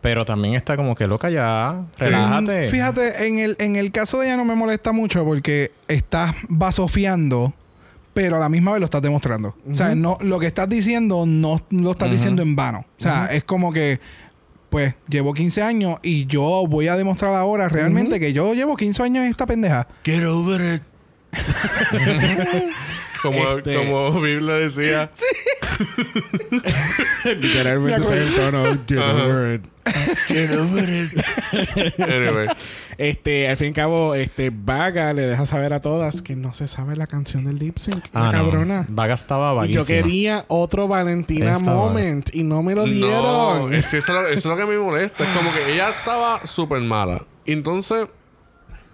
D: Pero también está como que loca ya, relájate.
B: Mm, Fíjate, en el, en el caso de ella no me molesta mucho porque estás basofiando, pero a la misma vez lo estás demostrando. O sea, no, lo que estás diciendo no lo estás diciendo en vano. O sea, es como que, pues, llevo 15 años y yo voy a demostrar ahora realmente que yo llevo 15 años en esta pendeja.
C: Get over it. como,
A: Este-
C: como Bill le decía.
A: Literalmente ese es el tono. Get over it.
C: Anyway.
A: Este, al fin y al cabo, este, Vaga le deja saber a todas que no se sabe la canción del lip sync.
D: Ah,
A: la
D: no.
A: cabrona.
D: Vaga estaba
A: Y yo
D: vaguísima.
A: quería otro Valentina
D: Estaba-
A: moment y no me lo dieron.
C: No, es- eso, es lo- eso es lo que me molesta. Es como que ella estaba súper mala. Y Entonces,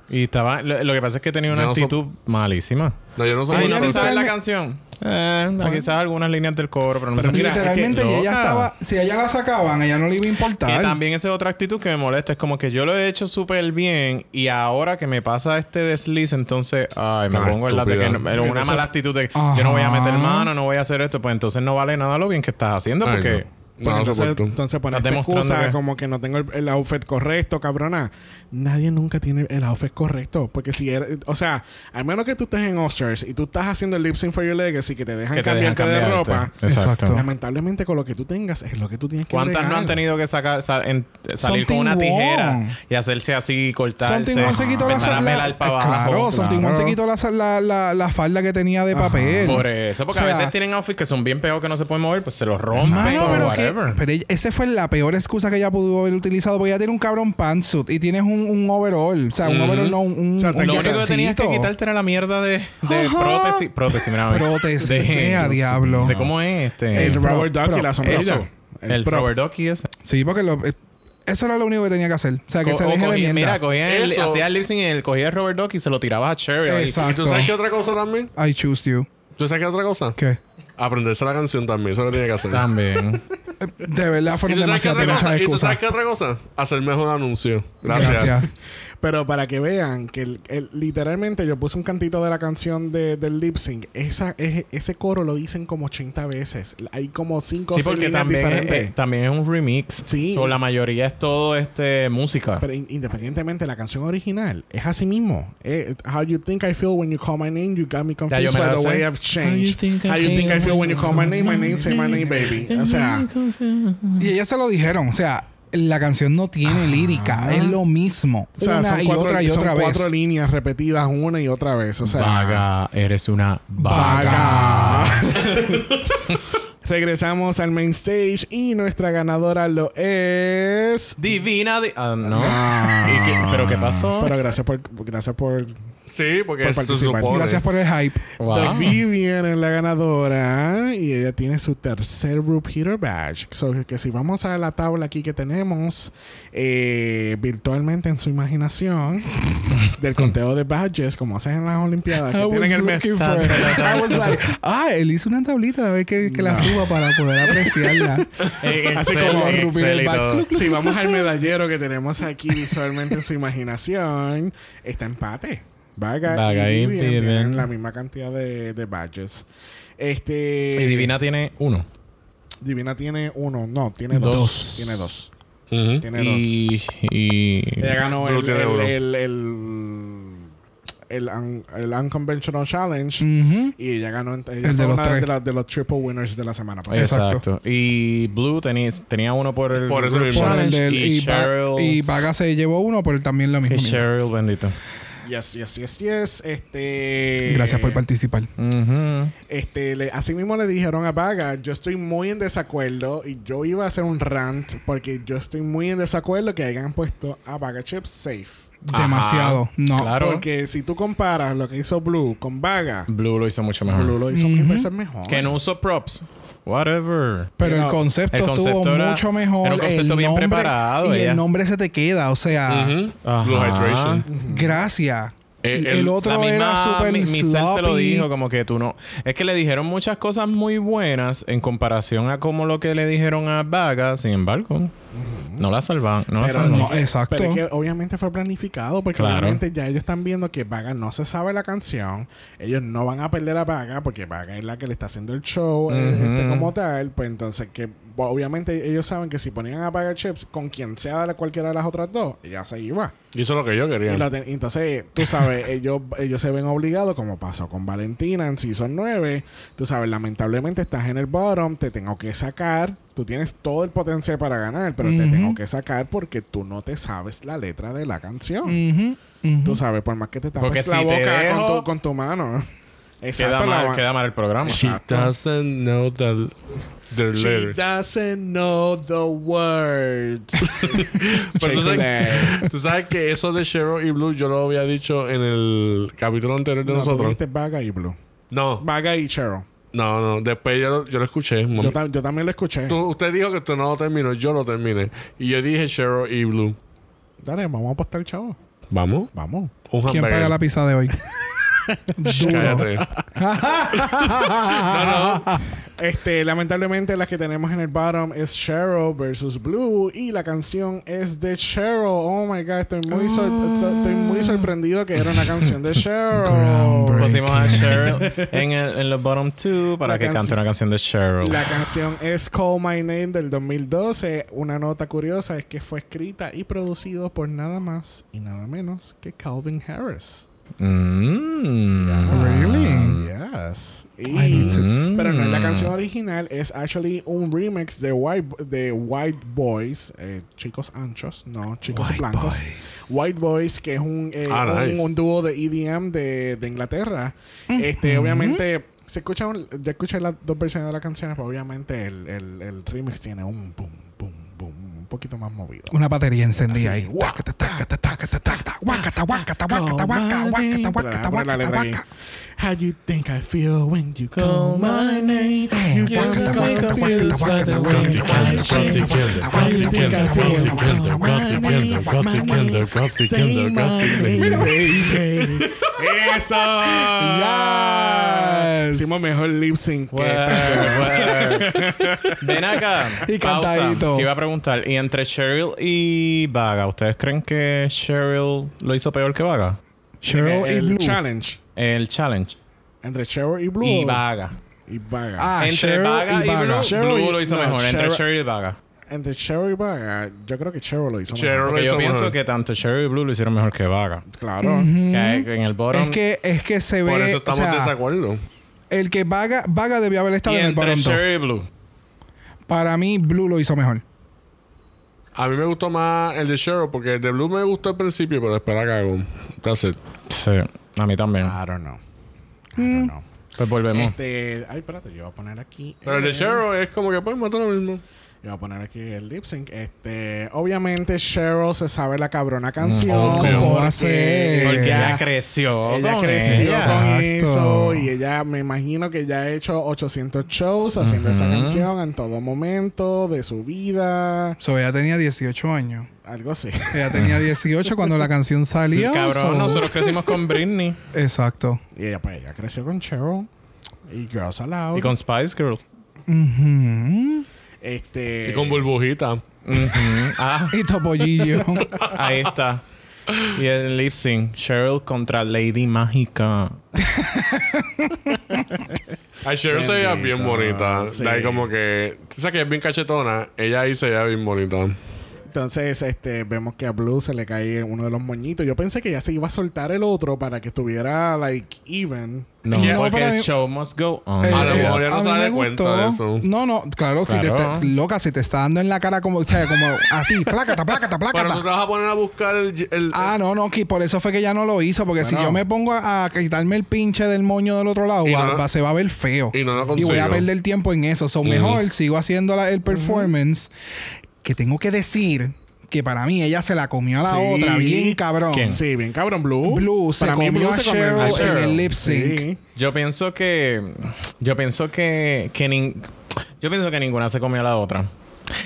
D: Y estaba, lo, lo que pasa es que tenía una
C: No, so-
D: actitud malísima.
C: no, yo no soy
B: Ay,
D: Ay,
C: una
B: ya me
D: no te
B: sale
C: persona-
D: sabes la
B: literalmente-
D: canción. Eh, quizás algunas líneas del coro, pero no sé.
A: mira, es que-
B: Literalmente, y ella
D: loca.
B: estaba, si a ella la sacaban, a ella no le iba a
D: Que
B: importar.
D: también esa es otra actitud que me molesta. Es como que yo lo he hecho súper bien y ahora que me pasa este desliz, entonces, ay, me
C: Tan
D: pongo el late que no-
C: estúpida.
D: era una
A: Entonces-
D: mala actitud de que yo no voy a meter
B: Ajá.
D: mano, no voy a hacer esto. Pues entonces no vale nada lo bien que estás haciendo
C: Ay,
D: porque...
C: no. No, no
A: entonces,
C: soporto.
A: entonces pones
D: Estás
A: esta
D: demostrando
A: excusa
D: que-
A: como que no tengo el, el outfit correcto, cabrona. Nadie nunca tiene el outfit correcto. Porque si eres, o sea, al menos que tú estés en Oscars y tú estás haciendo el lip sync for your legacy que te dejan
D: Que te dejan
A: cambiarte de
D: cambiar
A: ropa,
B: Exacto.
A: lamentablemente con lo que tú tengas es lo que tú tienes que
D: ¿Cuántas no
A: bregar.
D: han tenido que sacar, sal- en- salir
B: Something
D: con una tijera
B: wrong.
D: y hacerse así, cortarse,
B: Something One se quitó la,
D: empezar a
B: la- eh,
D: pelar para
B: claro,
D: abajo?
B: Something One se
A: claro.
B: quitó la, la, la, la falda que tenía de papel.
D: Por eso, porque
B: O sea,
D: a veces tienen outfits que son bien pegados que no se pueden mover, pues se los rompen
B: Mano,
D: o
B: pero que.
D: whatever.
B: Pero ella- esa fue la peor excusa que ella pudo haber utilizado. Porque ella tiene un cabrón pantsuit y tienes un, un overall. O sea, un overall no, un, un,
A: sea, te-
B: un
D: Lo único que tenías que
B: jaquecito.
D: quitarte era la mierda de, de
B: Ajá.
D: prótesis. Prótesis, mira. mira.
B: Prótesis, vea,
D: <laughs> De,
B: diablo.
D: de cómo es este.
A: El
B: El
A: rubber
B: prop,
A: duck y
B: prop,
A: la sombrilla.
D: eso. El,
A: prop.
D: rubber ducky ese.
B: Sí, porque lo- eh, eso era lo único que tenía que hacer. O sea, que
D: Co-
B: se
D: o
B: deje de
D: cogía-
B: mierda.
D: mira, cogía el,
C: Eso.
D: hacía el lip sync y el, cogía el rubber ducky y se lo tirabas a Cherry. ahí.
C: ¿Y
B: Exacto.
C: tú sabes qué otra cosa también?
B: I choose you.
C: ¿Tú sabes qué otra cosa?
B: ¿Qué? Eh,
C: Aprenderse la canción también. Eso es lo que tiene que
B: <laughs>
C: hacer.
D: También.
B: De verdad
C: ¿Y
B: fueron
C: tú sabes qué
B: demasiadas
C: otra
B: demasiadas
C: cosa? ¿Y tú
B: excusas.
C: sabes qué otra cosa? Hacer mejor anuncio. Gracias.
B: Gracias.
A: Pero para que vean que el- el- literalmente yo puse un cantito de la canción de, del lip sync. Esa, es- ese coro lo dicen como 80 veces. Hay como 5 o
D: sí,
A: 6
D: porque
A: líneas
D: también es,
A: diferentes.
D: eh, también es un remix.
A: Sí.
D: So, la mayoría es todo este música.
A: Pero in- independientemente, la canción original es así mismo. Eh, how you think I feel when you call my name, you got me
D: Ya, yo
A: confused
D: me
A: by
D: la
A: the
D: sé.
A: way I've changed. How you think I feel when you call my name, my name say my name, baby. O sea,
B: Y ellas se lo dijeron. O sea, la canción no tiene lírica. Es lo mismo.
A: o sea,
B: una
A: son
B: y
A: cuatro,
B: otra y
A: son
B: otra vez.
A: cuatro líneas repetidas una y otra vez. O sea,
D: Vaga, eres una vaga.
A: Vaga. Regresamos al main stage y nuestra ganadora lo es.
D: Divina. di- ah, no. ¿Y qué- ¿Pero qué pasó?
A: Pero gracias por gracias por
C: Sí, porque
A: Por
C: eso se
A: participar.
C: supone.
B: Gracias por el hype.
A: The
D: Wow.
A: Vivian es la ganadora y ella tiene su tercer Repeater Badge. So, que si vamos a la tabla aquí que tenemos eh, virtualmente en su
D: <laughs>
A: imaginación del conteo de badges, como hacen en las Olimpiadas,
D: Ah,
A: que tienen el mes.
B: looking for it. I was like, ah, él hizo una tablita a ver que, que la suba para poder apreciarla.
D: <laughs> En
A: Así
D: Excel,
A: como
D: en
B: Ruby
D: Excel y
B: Bell
D: todo.
B: Back.
A: <laughs> Si vamos al medallero que tenemos aquí visualmente en su imaginación, está empate. Vaga,
D: Vaga
A: y
D: y
A: Vivian
D: Vivian.
A: tienen la misma cantidad de, de badges. Este,
B: eh,
D: Y Divina tiene uno.
A: Divina tiene uno, no, tiene dos.
D: Dos.
A: Tiene dos.
C: Ujú.
A: Tiene dos.
D: Y, y
A: Ella ganó el,
C: Blue tiene
A: el,
C: oro.
A: el- el- el, un- el Unconventional Challenge
B: Ujú.
A: y ella ganó ella fue
B: de los
A: una
B: tres.
A: de, las- de los triple winners de la semana pasada.
D: Exacto.
B: Exacto.
D: Y Blue tenía, tenía uno por el
C: Por ese
D: Group
C: mismo.
B: Por el
D: Challenge
B: del-
D: y,
B: y, Ba-
D: Cheryl.
B: y
D: Y,
B: Vaga se llevó uno por también lo mismo.
D: Cheryl, bendito.
A: Yes, yes, yes, yes. Este,
B: Gracias por participar.
D: Ujú.
A: Este, le, así mismo le dijeron a Vaga, yo estoy muy en desacuerdo y yo iba a hacer un rant porque yo estoy muy en desacuerdo que hayan puesto a Vaga Chip safe.
C: Ajá.
B: Demasiado. No.
D: Claro.
A: Porque si tú comparas lo que hizo Blue con Vaga,
D: Blue lo hizo mucho mejor.
A: Blue lo hizo mil veces mejor.
D: Que no usó props. Whatever.
B: Pero
A: No,
B: el concepto,
D: el concepto
B: estuvo
D: era-
B: mucho mejor.
D: era un concepto
B: el
D: bien
B: nombre,
D: preparado,
B: Y
D: ella.
B: el nombre se te queda. O sea,
C: Ujú.
D: Ajá.
C: Blue Hydration.
B: gracias.
C: Eh,
B: El,
C: el- la
B: otro
D: La
B: era
D: misma
B: súper
D: mi- mi ser se lo
B: sloppy.
D: dijo, como que tú no. Es que le dijeron muchas cosas muy buenas en comparación a como lo que le dijeron a Vaga. Sin embargo, no la salvan. No la
A: Pero
D: salvan.
B: No, exacto.
A: Pero es que obviamente fue planificado porque
D: Claro.
A: obviamente ya ellos están viendo que Vaga no se sabe la canción. Ellos no van a perder a Vaga porque Vaga es la que le está haciendo el show eh,
D: Ujú.
A: este, como tal. Pues entonces que bo- obviamente ellos saben que si ponían a Vaga Chips con quien sea de la- cualquiera de las otras dos, ella se iba.
C: Y eso es lo que yo quería.
A: Y la ten- entonces, tú
D: <laughs>
A: sabes, ellos, ellos se ven obligados, como pasó con Valentina en Season 9. Tú sabes, lamentablemente estás en el bottom, te tengo que sacar. Tú tienes todo el potencial para ganar, pero te
B: Ujú.
A: tengo que sacar porque tú no te sabes la letra de la canción.
B: Ujú, ujú.
A: Tú sabes, por más que te tapes
D: Porque
A: la
D: si te
A: boca
D: dejo-
A: con, tu, con tu mano.
D: Queda,
A: la
D: mal,
A: ba-
D: queda mal el programa.
C: She
A: Exacto.
C: doesn't know the, the
A: She
C: lyrics.
A: doesn't know the
D: <laughs>
A: words.
C: Pero tú
A: Chick-fil-A.
C: sabes, tú sabes que eso de Cheryl y Blue yo lo había dicho en el capítulo anterior de
A: No, tú
C: nosotros.
A: dijiste Vaga y Blue.
C: No,
A: Vaga y Cheryl.
C: no, no. Después yo lo, yo lo escuché.
A: Yo,
C: mami.
A: tam- yo también lo escuché.
C: Tú- usted dijo que usted no lo terminó, yo lo terminé. Y yo dije Cheryl y Blue.
A: Dale, vamos a apostar, chavo.
C: Vamos,
A: Vamos.
C: un
B: ¿Quién
C: hamburger.
B: paga la pizza de hoy? Duro.
C: Cállate.
A: Este, lamentablemente las que tenemos en el bottom es Cheryl versus Blue y la canción es de Cheryl. Oh my god, estoy muy, sor- so- estoy muy sorprendido que era una canción de Cheryl.
B: Groundbreaking.
D: <laughs> Pusimos a Cheryl en, el- en los bottom two para
A: La
D: que cante
A: canción-
D: una canción de Cheryl.
A: La canción es Call My Name del 2012. Una nota curiosa es que fue escrita y producido por nada más y nada menos que Calvin Harris.
D: Mm.
B: Really?
A: Yes. Y-
B: I need to-
D: Mm.
A: Pero no es la canción original, es actually un remix de White, de White Boys, eh, chicos anchos, no, chicos blancos. White Boys, que es un, eh,
C: Ah,
A: un-
C: nice.
A: un dúo de EDM de, de Inglaterra. Este, obviamente, se escucha un- yo escuché las dos versiones de las canciones, pero obviamente el, el- el remix tiene un boom, boom, boom, un poquito más movido.
B: Una batería encendida
A: Así,
B: ahí. Guácata, tácata, tácata, tácata, guácata, guácata, guácata, guácata,
A: Call my
B: guácata,
A: name. Pero le voy a
B: guácata,
A: poner la
B: guácata,
A: letra aquí.
B: guácata.
A: How you think I feel when you call my name?
B: Eh,
A: You
B: guácata,
A: got me
B: guácata,
A: confused by
B: guácata,
A: the
B: guácata,
A: way I
B: guácata,
A: shake. How you think I feel when you call my name? Say my name, baby. <laughs> Eso.
B: Yes.
A: Hicimos mejor lip sync. que
D: Word,
A: esta-
D: word. Ven acá.
B: Y
D: Pausa.
B: cantadito.
D: Que iba a preguntar. Y entre Cheryl y Vaga, ¿ustedes creen que Cheryl lo hizo peor que Vaga?
B: Cheryl y
A: este, el
B: Blue.
A: challenge
D: El challenge.
A: entre Cheryl y Blue
D: Y Vaga.
A: y Vaga.
B: Ah,
D: entre
B: Cheryl
D: Vaga y,
B: y Vaga.
D: Blue,
A: Cheryl
D: Blue
A: y-
D: lo hizo
A: no,
D: mejor. entre
A: Cheryl-
D: Cheryl y Vaga.
A: Entre Cheryl y Vaga, yo creo que Cheryl lo hizo
C: Cheryl
A: mejor.
C: lo
D: Porque
C: hizo
D: yo pienso
C: mejor.
D: que tanto Cheryl y Blue lo hicieron mejor que Vaga.
A: Claro.
D: Que en el bottom.
B: Es que, es que se ve.
C: Por eso
B: o
C: estamos en
B: sea,
C: desacuerdo.
B: el que vaga, vaga debió haber
D: y
B: estado en el
D: entre
B: bottom dos.
D: Cheryl y Blue.
B: Para mí, Blue lo hizo mejor.
C: A mí me gustó más el de Cheryl porque el de Blue me gustó al principio, pero después la cago. That's it.
D: Sí. A mí también.
B: Ah.
A: I don't know. I
B: Mm.
A: don't know.
D: Pues volvemos.
A: Este, ay, espérate, yo voy a poner aquí.
C: Pero el de
A: el-
C: Cheryl es como que pues mató lo mismo.
A: Yo voy a poner aquí el lip sync. Este, obviamente Cheryl se sabe la cabrona canción.
C: Obvio.
B: Mm. ¿Cómo va a
A: porque
B: ser?
D: Porque
A: ella-
D: ella creció.
A: Ella
D: con
A: creció
D: ella.
A: con
B: Exacto.
A: eso y ella me imagino que ya ha hecho 800 shows haciendo esa canción en todo momento de su vida,
B: So, ella tenía 18 años.
A: algo así. <laughs>
B: Ella tenía 18 cuando la canción salió. so-
D: Cabrón, nosotros crecimos con Britney
B: Exacto.
A: Y ella pues ella creció con Cheryl y Girls Aloud.
D: y con Spice Girls.
B: Ujú.
A: este
C: Y con burbujita.
D: Ujú. Ah,
B: Y
C: <laughs>
B: Topollillo.
D: ahí está. Y el lip sync, Cheryl contra Lady Mágica.
C: Ay, Cheryl se veía bien
A: Bendito,
C: bonita.
A: sí.
C: Like, como que. Tú sabes que es bien cachetona. Ella ahí se veía bien bonita.
A: Entonces, este, vemos que a Blue se le cae uno de los moñitos. Yo pensé que ya se iba a soltar el otro para que estuviera, like, even.
D: No,
B: Yeah.
D: porque
B: No, pero a
D: el
B: mí-
D: show must go on.
B: Eh,
C: A lo
B: eh,
C: mejor ya Ah, no
B: a
C: se
B: mí
C: da
B: me
C: cuenta
B: gustó.
C: de eso.
B: No, no, claro, si te
D: Claro.
B: está, loca, si te está dando en la cara como, o sea, como así, plácata, plácata,
C: Pero
B: plácata.
C: tú te vas a poner a buscar el. el-
B: Ah, no, no, que por eso fue que ya no lo hizo, porque si
A: Bueno.
B: yo me pongo a, a quitarme el pinche del moño del otro lado,
C: Y
B: va-
C: no-
B: va- se va a ver feo.
C: y no lo
B: Y voy
C: consigo.
B: a perder tiempo en eso. Son mejor sigo haciendo la- el performance. Que tengo que decir que para mí ella se la comió a la
A: Sí.
B: otra, bien cabrón.
D: ¿Quién?
A: Sí, bien cabrón, Blue.
B: Blue se comió a Cheryl
D: en el
B: lip sync.
A: Sí.
D: Yo pienso que. Yo pienso que. que nin- yo pienso que ninguna se comió a la otra.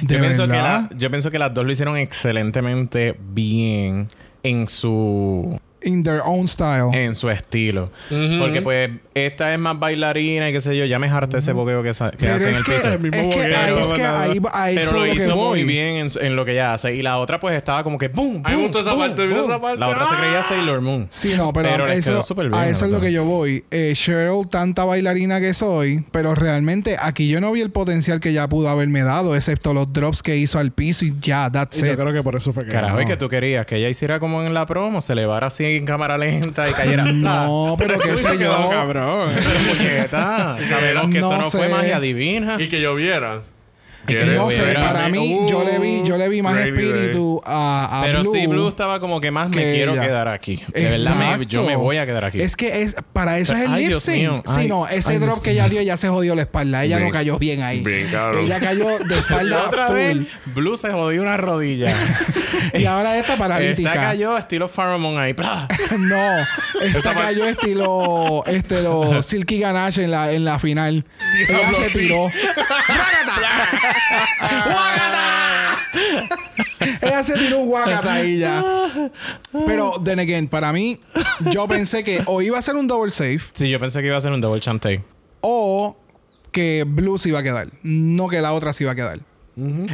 B: ¿De
D: yo, pienso que
B: verdad?
D: la- yo pienso que las dos lo hicieron excelentemente bien en su
B: In their own style.
D: en su estilo.
C: Ujú.
D: Porque pues esta es más bailarina y qué sé yo. Ya me harté ese boqueo que, sa- que
B: Pero
D: hace en
B: es
D: el
B: que,
D: piso.
A: El mismo
B: es que,
A: boqueo,
B: ahí, es que
A: nada.
B: ahí, ahí
D: Pero
B: eso
D: lo
B: es lo que
D: hizo muy
B: voy.
D: bien en, su- en lo que ella hace. Y la otra pues estaba como que boom, boom,
C: A mí me gustó esa
D: boom,
C: parte, ¿viste
D: boom.
C: esa parte?
D: La otra se
C: ¡Ah!
D: creía Sailor Moon.
B: Sí, no, pero,
D: Pero les
B: eso,
D: quedó súper bien,
B: a
D: la
B: eso es lo
D: verdad.
B: que yo voy. Eh, Cheryl, tanta bailarina que soy, pero realmente aquí yo no vi el potencial que ya pudo haberme dado, excepto los drops que hizo al piso y ya, that's
A: Y yo
B: it.
A: creo que por eso fue que.
D: Carajo,
A: ganó.
D: y que tú querías que ella hiciera como en la promo, se elevara así en cámara lenta y cayera. Ah.
B: No, pero qué
A: Uy, se
B: sé
A: quedó
B: yo.
A: cabrón.
D: Pero puñeta, Sabemos que
B: No
D: eso no fue
B: sé.
D: magia divina.
C: Y que lloviera.
D: que
C: ¿Quieres?
B: No sé,
D: Pero
B: para
D: me-
B: mí, yo le vi, yo le vi más
C: Baby,
B: <laughs> espíritu a, a
D: Pero
B: Ah, Blue.
D: sí, Blue estaba como que más me
B: que
D: quiero
B: ella.
D: quedar aquí. De verdad, me- yo me
B: Exacto.
D: voy a quedar aquí.
B: Es que es para eso es el
D: Ay,
B: lip
D: Dios mío.
B: sync.
D: Ay,
B: Sí, no, ese
D: ay,
B: drop
D: Dios
B: que ella dio ya se jodió la espalda. Ella
C: Bien.
B: no cayó bien ahí.
C: Bien, cabrón.
B: Ella cayó de
D: La
B: espalda
D: otra
B: full.
D: vez, Blue se jodió
A: <laughs>
D: una rodilla.
B: Y ahora esta
D: Esta
B: paralítica.
D: cayó estilo Pharamon ahí. ¡plah!
B: <laughs> No, esta cayó estilo este lo Silky Ganache en la, en la final. Ella se tiró. ¡Guácata! ¡Guácata! Ella se tiró un guacata ahí ya. Pero, then again, para mí, yo pensé que o iba a ser un double safe
D: Sí, yo pensé que iba a ser un double chante.
B: o que Blue se iba a quedar. No que la otra se iba a quedar.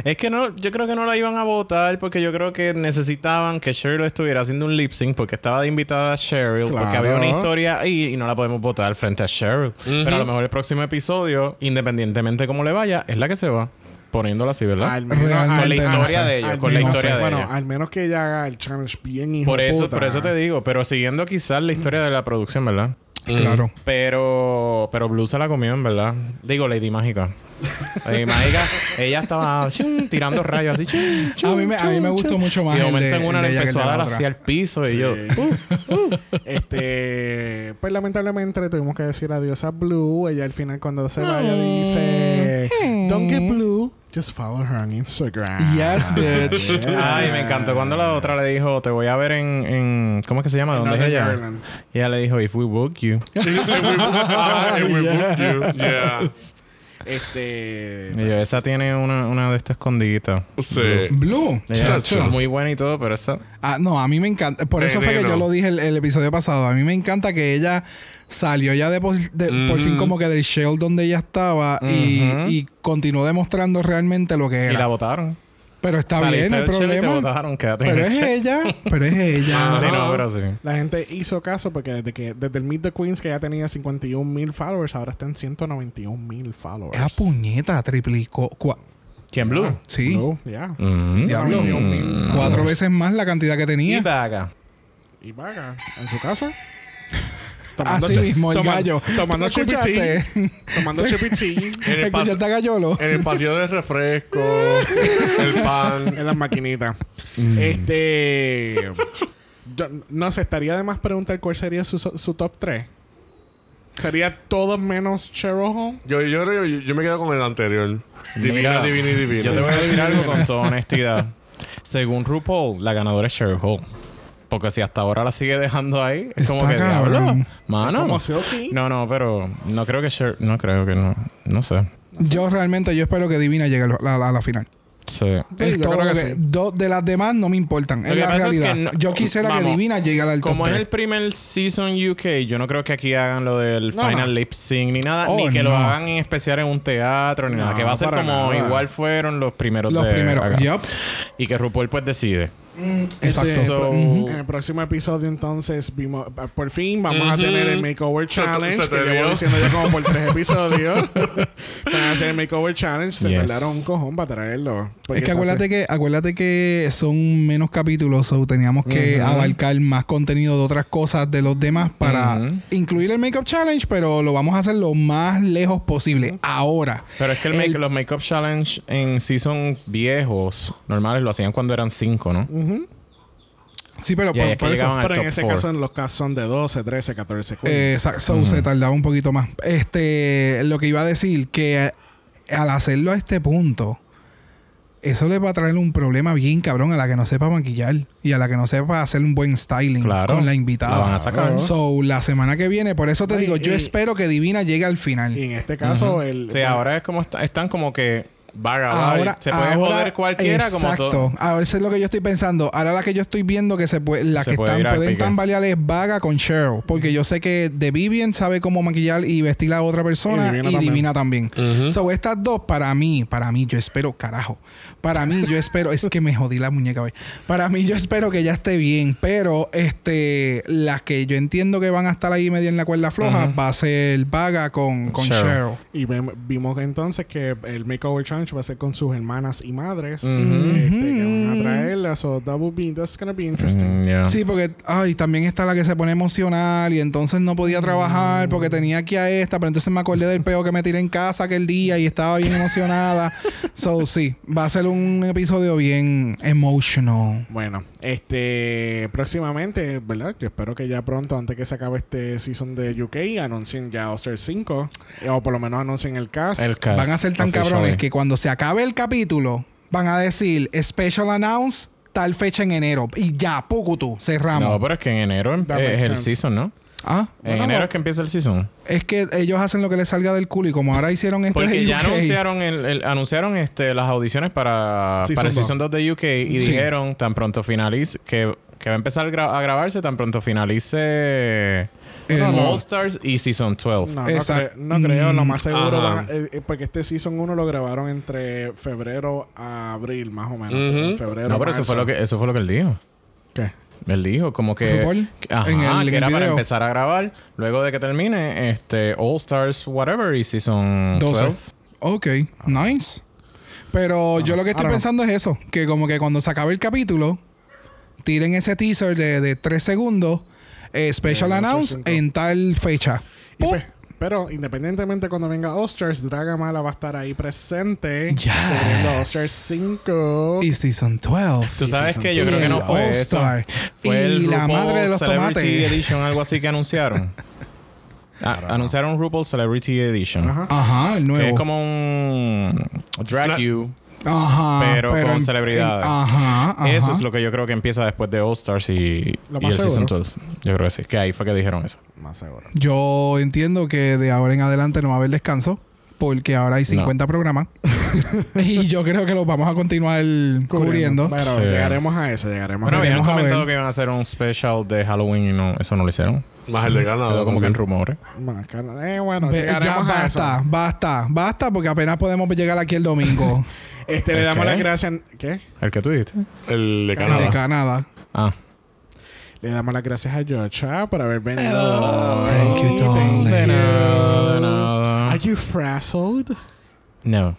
D: Es que no, yo creo que no la iban a votar porque yo creo que necesitaban que Cheryl estuviera haciendo un lip sync porque estaba de invitada a Cheryl porque
A: Claro.
D: había una historia ahí y no la podemos votar frente a Cheryl. Pero a lo mejor el próximo episodio, independientemente cómo le vaya, es la que se va poniéndola así, ¿verdad?
A: Al menos-
B: Realmente
A: al-
B: Con la historia
A: al-
D: de ellos,
A: al
D: con la
A: menos-
D: historia de
A: bueno,
D: ellos.
A: al menos que ella haga el challenge bien hijo
D: por eso,
A: puta.
D: por eso te digo, pero siguiendo quizás la historia de la producción, ¿verdad?
B: Mm. Claro.
D: Pero, pero Blue se la comió, en verdad. Digo, Lady Mágica. Lady Mágica, ella estaba chum, tirando rayos así. chum, chum,
B: A mí me, a mí me gustó mucho más.
D: y de
B: el
D: momento
B: de-
D: en una
B: el
D: le
B: de ella que el
D: empezó
B: de
D: a
B: la
D: dar
B: otra.
D: hacia el piso y
A: Sí.
D: yo. uh,
A: Este, pues lamentablemente le tuvimos que decir adiós a Blue. Ella al final cuando se vaya
B: Mm.
A: dice, "Don't get Blue, just follow her on Instagram." <laughs>
B: Yes, bitch.
D: Ay, me encantó cuando la otra le dijo, te voy a ver en. en- ¿Cómo es que se llama? ¿Dónde es
A: Northern
D: ella?
A: Ireland.
D: Y ella le dijo, If we book you.
C: Ah, and we booked you.
B: <laughs>
C: Yeah.
A: Este,
D: Y yo, esa tiene una, una de estas escondiditas.
C: Sí.
B: Blue.
D: Ella
B: chacho.
D: es muy buena y todo, pero esa.
B: Ah, no, a mí me encanta. Por eso fue que
C: Veneno.
B: yo lo dije el, el episodio pasado. A mí me encanta que ella salió ya de, pos- de- por fin como que del shell donde ella estaba y- y, continuó demostrando realmente lo que
D: Y la
B: era.
D: votaron.
B: Pero está
D: Saliste
B: bien, no hay
D: del chile y Te Ah,
B: problema.
D: votaron, quédate en
B: Pero
D: el
B: es
D: chile.
B: ella. Pero es ella.
D: Sí, no,
C: Ajá.
D: pero sí.
A: la gente hizo caso porque desde que desde el Meet the Queens que ya tenía 51 mil followers, ahora está en 191 mil followers.
B: Esa puñeta triplicó. cua-
D: ¿Quién Blue?
B: pues, sí.
A: Blue, ya.
D: Mm.
B: Diablo. Mm. Cuatro veces más la cantidad que
D: Y
B: tenía.
D: vaga.
A: Y vaga en su <laughs> casa.
B: Así mismo, el
A: toma-
B: gallo.
A: tomando
B: ¿Tú escuchaste? <laughs>
A: Tomando chipití
C: En el, pas-
B: ¿Escuchaste a Gallolo?
C: en el pasillo de refresco, el pan.
A: en las
B: <laughs>
A: maquinitas.
B: Mm.
A: este. yo- no sé, estaría de más preguntar cuál sería su, su top 3. Sería todos menos Cheryl Home.
C: Yo, yo, creo- yo, yo me quedo con el anterior. Divina,
D: Mira,
C: divina y divina.
D: Yo te voy a decir algo con toda honestidad. Según RuPaul, la ganadora es Cheryl Hall. Porque si hasta ahora la sigue dejando ahí, es como
B: Está
D: que diablo.
B: cabrón.
D: Mano.
A: Como Silky.
D: No, no, pero no creo que Cheryl. No creo que no. No sé.
B: Yo realmente, yo espero que Divina llegue a la- a la- a la final.
D: Sí.
A: Sí,
B: Es
A: yo
B: todo
A: creo
B: lo
A: que
B: que-
A: sí.
B: do- de las demás no me importan.
D: Lo
B: Es
D: que
B: la
D: pasa es que
B: realidad.
D: no-
B: yo quisiera que
D: vamos,
B: Divina llegara al top
D: Como es
B: tres.
D: el primer season UK, yo no creo que aquí hagan lo del
A: No,
D: final
A: no.
D: lip sync ni nada,
B: Oh,
D: ni que lo
B: no.
D: hagan en especial en un teatro ni nada,
A: No,
D: que va a ser
A: para
D: como
A: nada.
D: igual fueron los primeros
B: Los
D: de
B: primeros.
D: acá.
B: Yup.
D: y que RuPaul pues decide.
B: Exacto.
D: So-
A: En el próximo episodio entonces vimos, ah, por fin vamos a tener el makeover
C: Se te-
A: challenge
C: se te
A: que llevo
C: dio.
A: diciendo yo como por tres episodios. <laughs> Van a hacer el makeover challenge, se
D: Yes.
A: tardaron un cojón para traerlo. Porque
B: Es que acuérdate que acuérdate que son menos capítulos, so teníamos que abarcar más contenido de otras cosas de los demás para
D: Ujú.
B: incluir el Makeup Challenge, pero lo vamos a hacer lo más lejos posible. Ahora.
D: Pero es que el make- los Makeup Challenge en season viejos, normales, lo hacían cuando eran cinco, ¿no?
B: Mm, Sí, pero
D: Ya,
B: por-
D: ya que
B: por eso-
D: llegaban al
A: Pero en
D: top
A: ese
D: four.
A: caso, en los casos son de 12, 13, 14, 15.
B: Exacto, Eh, so, se tardaba un poquito más. Este, lo que iba a decir, que al hacerlo a este punto, eso le va a traer un problema bien cabrón a la que no sepa maquillar y a la que no sepa hacer un buen styling
D: Claro.
B: con la invitada.
D: La van a sacar.
B: So, la semana que viene, por eso te
A: No, y-
B: digo, yo
A: y-
B: espero que Divina llegue al final.
A: Y en este caso, el.
D: O sea, ahora es como está- están como que vaga, vaga, y se puede
B: ahora-
D: joder cualquiera como
B: exacto.
D: todo.
B: Ahora eso es lo que yo estoy pensando. Ahora la que yo estoy viendo que se puede, la
D: Se
B: que
D: puede
B: están,
D: ir al
B: pueden
D: pique.
B: tambalear es Vaga con Cheryl. Porque yo sé que The Vivian sabe cómo maquillar y vestir a otra persona
A: Y
B: y
A: Divina
B: Divina,
A: también.
B: también. So, estas dos, para mí, para mí, yo espero, carajo. Para mí, yo espero, es que me jodí la muñeca hoy. Para mí, yo espero que ya esté bien. Pero, este, las que yo entiendo que van a estar ahí medio en la cuerda floja, va a ser Vaga con, con
D: Cheryl.
B: Cheryl.
A: Y vem- vimos entonces que el Makeover Challenge va a ser con sus hermanas y madres. este, que van a traerlas. So that would be, that's gonna be interesting.
D: Mm, yeah.
B: Sí, porque ay, también está la que se pone emocional y entonces no podía trabajar
D: Mm.
B: porque tenía aquí a esta, pero entonces me acordé del peo que me tiré en casa aquel día y estaba bien
D: <laughs>
B: emocionada. so, sí, va a ser un episodio bien emotional.
A: Bueno, este próximamente, ¿verdad? Yo espero que ya pronto, antes que se acabe este season de UK, anuncien ya Oster 5. eh, O por lo menos anuncien el cast.
D: El cast,
B: van a ser tan
D: officially.
B: cabrones que cuando se acabe el capítulo van a decir special announce tal fecha en enero y ya, pucutu, cerramos.
D: No, pero es que en enero em-
A: That
D: es
A: makes
D: el
A: sense.
D: season, ¿no?
B: Ah,
D: en
A: Bueno,
D: enero
A: no.
D: es que empieza el season.
B: es que ellos hacen lo que les salga del culo y como ahora hicieron este
D: Porque
B: de
D: Pues ya
B: UK,
D: anunciaron el, el- anunciaron este, las audiciones para,
A: Season
D: para el
A: dos.
D: Season 2 de UK y
B: Sí.
D: dijeron tan pronto finalice que, que va a empezar gra- a grabarse tan pronto
B: Eh,
D: finalice
B: el-
D: All Stars y Season 12.
A: No, no,
B: Exacto.
A: cre- no creo, lo más seguro,
C: Ajá.
A: van a- eh, eh, porque este season 1 lo grabaron entre febrero a abril, más o menos.
C: Ujú.
A: Febrero.
D: No, pero eso
A: marzo.
D: fue lo que eso fue lo que él dijo.
A: ¿Qué?
D: Él dijo como que,
B: RuPaul,
D: que- ajá,
B: en el- en
D: que
B: el
D: era para
B: video.
D: empezar a grabar luego de que termine este All Stars whatever y Season
B: 12.
D: 12.
B: Ok, nice.
D: Ah.
B: Pero yo lo que estoy
A: ahora no.
B: pensando es eso, que como que cuando se acabe el capítulo, tiren ese teaser de, de 3 segundos, eh, special
A: Eh,
B: announce
A: 65.
B: en tal fecha.
A: Y
B: ¡Pum!
A: pues, pero independientemente cuando venga Osters, Dragamala va a estar ahí presente.
B: Yes.
A: cubriendo Osters 5.
B: Y Season 12.
D: Tú sabes
A: Season
D: que yo
A: 12.
D: creo que no
B: El
D: fue eso.
B: All-Star.
D: Fue
B: Y
D: el
B: la
D: RuPaul
B: madre de los
D: Celebrity
B: tomates.
D: Edition, algo así que
B: <laughs>
D: anunciaron. Ah, anunciaron RuPaul Celebrity Edition.
A: Ajá.
B: Ajá, el
D: Que es
B: nuevo.
D: como un drag
C: Una-
D: you.
B: Ajá.
D: pero con celebridades.
B: ajá, ajá.
D: Eso es lo que yo creo que empieza después de All Stars y,
A: Lo
D: y el
A: más
D: Season
A: seguro.
D: 12. Yo creo que sí. Que ahí fue que dijeron eso.
A: Más seguro.
B: Yo entiendo que de ahora en adelante no va a haber descanso. Porque ahora hay 50 programas. <laughs> y yo creo que los vamos a continuar cubriendo.
A: Pero
D: Sí.
A: llegaremos a eso, llegaremos
D: Bueno,
A: a eso.
D: habían
B: veremos a
D: comentado
B: ver.
D: que iban a hacer un special de Halloween y no, eso no lo hicieron.
C: Más el de
D: Quedó
C: ganado.
D: como que
C: también.
D: en rumores.
A: Más cana- Eh, bueno,
B: Ve-
A: llegaremos
B: ya
A: a
B: basta,
A: eso.
B: basta, basta, porque apenas podemos llegar aquí el domingo
A: Este, le damos
D: ¿Qué?
A: las gracias. ¿Qué?
D: ¿El que tú dijiste?
C: El de
B: de
C: Canadá.
B: Canadá.
D: Ah.
A: Le damos las gracias a Yocha por haber venido.
B: Thank you, darling.
A: Thank
D: De
A: you.
D: nada, de nada.
A: Are you frazzled?
D: No.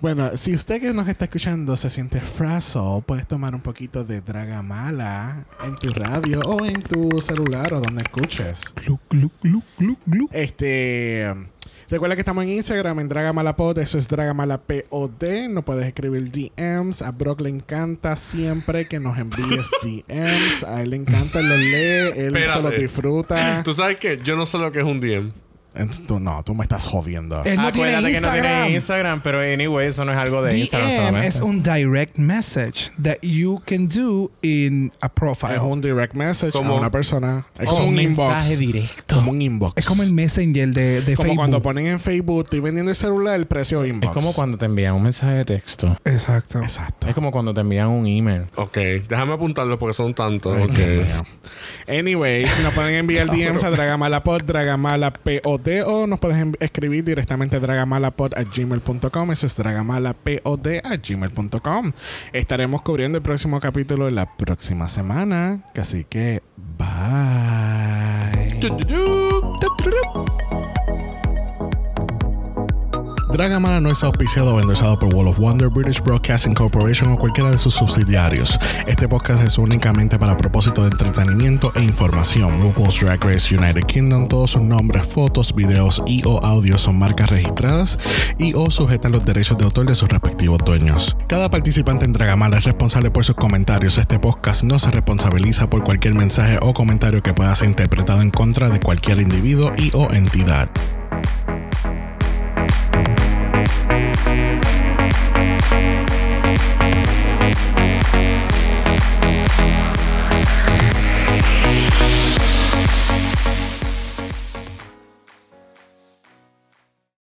A: Bueno, si usted que nos está escuchando se siente frazzled, puedes tomar un poquito de Dragamala en tu radio o en tu celular o donde escuches.
B: Glu, glu, glu, glu, glu.
A: Este. Recuerda que estamos en Instagram, en DragamalaPod, eso es DragamalaPOD. No puedes escribir DMs. A Brock le encanta siempre que nos envíes DMs. A él le encanta, él los lee, él se
C: Espérate.
A: los disfruta.
C: Tú sabes que yo no sé lo que es un DM.
A: Ent- Tú no, tú me estás jodiendo.
B: Él no tiene
D: Acuérdate que no
B: Instagram.
D: tiene Instagram, pero anyway, eso no es algo de Instagram
B: DM
D: solamente.
B: es un direct message that you can do in a
A: Es
B: profile.
A: un direct message
C: Como-
A: a una persona. Es
D: Oh,
A: como un, inbox.
D: directo.
A: Como un inbox.
B: Es como el messenger de,
A: Como
B: de Facebook.
A: cuando ponen en Facebook, estoy vendiendo el celular, el precio
D: Es
A: inbox.
D: como cuando te envían un mensaje de texto.
B: Exacto.
A: Exacto.
D: Es como cuando te envían un email.
C: Ok, déjame apuntarlo porque son tantos. Ok.
A: Anyway, nos pueden enviar DMs a Dragamalapod, Dragamalapod D o nos puedes en- escribir directamente a dragamalapod a gmail.com. Eso es dragamalapod a gmail.com. Estaremos cubriendo el próximo capítulo la próxima semana. Así que, bye. Dragamala no es auspiciado o endorsado por Wall of Wonder, British Broadcasting Corporation o cualquiera de sus subsidiarios. Este podcast es únicamente para propósito de entretenimiento e información. RuPaul's Drag Race United Kingdom, todos sus nombres, fotos, videos y o audios son marcas registradas y o sujetan los derechos de autor de sus respectivos dueños. Cada participante en Dragamala es responsable por sus comentarios. Este podcast no se responsabiliza por cualquier mensaje o comentario que pueda ser interpretado en contra de cualquier individuo y o entidad.